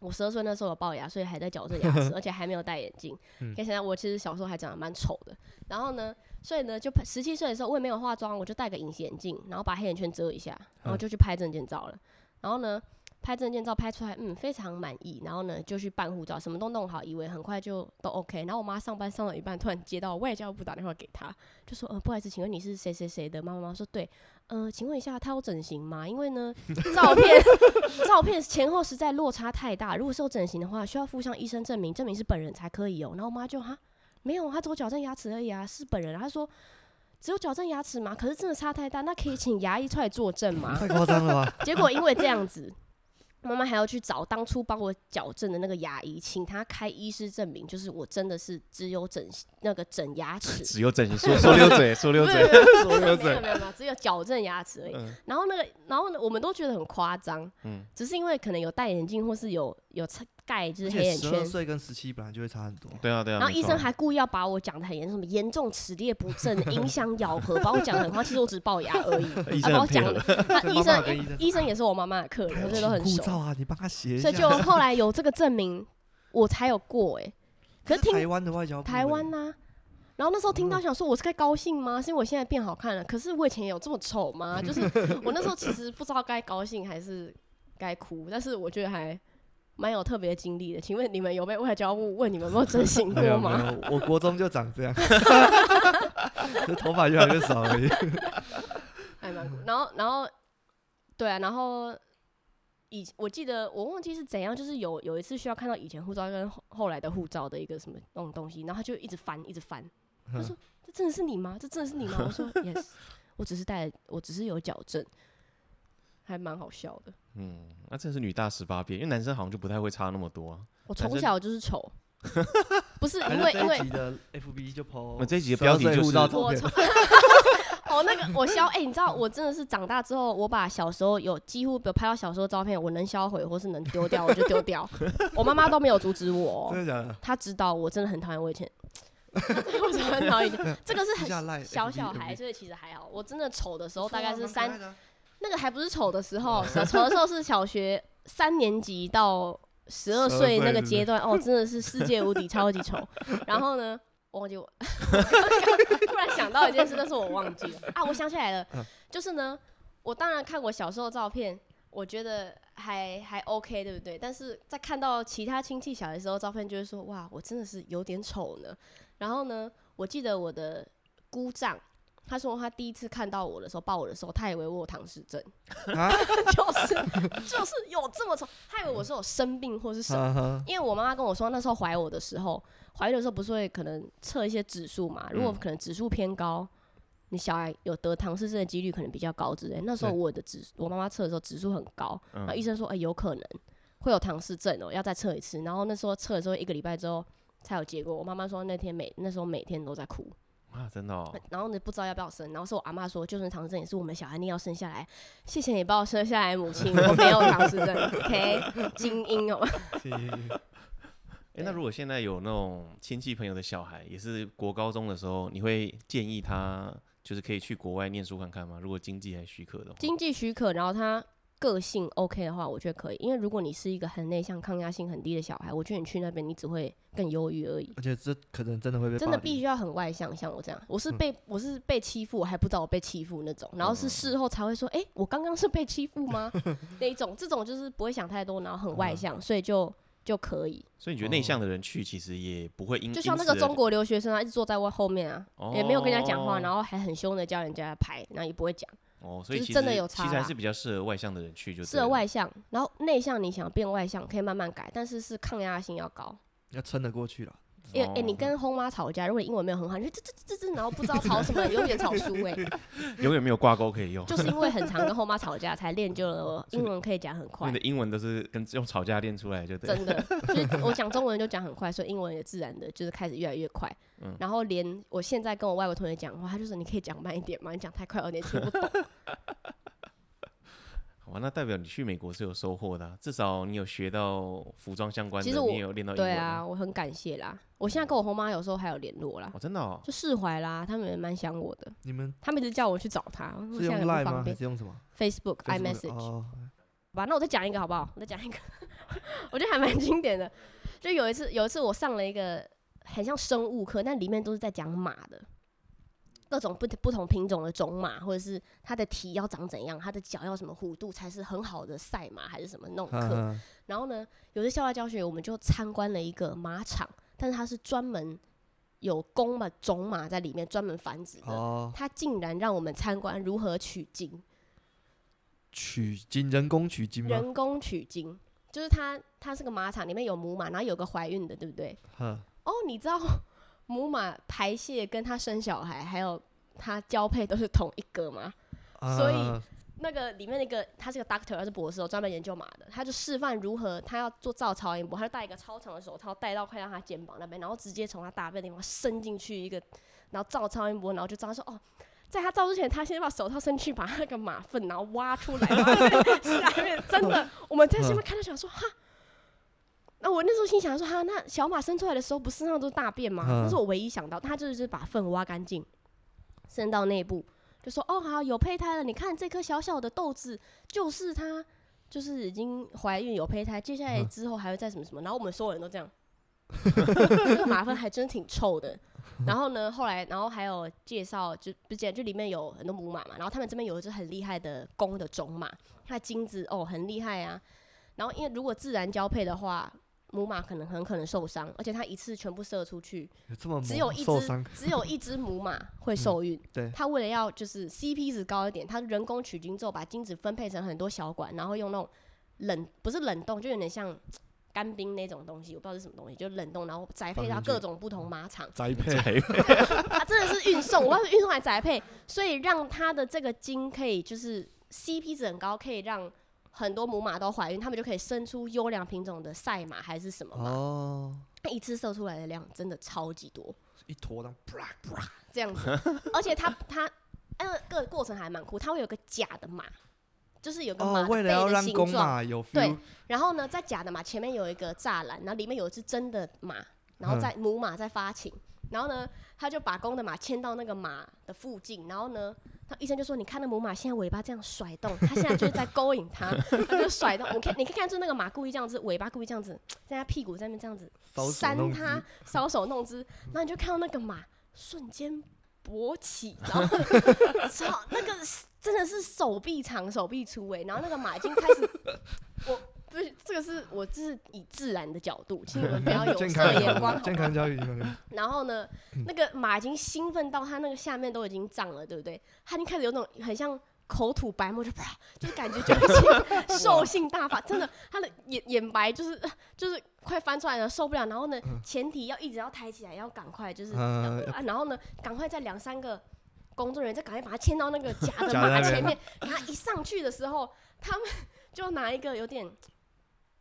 Speaker 2: 我十二岁那时候有龅牙，所以还在矫正牙
Speaker 3: <laughs>
Speaker 2: 齿，而且还没有戴眼镜。
Speaker 4: 嗯
Speaker 2: 可以想想，我其实小时候还长得蛮丑的。然后呢，所以呢，就十七岁的时候，我也没有化妆，我就戴个隐形眼镜，然后把黑眼圈遮一下，然
Speaker 4: 嗯
Speaker 2: 后就去拍证件照了。然后呢，拍证件照拍出来，嗯，非常满意。然后呢，就去办护照，什么都弄好，以为很快就都 OK。然后我妈上班上到一半，突然接到外交部打电话给她，就说：“呃，不好意思，请问你是谁谁谁的妈妈吗？”说：“对。”呃，请问一下，她有整形吗？因为呢，照片 <laughs> 照片前后实在落差太大，如果是有整形的话，需要附上医生证明，证明是本人才可以哦、然后我妈就哈，没有，啊她只有矫正牙齿而已啊，是本人啊。她说只有矫正牙齿嘛，可是真的差太大，那可以请牙医出来作证吗？
Speaker 1: 太夸张了吧？
Speaker 2: 结果因为这样子，妈妈还要去找当初帮我矫正的那个牙医，请他开医师证明，就是我真的是只有整那个整牙齿，
Speaker 3: 只有整形说说溜嘴，说溜
Speaker 2: 不是
Speaker 3: 嘴，
Speaker 2: 不
Speaker 3: <laughs>
Speaker 2: 是没有
Speaker 3: 说溜
Speaker 2: 没有
Speaker 3: 嘴。
Speaker 2: 没有没有，只有矫正牙齿而已。
Speaker 3: 嗯
Speaker 2: 然后那个，然后呢，我们都觉得很夸张，
Speaker 3: 嗯
Speaker 2: 只是因为可能有戴眼镜或是有有盖 <laughs> 就是黑眼
Speaker 1: 十二
Speaker 2: 圈，
Speaker 1: 岁跟十七本来就会差很多，
Speaker 3: 对啊对啊。
Speaker 2: 然后
Speaker 3: 没
Speaker 2: 医
Speaker 3: 错
Speaker 2: 生
Speaker 3: 啊
Speaker 2: 还故意要把我讲的很严重，什么严重齿列不正、影响咬合，把我讲的很夸张，其实我只是龅牙而已，
Speaker 3: 医
Speaker 2: 他
Speaker 3: 生
Speaker 2: 把我
Speaker 3: 很配
Speaker 2: 讲
Speaker 3: 合
Speaker 2: 的，那
Speaker 1: 所以
Speaker 2: 医
Speaker 1: 妈妈跟
Speaker 2: 生
Speaker 1: 医生哎
Speaker 2: 医生也是我妈妈的客
Speaker 1: 他
Speaker 2: 人，
Speaker 1: 有
Speaker 2: 所以都
Speaker 1: 请
Speaker 2: 很
Speaker 1: 护
Speaker 2: 熟。
Speaker 1: 照啊，你帮他写一
Speaker 2: 所
Speaker 1: 下。
Speaker 2: 以就后来 <laughs> 有这个证明，我才有过哎、可是
Speaker 1: 是台
Speaker 2: 听
Speaker 1: 湾的外交部
Speaker 2: 台湾啊哦
Speaker 1: 欸
Speaker 2: 呐、然后那时候听到想说，我是该高兴吗？是因为我现在变好看了？可是我以前有这么丑吗？就是我那时候其实不知道该高兴还是该哭，但是我觉得还蛮有特别经历的。请问你们有被外交部问你们有没有真心过
Speaker 1: 没有没
Speaker 2: 吗？
Speaker 1: 有，我国中就长 <laughs> 这样，就头发越来越少而已。
Speaker 2: 还 <laughs> 蛮酷。然后，然后，对啊，然后以我记得我忘记是怎样，就是有有一次需要看到以前护照跟后后来的护照的一个什么那种东西，然后他就一直翻，一直翻。 <laughs> 他说：“这真的是你吗？这真的是你吗？” <laughs> 我说：“Yes，我只是带，我只是有矫正，还蛮好笑的。
Speaker 3: 嗯， <laughs> 那真的是女大十八变，因为男生好像就不太会差那么多啊。
Speaker 2: 我
Speaker 3: 男
Speaker 2: 从
Speaker 3: 生
Speaker 2: 小就是丑，
Speaker 1: <laughs>
Speaker 2: 不是
Speaker 1: 还
Speaker 2: 因
Speaker 1: 是
Speaker 2: 为因
Speaker 1: 这一
Speaker 2: 为
Speaker 1: 集的 FB 就 PO，
Speaker 3: 那这一集的标题
Speaker 1: 12岁
Speaker 3: 就是
Speaker 1: 护照照
Speaker 2: 我
Speaker 1: 片
Speaker 2: 从。哦，那个我消哎、你知道我真的是长大之后，我把小时候有几乎有拍到小时候照片，我能销毁或是能丢掉，我就丢掉。我妈妈都没有阻止我哦、
Speaker 1: 真的假
Speaker 2: <laughs>
Speaker 1: 的？
Speaker 2: 她知道我真的很讨厌我以前， <laughs> 我真的很讨厌。这个是
Speaker 1: 私下
Speaker 2: 很
Speaker 1: 赖
Speaker 2: 小
Speaker 1: FB
Speaker 2: 小
Speaker 1: 有没
Speaker 2: 孩，
Speaker 1: 有
Speaker 2: 所以其实还好。我真的丑的时候
Speaker 1: 不错
Speaker 2: 大
Speaker 1: 啊
Speaker 2: 概是
Speaker 1: 蛮可
Speaker 2: 三
Speaker 1: 爱的啊
Speaker 2: 那个还不是丑的时候，小丑的时候是小学三年级到十二岁那个阶段，哦，真的是世界无敌，超级 <laughs> 丑。然后呢，忘记我， <laughs> 突然想到一件事，但是我忘记了啊，我想起来了，就是呢，我当然看我小时候的照片，我觉得还还 OK，对不对？但是在看到其他亲戚小的时候照片，就会说哇，我真的是有点丑呢。然后呢，我记得我的姑丈。他说他第一次看到我的时候，抱我的时候，他以为我有唐氏症，
Speaker 1: <laughs> 啊
Speaker 2: <laughs> 就是就是有这么丑，他以为我是有生病或是什么。
Speaker 1: 哈哈
Speaker 2: 因为我妈妈跟我说，那时候怀我的时候，怀孕的时候不是会可能测一些指数嘛？如果
Speaker 3: 嗯
Speaker 2: 可能指数偏高，你小孩有得唐氏症的几率可能比较高之类。那时候
Speaker 1: 对
Speaker 2: 我的指，我妈妈测的时候指数很高，然后医
Speaker 3: 嗯，
Speaker 2: 生说，哎、有可能会有唐氏症哦、要再测一次。然后那时候测的时候，一个礼拜之后才有结果。我妈妈说那天每那时候每天都在哭，
Speaker 3: 啊，真的哦，
Speaker 2: 然后呢不知道要不要生，然后是我阿妈说，就算唐氏症也是我们小孩，你要生下来，谢谢你把我生下来，母亲，我没有唐氏
Speaker 3: <laughs>
Speaker 2: 症，OK，精英哦、 <laughs>
Speaker 3: 哎，那如果现在有那种亲戚朋友的小孩，也是国高中的时候，你会建议他就是可以去国外念书看看吗？如果经济还许可的话，
Speaker 2: 经济许可，然后他个性 OK 的话，我觉得可以。因为如果你是一个很内向、抗压性很低的小孩，我觉得你去那边你只会更忧郁而已。
Speaker 1: 而且这可能真的会被
Speaker 2: 真的
Speaker 1: 霸凌
Speaker 2: 必须要很外向，像我这样，我
Speaker 3: 嗯
Speaker 2: 是被、我是被欺负，我还不知道我被欺负那种，然后是事后才会说，诶，我刚刚是被欺负吗？ <laughs> 那一种，这种就是不会想太多，然后很
Speaker 3: 嗯
Speaker 2: 外向，所以就就可以。
Speaker 3: 所以你觉得内
Speaker 1: 哦
Speaker 3: 向的人去其实也不会
Speaker 2: 嗯
Speaker 3: 因
Speaker 2: 就像那
Speaker 3: 嗯因
Speaker 2: 个
Speaker 3: 此而
Speaker 2: 中国留学生啊，一直坐在我后面啊，
Speaker 3: 哦
Speaker 2: 也没有跟人家讲话，然后还很凶的教人家拍，然后也不会讲。
Speaker 3: 哦，所以
Speaker 2: 就是
Speaker 3: 其
Speaker 2: 真的
Speaker 3: 实
Speaker 2: 有
Speaker 3: 其
Speaker 2: 差
Speaker 3: 实还
Speaker 2: 啦
Speaker 3: 是比较适合外向的人去就
Speaker 2: 适
Speaker 3: 对
Speaker 2: 合
Speaker 3: 了
Speaker 2: 外向，然后内向你想变外向可以慢慢改，但是是抗压性要高。
Speaker 1: 要撑得过去了。
Speaker 2: 因为哎、
Speaker 3: 哦
Speaker 2: 你
Speaker 3: <laughs>
Speaker 2: 跟轰妈吵架，如果你英文没有很好，你就这这这这，然后不知道吵
Speaker 3: <laughs>
Speaker 2: 什么，永远吵输哎、
Speaker 3: 永远没有挂钩可以用，
Speaker 2: 就是因为很常跟轰妈吵架，才练就了我英文可以讲很快
Speaker 3: 你的，英文都是跟用吵架练出来就对了。
Speaker 2: 真的。就是我讲中文就讲很快，所以英文也自然的就是开始越来越快。
Speaker 3: 嗯
Speaker 2: 然后连我现在跟我外国同学讲话，他就说你可以讲慢一点吗？你讲太快我有点听不懂。
Speaker 3: 好吧，那代表你去美国是有收获的啊、至少你有学到服装相关的，
Speaker 2: 其实
Speaker 3: 你
Speaker 2: 我
Speaker 3: 也有 <laughs> 练到英文
Speaker 2: 对
Speaker 3: 啊。
Speaker 2: 啊，我很感谢啦。我现在跟我轰妈有时候还有联络啦，
Speaker 3: 哦，真的
Speaker 2: <laughs>
Speaker 3: 哦，
Speaker 2: 就释怀啦，他们也蛮想我的。
Speaker 1: 你们
Speaker 2: 他们一直叫我去找他，我
Speaker 1: 是
Speaker 2: 现
Speaker 1: 用
Speaker 2: 在很
Speaker 1: Line 吗？
Speaker 2: 不方
Speaker 1: 还
Speaker 2: 便。
Speaker 1: 是用什么
Speaker 2: Facebook、
Speaker 1: Facebook？
Speaker 2: iMessage，、
Speaker 1: 哦
Speaker 2: 吧，那我再讲一个好不好？我再讲一个， <laughs> 我觉得还蛮经典的。就有一次，有一次我上了一个很像生物课，但里面都是在讲马的，各种不不同品种的种马，或者是它的蹄要长怎样，它的脚要什么弧度才是很好的赛马还是什么那种
Speaker 1: 哈
Speaker 2: 课。
Speaker 1: 哈
Speaker 2: 然后呢，有些校外教学我们就参观了一个马场，但是它是专门有公马、种马在里面专门繁殖的。
Speaker 1: 哦，
Speaker 2: 它竟然让我们参观如何取精，
Speaker 1: 取经人工取经吗？
Speaker 2: 人工取精，就是它它是个马场，里面有母马，然后有个怀孕的，对不对？
Speaker 1: 哈，
Speaker 2: 哦，你知道 <laughs> 母马排泄跟它生小孩，还有它交配都是同一个吗？所以
Speaker 1: 啊
Speaker 2: 那个里面那个他是个 doctor，他是博士哦，专门研究马的，他就示范如何他要做造超音波，他就戴一个超长的手套，戴到快到他肩膀那边，然后直接从他大便的地方伸进去一个，然后照超音波，然后就知道说哦。在他照之前，他先把手套伸去，把他那个马粪，然后挖出来，然后在下面真的，我们在下面看到想说哈，那我那时候心想说哈，那小马生出来的时候不是身上都是大便吗？
Speaker 1: 嗯
Speaker 2: 那是我唯一想到，他就是把粪挖干净，伸到内部，就说哦好有胚胎了，你看这颗小小的豆子就是它，就是已经怀孕有胚胎，接下来
Speaker 1: 嗯
Speaker 2: 之后还会再什么什么，然后我们所有人都这样， <laughs> 这个马粪还真挺
Speaker 1: <laughs>
Speaker 2: 臭的。然后呢，后来然后还有介绍，就不是介就里面有很多母马嘛，然后他们这边有一只很厉害的公的种马，它的精子哦很厉害啊。然后因为如果自然交配的话，母马可能很可能受伤，而且它一次全部射出去，
Speaker 1: 有这么
Speaker 2: 只
Speaker 1: 猛
Speaker 2: 有一
Speaker 1: 受
Speaker 2: 只
Speaker 3: <laughs>
Speaker 1: 伤，
Speaker 2: 只有一只母马会受孕。
Speaker 1: 嗯对
Speaker 2: 它为了要就是 CP 值高一点，它人工取精之后把精子分配成很多小管，然后用那种冷不是冷冻，就有点像干冰那种东西，我不知道是什么东西，就冷冻，然后宅配
Speaker 1: 放进
Speaker 2: 到
Speaker 1: 去
Speaker 2: 各种不同马场。
Speaker 4: 栽培
Speaker 2: <laughs>
Speaker 3: <laughs> 才
Speaker 2: 它真的是运送，我要是运送来宅配，所以让它的这个精可以就是 CP 值很高，可以让很多母马都怀孕，它们就可以生出优良品种的赛马还是什么马。
Speaker 1: 哦，
Speaker 2: 它一次射出来的量真的超级多，
Speaker 1: 一坨的，啪啪，
Speaker 2: <laughs> 这样子， <laughs> 而且它它呃个过程还蛮酷，它会有个假的马，就是有个马
Speaker 1: 哦，
Speaker 2: 的
Speaker 1: 为
Speaker 2: 背
Speaker 1: 了要
Speaker 2: 的
Speaker 1: 让
Speaker 2: 形
Speaker 1: 公
Speaker 2: 状，
Speaker 1: 马有 feel，
Speaker 2: 对然后呢，在假的马前面有一个栅栏，然后里面有一只真的
Speaker 1: 嗯
Speaker 2: 马，然后在母马在发情，然后呢，他就把公的马牵到那个马的附近，然后呢，他医生就说：“你看那母马现在尾巴这样甩动，它现在就是在勾引
Speaker 1: <laughs>
Speaker 2: 它，它就甩动。我看你可以看出那个马故意这样子，尾巴故意这样子，在它屁股上面这样子
Speaker 1: <laughs> 搔首
Speaker 2: 扇
Speaker 1: 弄
Speaker 2: 它
Speaker 1: 姿，
Speaker 2: 搔首弄姿，然后你就看到那个马瞬间勃起，然
Speaker 1: <laughs>
Speaker 2: 后操，那个是真的是手臂长手臂粗哎、然后那个马已经开
Speaker 1: <laughs>
Speaker 2: 始，我不是这个是我这是以自然的角度，请你
Speaker 1: <laughs>
Speaker 2: 们不要有
Speaker 1: 健
Speaker 2: 色
Speaker 1: 康啊
Speaker 2: 眼光，嗯
Speaker 1: <laughs>
Speaker 2: 好
Speaker 1: 健康
Speaker 2: <laughs>
Speaker 1: 教育，健康教育
Speaker 2: 然后呢，那个马已经兴奋到它那个下面都已经胀了，对不对？它已经开始有那种很像口吐白沫，就啪，就是感觉就已经兽性大
Speaker 1: <laughs>
Speaker 2: 发，真的，它的眼眼白就是就是快翻出来了，受不了。然后呢，前提要一直要抬起来，要赶快就是、
Speaker 1: 嗯
Speaker 2: 啊，然后呢，赶快再两三个工作人员再赶快把它牵到那个假
Speaker 1: <laughs>
Speaker 2: 的
Speaker 1: 假的
Speaker 2: 马
Speaker 1: 那边
Speaker 2: 前面。然后它一上去的时候，他们 <laughs> 就拿一个有点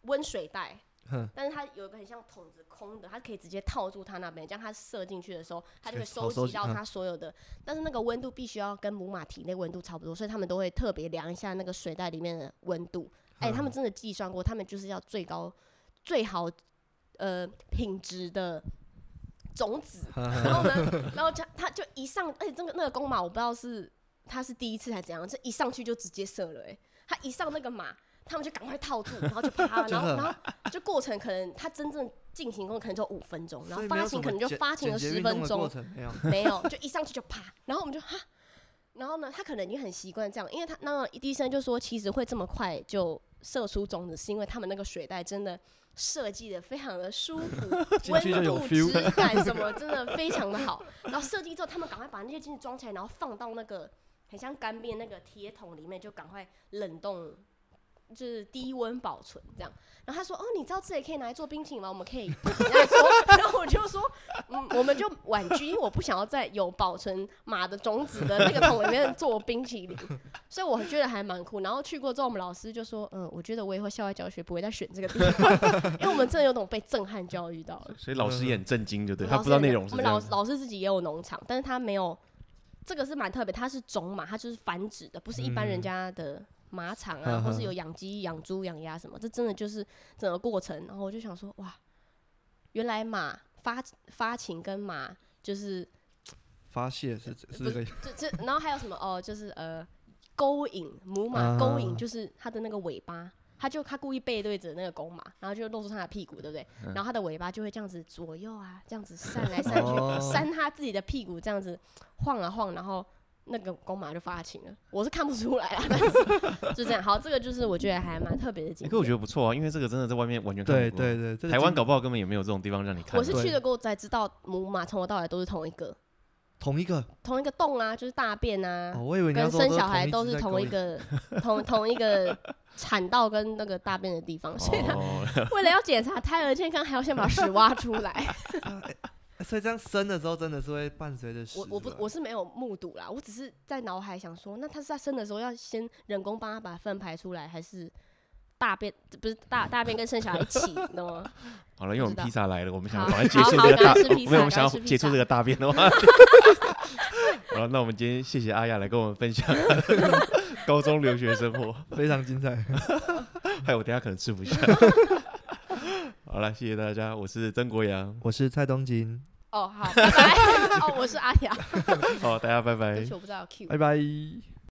Speaker 2: 温水袋，
Speaker 1: 哼
Speaker 2: 但是它有一个很像桶子空的，它可以直接套住它那边，这样它射进去的时候，它就会
Speaker 1: 可以好
Speaker 2: 收
Speaker 1: 收
Speaker 2: 集
Speaker 1: 集
Speaker 2: 到
Speaker 1: 嗯
Speaker 2: 它所有的。但是那个温度必须要跟母马体内温度差不多，所以他们都会特别量一下那个水袋里面的温度。哎、他们真的计算过，他们就是要最高、最好呃品质的种子。
Speaker 1: <laughs>
Speaker 2: 然后呢，然后他他就一上，而且这个那个公马我不知道是他是第一次还是怎样，这一上去就直接射了、欸。他一上那个马，他们就赶快套住，然后就
Speaker 1: <laughs>
Speaker 2: 趴了，然后然后就过程可能他真正进行过可能就五分钟，然
Speaker 1: 所
Speaker 2: 后
Speaker 1: 以没
Speaker 2: 发
Speaker 1: 有
Speaker 2: 情
Speaker 1: 什么
Speaker 2: 可能就
Speaker 1: 简
Speaker 2: 发情
Speaker 1: 简
Speaker 2: 了
Speaker 1: 洁
Speaker 2: 十
Speaker 1: 运动
Speaker 2: 分
Speaker 1: 的
Speaker 2: 钟
Speaker 1: 过，程没有，
Speaker 2: <laughs> 没有，就一上去就啪，然后我们就哈，然后呢，他可能已经很习惯这样，因为他那个医生就说，其实会这么快就射出种子，是因为他们那个水袋真的设计的非常的舒
Speaker 4: <laughs>
Speaker 2: 服，
Speaker 4: 进
Speaker 2: 温
Speaker 4: 去就有
Speaker 2: 度、质 <laughs>
Speaker 4: feel
Speaker 2: 感什么真的非常的好。然后设计之后，他们赶快把那些精子装起来，然后放到那个很像干煸那个铁桶里面，就赶快冷冻。就是低温保存这样，然后他说：“哦，你知道这也可以拿来做冰淇淋吗？我们可以拿来做。” <laughs> 然后我就说：“嗯，我们就婉拒，因为我不想要在有保存马的种子的那个桶里面做冰淇淋，所以我觉得还蛮酷。然后去过之后，我们老师就说，嗯，我觉得我以后校外教学不会再选这个地方， <laughs> 因为我们真的有种被震撼教育到了。
Speaker 3: 所以老师也很震惊，就对
Speaker 2: 我们
Speaker 3: 他
Speaker 2: 老
Speaker 3: 不
Speaker 2: 师
Speaker 3: 知道
Speaker 2: 也
Speaker 3: 内
Speaker 2: 在
Speaker 3: 容是
Speaker 2: 我
Speaker 3: 这
Speaker 2: 们
Speaker 3: 样
Speaker 2: 老。老师自己也有农场，但是他没有，这个是蛮特别，它是种马，它就是繁殖的，不是一般人
Speaker 1: 嗯
Speaker 2: 家的马场啊，
Speaker 3: 嗯
Speaker 1: 呵呵
Speaker 2: 或是有养鸡、养猪、养鸭什么，这真的就是整个过程。然后我就想说，哇，原来马发发情跟马就是
Speaker 1: 发泄是是这
Speaker 2: 不
Speaker 1: 个，
Speaker 2: <laughs> 这这，然后还有什么哦，就是呃，勾引母马，勾
Speaker 1: 啊
Speaker 3: 嗯
Speaker 2: 引就是它的那个尾巴，它就它故意背对着那个公马，然后就露出它的屁股，对不对？
Speaker 3: 嗯
Speaker 2: 然后它的尾巴就会这样子左右啊，这样子扇来扇
Speaker 1: 哦
Speaker 2: 去，扇它自己的屁股，这样子晃啊晃，然后那个公马就发情了。我是看不出来啊，但是就这样。好，这个就是我觉得还蛮特别的
Speaker 3: 欸
Speaker 2: 经
Speaker 3: 可我觉
Speaker 2: 验。
Speaker 3: 得不错啊，因为这个真的在外面完全看
Speaker 1: <laughs> 对
Speaker 3: 不过。
Speaker 1: 对对，这个
Speaker 3: 台湾
Speaker 1: 经
Speaker 3: 搞不好根本也没有这种地方让你看到。
Speaker 2: 我是
Speaker 1: 对
Speaker 2: 去了过后才知道，母马从头到尾都是同一个
Speaker 1: 同一个
Speaker 2: 同一个洞啊，就是大便啊，
Speaker 1: 哦，我以为你要
Speaker 2: 跟
Speaker 1: 说
Speaker 2: 生小孩
Speaker 1: 都
Speaker 2: 都
Speaker 1: 是
Speaker 2: 是
Speaker 1: 同
Speaker 2: 同
Speaker 1: 一只
Speaker 2: 一
Speaker 1: 在勾引
Speaker 2: 个 <laughs> 同同一个产道跟那个大便的地方，所以他 <laughs>
Speaker 3: 哦，
Speaker 2: 为了要检查胎儿健康，还要先把屎挖出来。
Speaker 1: 哎所以这样生的时候真的是会伴随着啊屎
Speaker 2: 我我不
Speaker 1: 是吧
Speaker 2: 我是没有目睹啦，我只是在脑海想说，那他是在生的时候要先人工帮他把粪排出来，还是大便不是大大便跟生小孩一起，你懂
Speaker 3: <laughs>
Speaker 2: 吗？
Speaker 3: 好了，因为我
Speaker 2: 不知
Speaker 3: 们
Speaker 2: 道
Speaker 3: 披萨来了，我们想
Speaker 2: 好
Speaker 3: 要赶快结
Speaker 2: 好
Speaker 3: 束
Speaker 2: 好
Speaker 3: 这个
Speaker 2: 赶
Speaker 3: <laughs> 大，
Speaker 2: 快吃披
Speaker 3: 没
Speaker 2: 萨
Speaker 3: 有，我们
Speaker 2: 赶
Speaker 3: 想要
Speaker 2: 快吃披
Speaker 3: 结束
Speaker 2: 萨
Speaker 3: 这个大便
Speaker 2: <laughs>
Speaker 3: 的话。好，那我们今天谢谢阿雅来跟我们分享
Speaker 2: <laughs>
Speaker 3: 高中留学生活，
Speaker 1: 非常精彩。
Speaker 3: 害我等一下可能吃
Speaker 2: <laughs>
Speaker 3: 不下。好了，谢谢大家，我是曾国阳，
Speaker 1: <laughs> 我是蔡东京，
Speaker 2: 哦，好，拜拜。哦，我是阿雅， <laughs>
Speaker 3: 好，大家拜拜哎
Speaker 2: 对不。起，我不知道 Q
Speaker 1: 拜。拜。